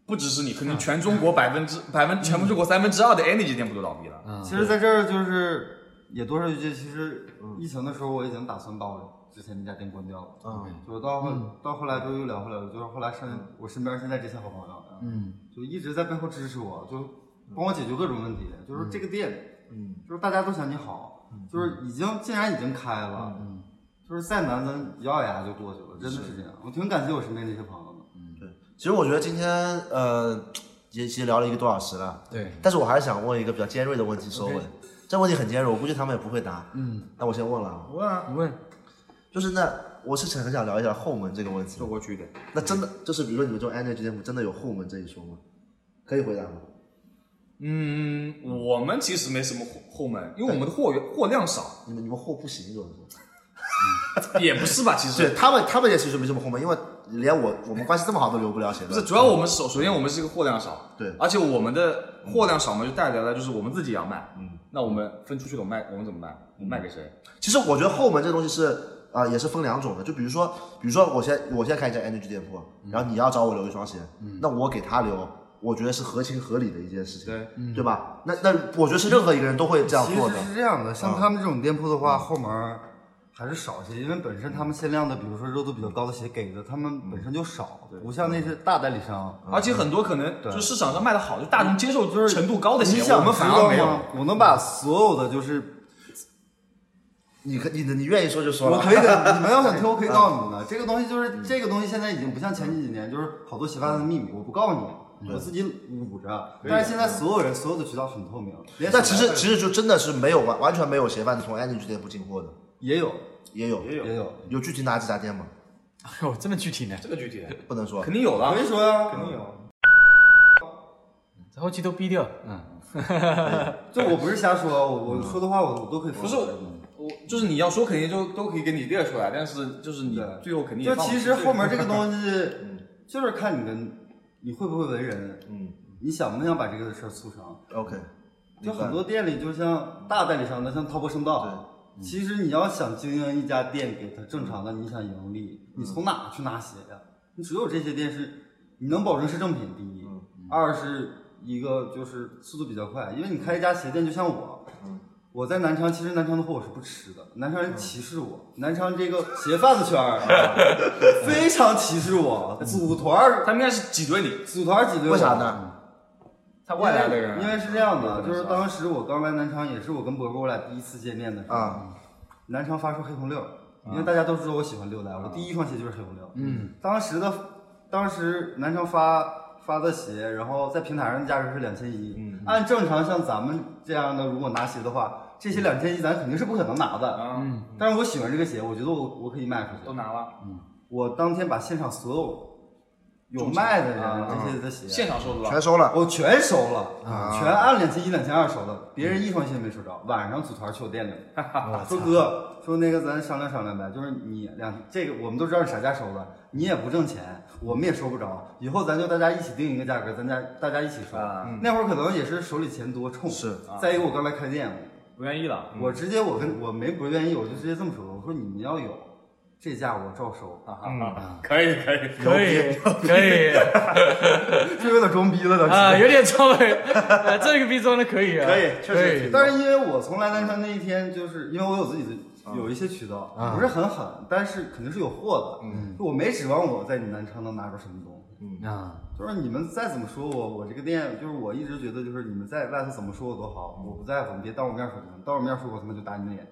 Speaker 3: 不只是你，
Speaker 4: 嗯
Speaker 3: 可能全中国百分之百分全中国三分之二的 energy 店铺都倒闭了。
Speaker 4: 其实在这儿就是也多说一句，其实疫情的时候我已经打算把我之前那家店关掉了。嗯，就到后、到后来就又聊回来了，就是后来身我身边现在这些好朋友，嗯，就一直在背后支持我，就帮我解决各种问题，就是这个店，嗯，就是大家都想你好，就是已经既然已经开了，嗯，就是再难咱咬咬牙就过去了，真的是这样。我挺感谢我身边这些朋友的。
Speaker 1: 其实我觉得今天呃，也其实聊了一个多小时了，
Speaker 5: 对，
Speaker 1: 但是我还是想问一个比较尖锐的问题收尾。这问题很尖锐，我估计他们也不会答。嗯，那我先问了啊，
Speaker 2: 你问，
Speaker 1: 就是那我是想很想聊一下后门这个问题。
Speaker 3: 过去一点，
Speaker 1: 那真的就是比如说你们这种 energy 店铺真的有后门这一说吗？可以回答吗？
Speaker 3: 嗯，我们其实没什么后后门，因为我们的货源货量少，
Speaker 1: 你们你们货不行，主要是。
Speaker 3: 也不是吧？其实
Speaker 1: 对他们，他们也其实没什么后门，因为连我我们关系这么好都留不了钱的。
Speaker 3: 不是，主要我们首首先我们是一个货量少，
Speaker 1: 对
Speaker 3: 而且我们的货量少嘛，就带来的就是我们自己也要卖，嗯，那我们分出去了卖，我们怎么卖？
Speaker 4: 嗯
Speaker 3: 我们卖给谁？
Speaker 1: 其实我觉得后门这东西是啊、呃也是分两种的。就比如说，比如说我现在我现在开一家 energy 店铺，然后你要找我留一双鞋，那我给他留，我觉得是合情合理的一件事情，对、吧？那那我觉得是任嗯何一个人都会这样
Speaker 4: 其
Speaker 1: 做
Speaker 4: 实
Speaker 1: 的。
Speaker 4: 是这样的，
Speaker 3: 嗯
Speaker 4: 像他们这种店铺的话，后门儿还是少些，因为本身他们限量的，比如说热度比较高的鞋给的，他们本身就
Speaker 3: 嗯
Speaker 4: 少，不像那些大代理商。
Speaker 3: 而且很多可能就市场上卖的嗯好，就大众接受
Speaker 4: 嗯
Speaker 3: 程度高的
Speaker 4: 你
Speaker 3: 鞋，
Speaker 4: 想
Speaker 3: 我们
Speaker 4: 知
Speaker 3: 反
Speaker 4: 道
Speaker 3: 而没
Speaker 4: 吗
Speaker 3: 有。嗯
Speaker 4: 我能把所有的就是，
Speaker 1: 你可你你愿意说就说了，
Speaker 4: 我可以的，你 们要想听，我可以
Speaker 3: 嗯
Speaker 4: 告诉你们的。这个东西就是这个东西，现在已经不像前几年，就是好多鞋贩
Speaker 3: 嗯
Speaker 4: 子的秘密，我不告诉你，我自己捂着。但是现在
Speaker 3: 嗯
Speaker 4: 所有人所有的渠道很透明，连
Speaker 1: 但其
Speaker 4: 小
Speaker 1: 实
Speaker 4: 白
Speaker 1: 其实就真的是没有完完全没有鞋贩子从 energy 店铺进货的，
Speaker 4: 也有
Speaker 1: 也有也
Speaker 4: 也有。
Speaker 1: 有具体哪几家店吗？
Speaker 2: 哎呦，这么具体呢？
Speaker 3: 这个具体
Speaker 1: 不能说
Speaker 3: 肯。定有
Speaker 4: 我
Speaker 3: 了
Speaker 4: 跟，你说呀，肯定有。
Speaker 2: 后期都 逼掉。
Speaker 4: 就我不是瞎说，我我说的话我我都可以。
Speaker 3: 嗯不是我，就是你要说肯定就都可以给你列出来，但是就是你
Speaker 4: 对
Speaker 3: 最后肯定
Speaker 4: 就
Speaker 3: 也放不
Speaker 4: 其
Speaker 3: 出
Speaker 4: 实
Speaker 3: 去 嗯
Speaker 4: 后面这个东西，就是看你跟你会不会为人，嗯，你想不想把这个事儿促成？
Speaker 1: OK，
Speaker 4: 就很多店里，就像大代理商的，像滔博生道，其实你要想经营一家店，给它正常的，你想盈利，你从哪
Speaker 1: 嗯
Speaker 4: 去拿鞋呀？你只有这些店是，你能保证是正品第一，
Speaker 1: 嗯
Speaker 4: 二是一个就是速度比较快，因为你开一家鞋店，就像我。
Speaker 1: 嗯
Speaker 4: 我在南昌，其实南昌的货我是不吃的，南昌人歧视我，南昌这个鞋贩子圈 儿啊非常歧视我，组团儿
Speaker 3: 他们应该是挤兑你，
Speaker 4: 组团儿挤兑我，
Speaker 1: 为啥呢？
Speaker 3: 他外来的人，
Speaker 4: 因为是这样的，
Speaker 3: 嗯
Speaker 4: 就是当时我刚来南昌，也是我跟博博我俩第一次见面的时候，嗯
Speaker 1: 啊
Speaker 4: 南昌发出黑红六，
Speaker 3: 啊
Speaker 4: 因为大家都知道我喜欢六代，我第一双鞋就是黑红六。嗯，当时的当时南昌发发的鞋，然后在平台上的价格是两千一，
Speaker 3: 嗯
Speaker 4: 按正常像咱们这样的，如果拿鞋的话，这些两千一咱肯定是不可能拿的。
Speaker 3: 嗯，
Speaker 4: 但是我喜欢这个鞋，我觉得我我可以卖出去
Speaker 3: 都。拿了，
Speaker 4: 我当天把现场所有有卖的
Speaker 3: 啊
Speaker 4: 人这些的鞋
Speaker 3: 现场收的吧？
Speaker 1: 全收了。
Speaker 4: 我全收了，全按两千一、两千二收的，别人一双鞋没收着。晚上组团去我店里 了，说哥，说那个咱商量商量呗，就是你两这个我们都知道你啥价收的，你也不挣钱，我们也收不着，以后咱就大家一起定一个价格，咱家大家一起收
Speaker 3: 啊。
Speaker 4: 那会儿可能也是手里钱多冲，
Speaker 1: 是。
Speaker 4: 再一个我刚来开店，
Speaker 3: 不愿意了，
Speaker 4: 我直接我跟我没不愿意，我就直接这么说，我说你们要有这价我照收，
Speaker 3: 哈哈 哈，啊
Speaker 4: 嗯
Speaker 3: 可以可以，
Speaker 2: 可以，可以
Speaker 4: 这有点装逼了，当 时。
Speaker 2: 啊，有点装备， 啊这个逼装的可以啊，
Speaker 1: 可以确实
Speaker 2: 可以
Speaker 1: 挺
Speaker 4: 但是因为我从来南昌那一天，就是因为我有自己
Speaker 2: 嗯
Speaker 4: 的有一些渠道，
Speaker 1: 嗯
Speaker 4: 不是很狠，但是肯定是有货的。嗯，我没指望我在你南昌能拿着什么东西。
Speaker 5: 啊，
Speaker 4: 就是你们再怎么说我，我这个店，就是我一直觉得，就是你们在外头怎么说我都
Speaker 2: 嗯
Speaker 4: 好，我不在乎，你别当我面说行，当我面说我他妈就打你脸，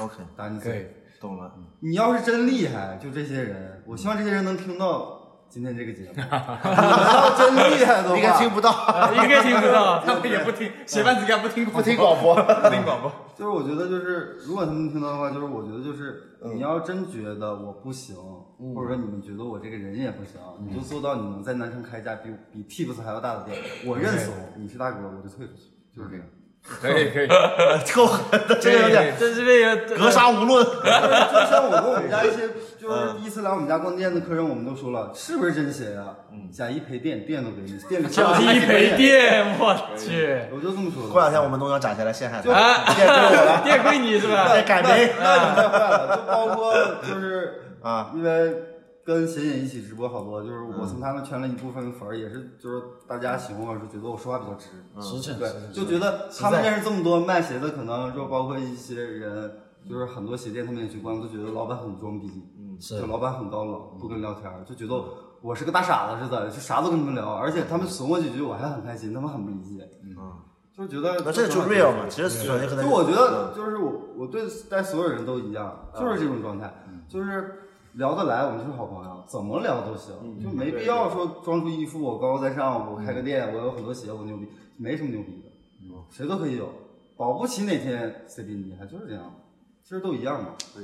Speaker 1: OK，
Speaker 4: 打你
Speaker 2: 可以
Speaker 4: 嘴。，
Speaker 1: 懂了。
Speaker 4: 你要是真厉害，就这些人，我希望这些人能听到今天这 个节目， 要真厉害的话，
Speaker 1: 应该听不到，
Speaker 2: 呃应该听不到。
Speaker 3: 他们也不听，
Speaker 4: 嗯
Speaker 3: 写饭应该不听广
Speaker 1: 不
Speaker 3: 播，
Speaker 1: 听广播。
Speaker 3: 不听广播。
Speaker 4: 就是我觉得就是，如果他们听到的话，就是我觉得就是，
Speaker 1: 嗯
Speaker 4: 你要真觉得我不行，或者说你们觉得我这个人也不行，
Speaker 1: 嗯
Speaker 4: 你就做到你能在南城开一家比比 Tips 还要大的店，我认怂，你是大哥，我就退出去，就是这样。
Speaker 1: 嗯
Speaker 3: 可以可以，
Speaker 4: 嗯
Speaker 1: 够狠的， 这个有点
Speaker 2: 这这这个
Speaker 1: 格杀无论。
Speaker 4: 就像我跟我们家一 些
Speaker 1: 嗯
Speaker 4: 就是第一次来我们家逛店的客人，我们都说了，是不是真鞋呀？
Speaker 1: 嗯
Speaker 4: 假一赔店，店都给你，店里
Speaker 2: 小
Speaker 4: 一
Speaker 2: 鸡陪，店，我去，
Speaker 4: 我就这么说的。
Speaker 1: 过两天我们都想攒下来陷害他，
Speaker 2: 啊，
Speaker 1: 店归我 了，
Speaker 2: 店归你是吧
Speaker 1: 再？改名
Speaker 4: 那你太坏了，就包括就是
Speaker 1: 啊，
Speaker 4: 因为跟贤姐一起直播好多，就是我从他们圈了一部分粉儿，也是就是大家喜欢我是觉得我说话比较直，
Speaker 6: 实诚
Speaker 4: 对，就觉得他们认识这么多卖鞋的，可能就包括一些人，就是很多鞋店他们也去逛，都觉得老板很装逼，嗯，
Speaker 6: 是
Speaker 4: 就老板很高冷，不跟聊天儿，就觉得我是个大傻子似的，就啥都跟他们聊，而且他们损我几句我还很开心，他们很不理解，嗯，就觉得
Speaker 1: 那这就
Speaker 4: 很
Speaker 1: real 嘛。其实首先可能
Speaker 4: 就我觉得，
Speaker 3: 嗯
Speaker 4: 就是我我对待所有人都一样，就是这种状态，
Speaker 3: 嗯
Speaker 4: 就是聊得来，我们就是好朋友，怎么聊都行，
Speaker 3: 嗯
Speaker 4: 就没必要说装出一副我高高在上，我开个店，我有很多鞋，我牛逼，没什么牛逼的，
Speaker 3: 嗯
Speaker 4: 谁都可以有，保不齐哪天谁比你厉害，就是这样，其实都一样嘛。哎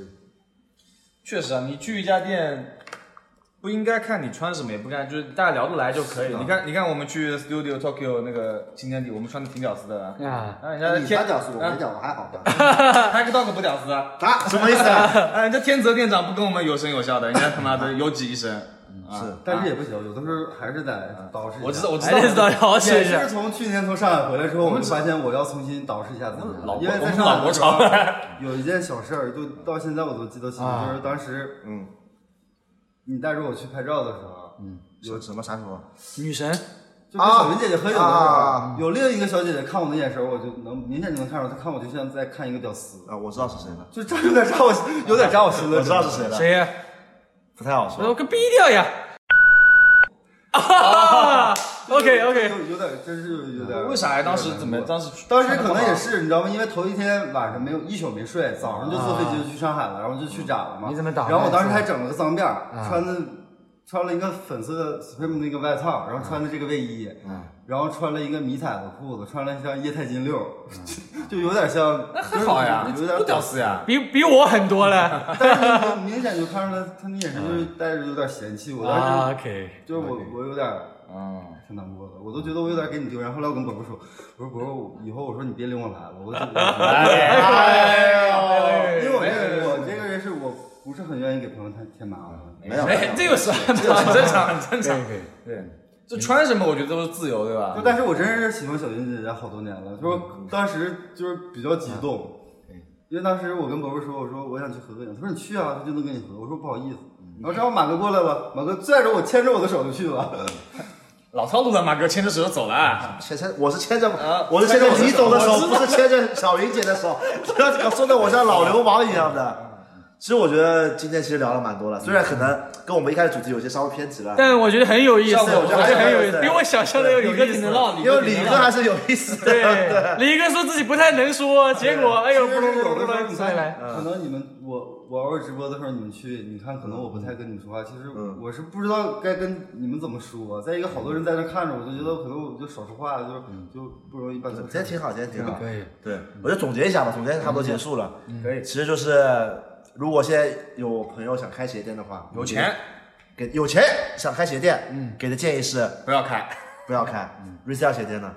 Speaker 3: 确实啊，你去一家店，不应该看你穿什么，也不该就是大家聊得来就可
Speaker 4: 嗯
Speaker 3: 以了。你看，你看我们去 Studio Tokyo 那个新天地，我们穿的挺屌丝的啊。
Speaker 2: 啊，
Speaker 3: 啊，人家
Speaker 4: 嗯你
Speaker 3: 天
Speaker 4: 他屌丝，我没
Speaker 3: 啊
Speaker 4: 屌，我还好吧。
Speaker 3: Tag Dog 不屌丝啊！
Speaker 1: 啊，什么意思啊？
Speaker 3: 啊，人家天泽店长不跟我们有声有笑的，人家他妈的有几一啊身。
Speaker 1: 是，
Speaker 4: 但是啊也不行，有的时候还是得捯饬一下。
Speaker 3: 嗯我知道，我知
Speaker 2: 还得
Speaker 3: 道。
Speaker 2: 到 好
Speaker 4: 也
Speaker 2: 写一
Speaker 4: 是
Speaker 2: 下。
Speaker 4: 从去年从上海回来之后，我就发现我要重新捯饬一下自己了，因为
Speaker 3: 我
Speaker 4: 在
Speaker 3: 们
Speaker 4: 上海
Speaker 3: 老
Speaker 4: 的
Speaker 3: 国
Speaker 4: 时候
Speaker 3: 潮
Speaker 4: 有一件小事儿，就到现在我都记得清，就是当时嗯，你带着我去拍照的时候，嗯，
Speaker 1: 有什么啥什么？
Speaker 2: 女神，
Speaker 4: 就跟小云姐姐合影的时
Speaker 1: 啊
Speaker 4: 候，有另一个小姐姐看我的眼神，我就能明显就能看出，她看我就像在看一个屌丝，
Speaker 1: 啊，我知道是谁了，
Speaker 4: 就这有点扎我，有点扎我心了。
Speaker 1: 我知道是谁了，
Speaker 2: 谁呀？
Speaker 1: 不太好
Speaker 2: 哎我说
Speaker 1: 说。
Speaker 2: 个逼掉呀！啊，OK OK，
Speaker 4: 有有点真是有点。
Speaker 3: 为啥呀？当时怎么？当时
Speaker 4: 当时可能也是，你知道吗？因为头一天晚上没有一宿没睡，早上就坐飞机就去上海
Speaker 3: 啊
Speaker 4: 了，然后就去展了嘛。
Speaker 6: 你怎么打扮
Speaker 4: 然后我当时还整了个脏辫儿，穿的穿了一个粉色的 Supreme 那个外套，然后穿的这个卫衣，
Speaker 3: 啊
Speaker 4: 然后穿了一个迷彩的裤子，穿了一双液态金六， 就有点像，
Speaker 3: 很好呀，
Speaker 4: 有点
Speaker 3: 不屌丝呀。
Speaker 2: 比比我很多了。
Speaker 4: 但是你明显就看出来，他那眼神就是带着有点嫌弃我，
Speaker 3: 啊
Speaker 4: 当时
Speaker 2: 啊，OK，
Speaker 4: 就是我我有点。
Speaker 3: 嗯，
Speaker 4: 挺难过的，我都觉得我有点给你丢人。后来我跟伯伯说，我说伯伯，我以后我说你别领我来了，我就
Speaker 3: 哎
Speaker 2: 哎
Speaker 4: 因为我这个人，我这个人是我不是很愿意给朋友添添麻烦的，
Speaker 1: 没有，没有
Speaker 2: 哎这有啥
Speaker 3: 这 个 很正常，很正常。
Speaker 6: 可以
Speaker 3: 对，就穿什么我觉得都是自由，对吧
Speaker 4: 就？但是我真是喜欢小云姐姐好多年了，就是当时就是比较激动，因为当时我跟伯伯说，我说我想去合个影，他说你去啊，他就能跟你合，我说不好意思，然后正好马哥过来了，马哥拽着我牵着我的手就去了，
Speaker 3: 老套路了，马哥牵着手走了啊。
Speaker 1: 牵牵，我是牵着，我是牵着李总的手，不是牵着小云姐的手， 这说的我像老流氓一样的。其实我觉得今天其实聊了蛮多了，虽然可能跟我们一开始主题有些稍微偏题了，
Speaker 2: 但我觉得很有意思，
Speaker 1: 效果
Speaker 2: 我觉得很有意思，
Speaker 1: 对
Speaker 2: 比我想象的要有
Speaker 3: 李哥
Speaker 2: 意思
Speaker 3: 挺能。唠，
Speaker 1: 因为理论还是有意思的。
Speaker 2: 对，李哥说自己不太能说，结果哎呦，
Speaker 4: 其
Speaker 2: 咕
Speaker 4: 实
Speaker 2: 噜咕噜
Speaker 4: 有的时候
Speaker 2: 咕噜
Speaker 4: 你
Speaker 2: 再来
Speaker 4: 看，。可能你们我我偶尔直播的时候你们去，你看可能我不太跟你们说话，其实我是不知道该跟你们怎么说。再一个，好多人在那看着我，就觉得可能我就少说话了，就就不容易办错
Speaker 1: 今天
Speaker 4: 事。
Speaker 1: 挺好，今天挺好。
Speaker 6: 可以，
Speaker 1: 对，我就总结一下吧，总结差不多结束了。
Speaker 3: 可以
Speaker 1: 其实就是，如果现在有朋友想开鞋店的话，
Speaker 3: 有钱
Speaker 1: 给有钱想开鞋店，给的建议是
Speaker 3: 不要开，
Speaker 1: 不要开。resale 鞋店呢，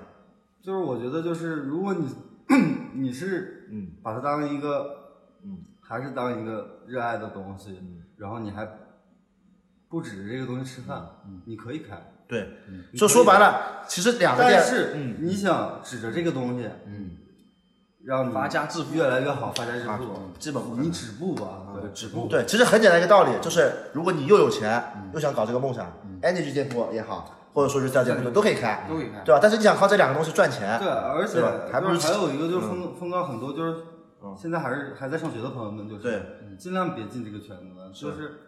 Speaker 4: 就是我觉得就是如果你 你是
Speaker 1: 嗯
Speaker 4: 把它当一个嗯还是当一个热爱的东西，然后你还不指着这个东西吃饭，你可以开。
Speaker 1: 对，就说白了，其实两个店
Speaker 4: 但是，你想指着这个东西，嗯，让你
Speaker 3: 发家致富
Speaker 4: 越来越好，发家致
Speaker 1: 啊
Speaker 4: 富，
Speaker 1: 基本不可能
Speaker 4: 你止步吧，对，止步。
Speaker 1: 对，其实很简单一个道理，就是如果你又有钱，
Speaker 3: 嗯
Speaker 1: 又想搞这个梦想，energy 店铺也好，或者说是在店铺都可以开，
Speaker 3: 都可以开
Speaker 1: 对吧？但是你想靠这两个东西赚钱，
Speaker 4: 对，而且
Speaker 1: 哎对吧还不
Speaker 4: 就
Speaker 1: 如嗯
Speaker 4: 是还有一个就是风风告很多就是现在还是还在上学的朋友们，就是嗯
Speaker 1: 对
Speaker 4: 尽量别进这个圈子，就是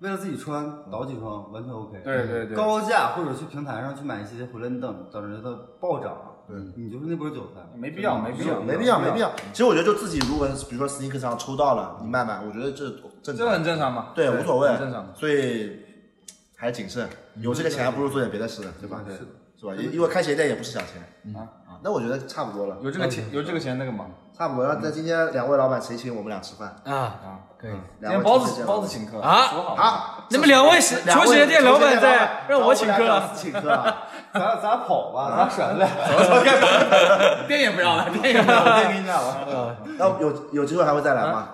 Speaker 4: 为了自己穿倒几双完全 OK。
Speaker 3: 对对对
Speaker 4: 高价或者去平台上去买一些回来，你等等着它暴涨，对你就是那波韭菜，
Speaker 3: 没必要，没必要，嗯
Speaker 1: 没必要，没必要。其实我觉得就自己如果比如说 sneaker 上抽到了，你卖卖，我觉得这正
Speaker 3: 这
Speaker 1: 常，
Speaker 3: 很正常嘛。嗯
Speaker 1: 对，无所谓
Speaker 3: 很正常，嘛。
Speaker 1: 所以。还是谨慎，有这个钱还不如做点别的
Speaker 3: 嗯
Speaker 1: 事呢，对吧？
Speaker 7: 对是的
Speaker 1: 是吧？因因为开鞋店也不是小钱啊啊，那我觉得差不多了，
Speaker 3: 有这嗯个钱，有这个钱那个嘛。
Speaker 1: 差不多了。那今天两位老板谁请我们俩吃饭？
Speaker 2: 啊，可 以。
Speaker 3: 今
Speaker 1: 两位
Speaker 3: 天包
Speaker 1: 请
Speaker 3: 子
Speaker 1: 谁
Speaker 3: 包子请客
Speaker 2: 啊
Speaker 3: 说好了
Speaker 1: 好，
Speaker 2: 你们两位是
Speaker 1: 两位
Speaker 2: 球鞋店老板
Speaker 1: 球鞋
Speaker 2: 在
Speaker 1: 店老板
Speaker 2: 让我请客啊
Speaker 1: 找我们俩
Speaker 2: 了
Speaker 1: 屌丝请客啊了，
Speaker 4: 咱咱跑吧，
Speaker 1: 啊
Speaker 4: 咱省着点，
Speaker 3: 店也不要了，店也
Speaker 2: 啊
Speaker 3: 不要了。
Speaker 4: 给你俩吧。
Speaker 1: 那有有机会还会再来
Speaker 2: 啊
Speaker 1: 吗？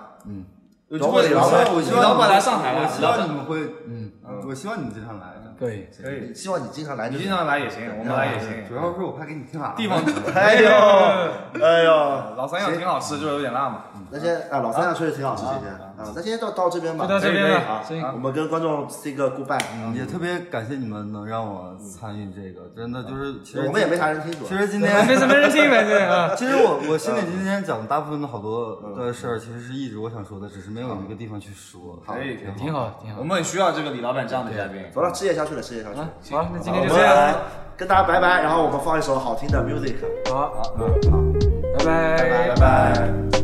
Speaker 3: 有
Speaker 1: 机会
Speaker 4: 老板，我
Speaker 3: 你
Speaker 4: 希望
Speaker 3: 老板来上海
Speaker 4: 我
Speaker 3: 了，
Speaker 4: 希望你们会，嗯，我希望你们经常来。
Speaker 1: 嗯
Speaker 2: 可以，
Speaker 3: 可以，
Speaker 1: 希望你经常来就
Speaker 3: 你
Speaker 1: 行。
Speaker 3: 经常来也行，我们来也行
Speaker 4: 主。要是我怕给你听麻
Speaker 3: 地方
Speaker 1: 哎呦，哎呦，
Speaker 3: 老三样挺好吃，就是有点辣嘛。
Speaker 1: 那先啊，老三样确实挺好吃，今天啊，那今天到到这边吧，
Speaker 2: 就到这边
Speaker 3: 可以
Speaker 2: 了。行，
Speaker 1: 啊
Speaker 2: 嗯
Speaker 1: 我们跟观众 say 个 goodbye，嗯
Speaker 4: 烦，也特别感谢你们能让我参与这个，真的就是，其实
Speaker 1: 嗯我们也没啥人听懂。
Speaker 4: 其实 今天
Speaker 2: 没事没人听，反正啊，
Speaker 4: 其实我我心里
Speaker 1: 嗯
Speaker 4: 今天讲的大部分的好多的事儿，其实是一直我想说的，只是没有一个地方去说。
Speaker 3: 可以，可以
Speaker 2: 挺好挺好
Speaker 3: 我。们很需要这个李老板这样的嘉宾。
Speaker 1: 走了，吃夜宵去了，吃夜宵去了。
Speaker 2: 好，那今
Speaker 1: 我
Speaker 2: 啊天就这
Speaker 1: 们
Speaker 2: 样，嗯
Speaker 1: 跟大家拜拜，然后我们放一首好听的 music。
Speaker 2: 好，好，拜
Speaker 1: 拜
Speaker 2: 拜。
Speaker 1: 拜。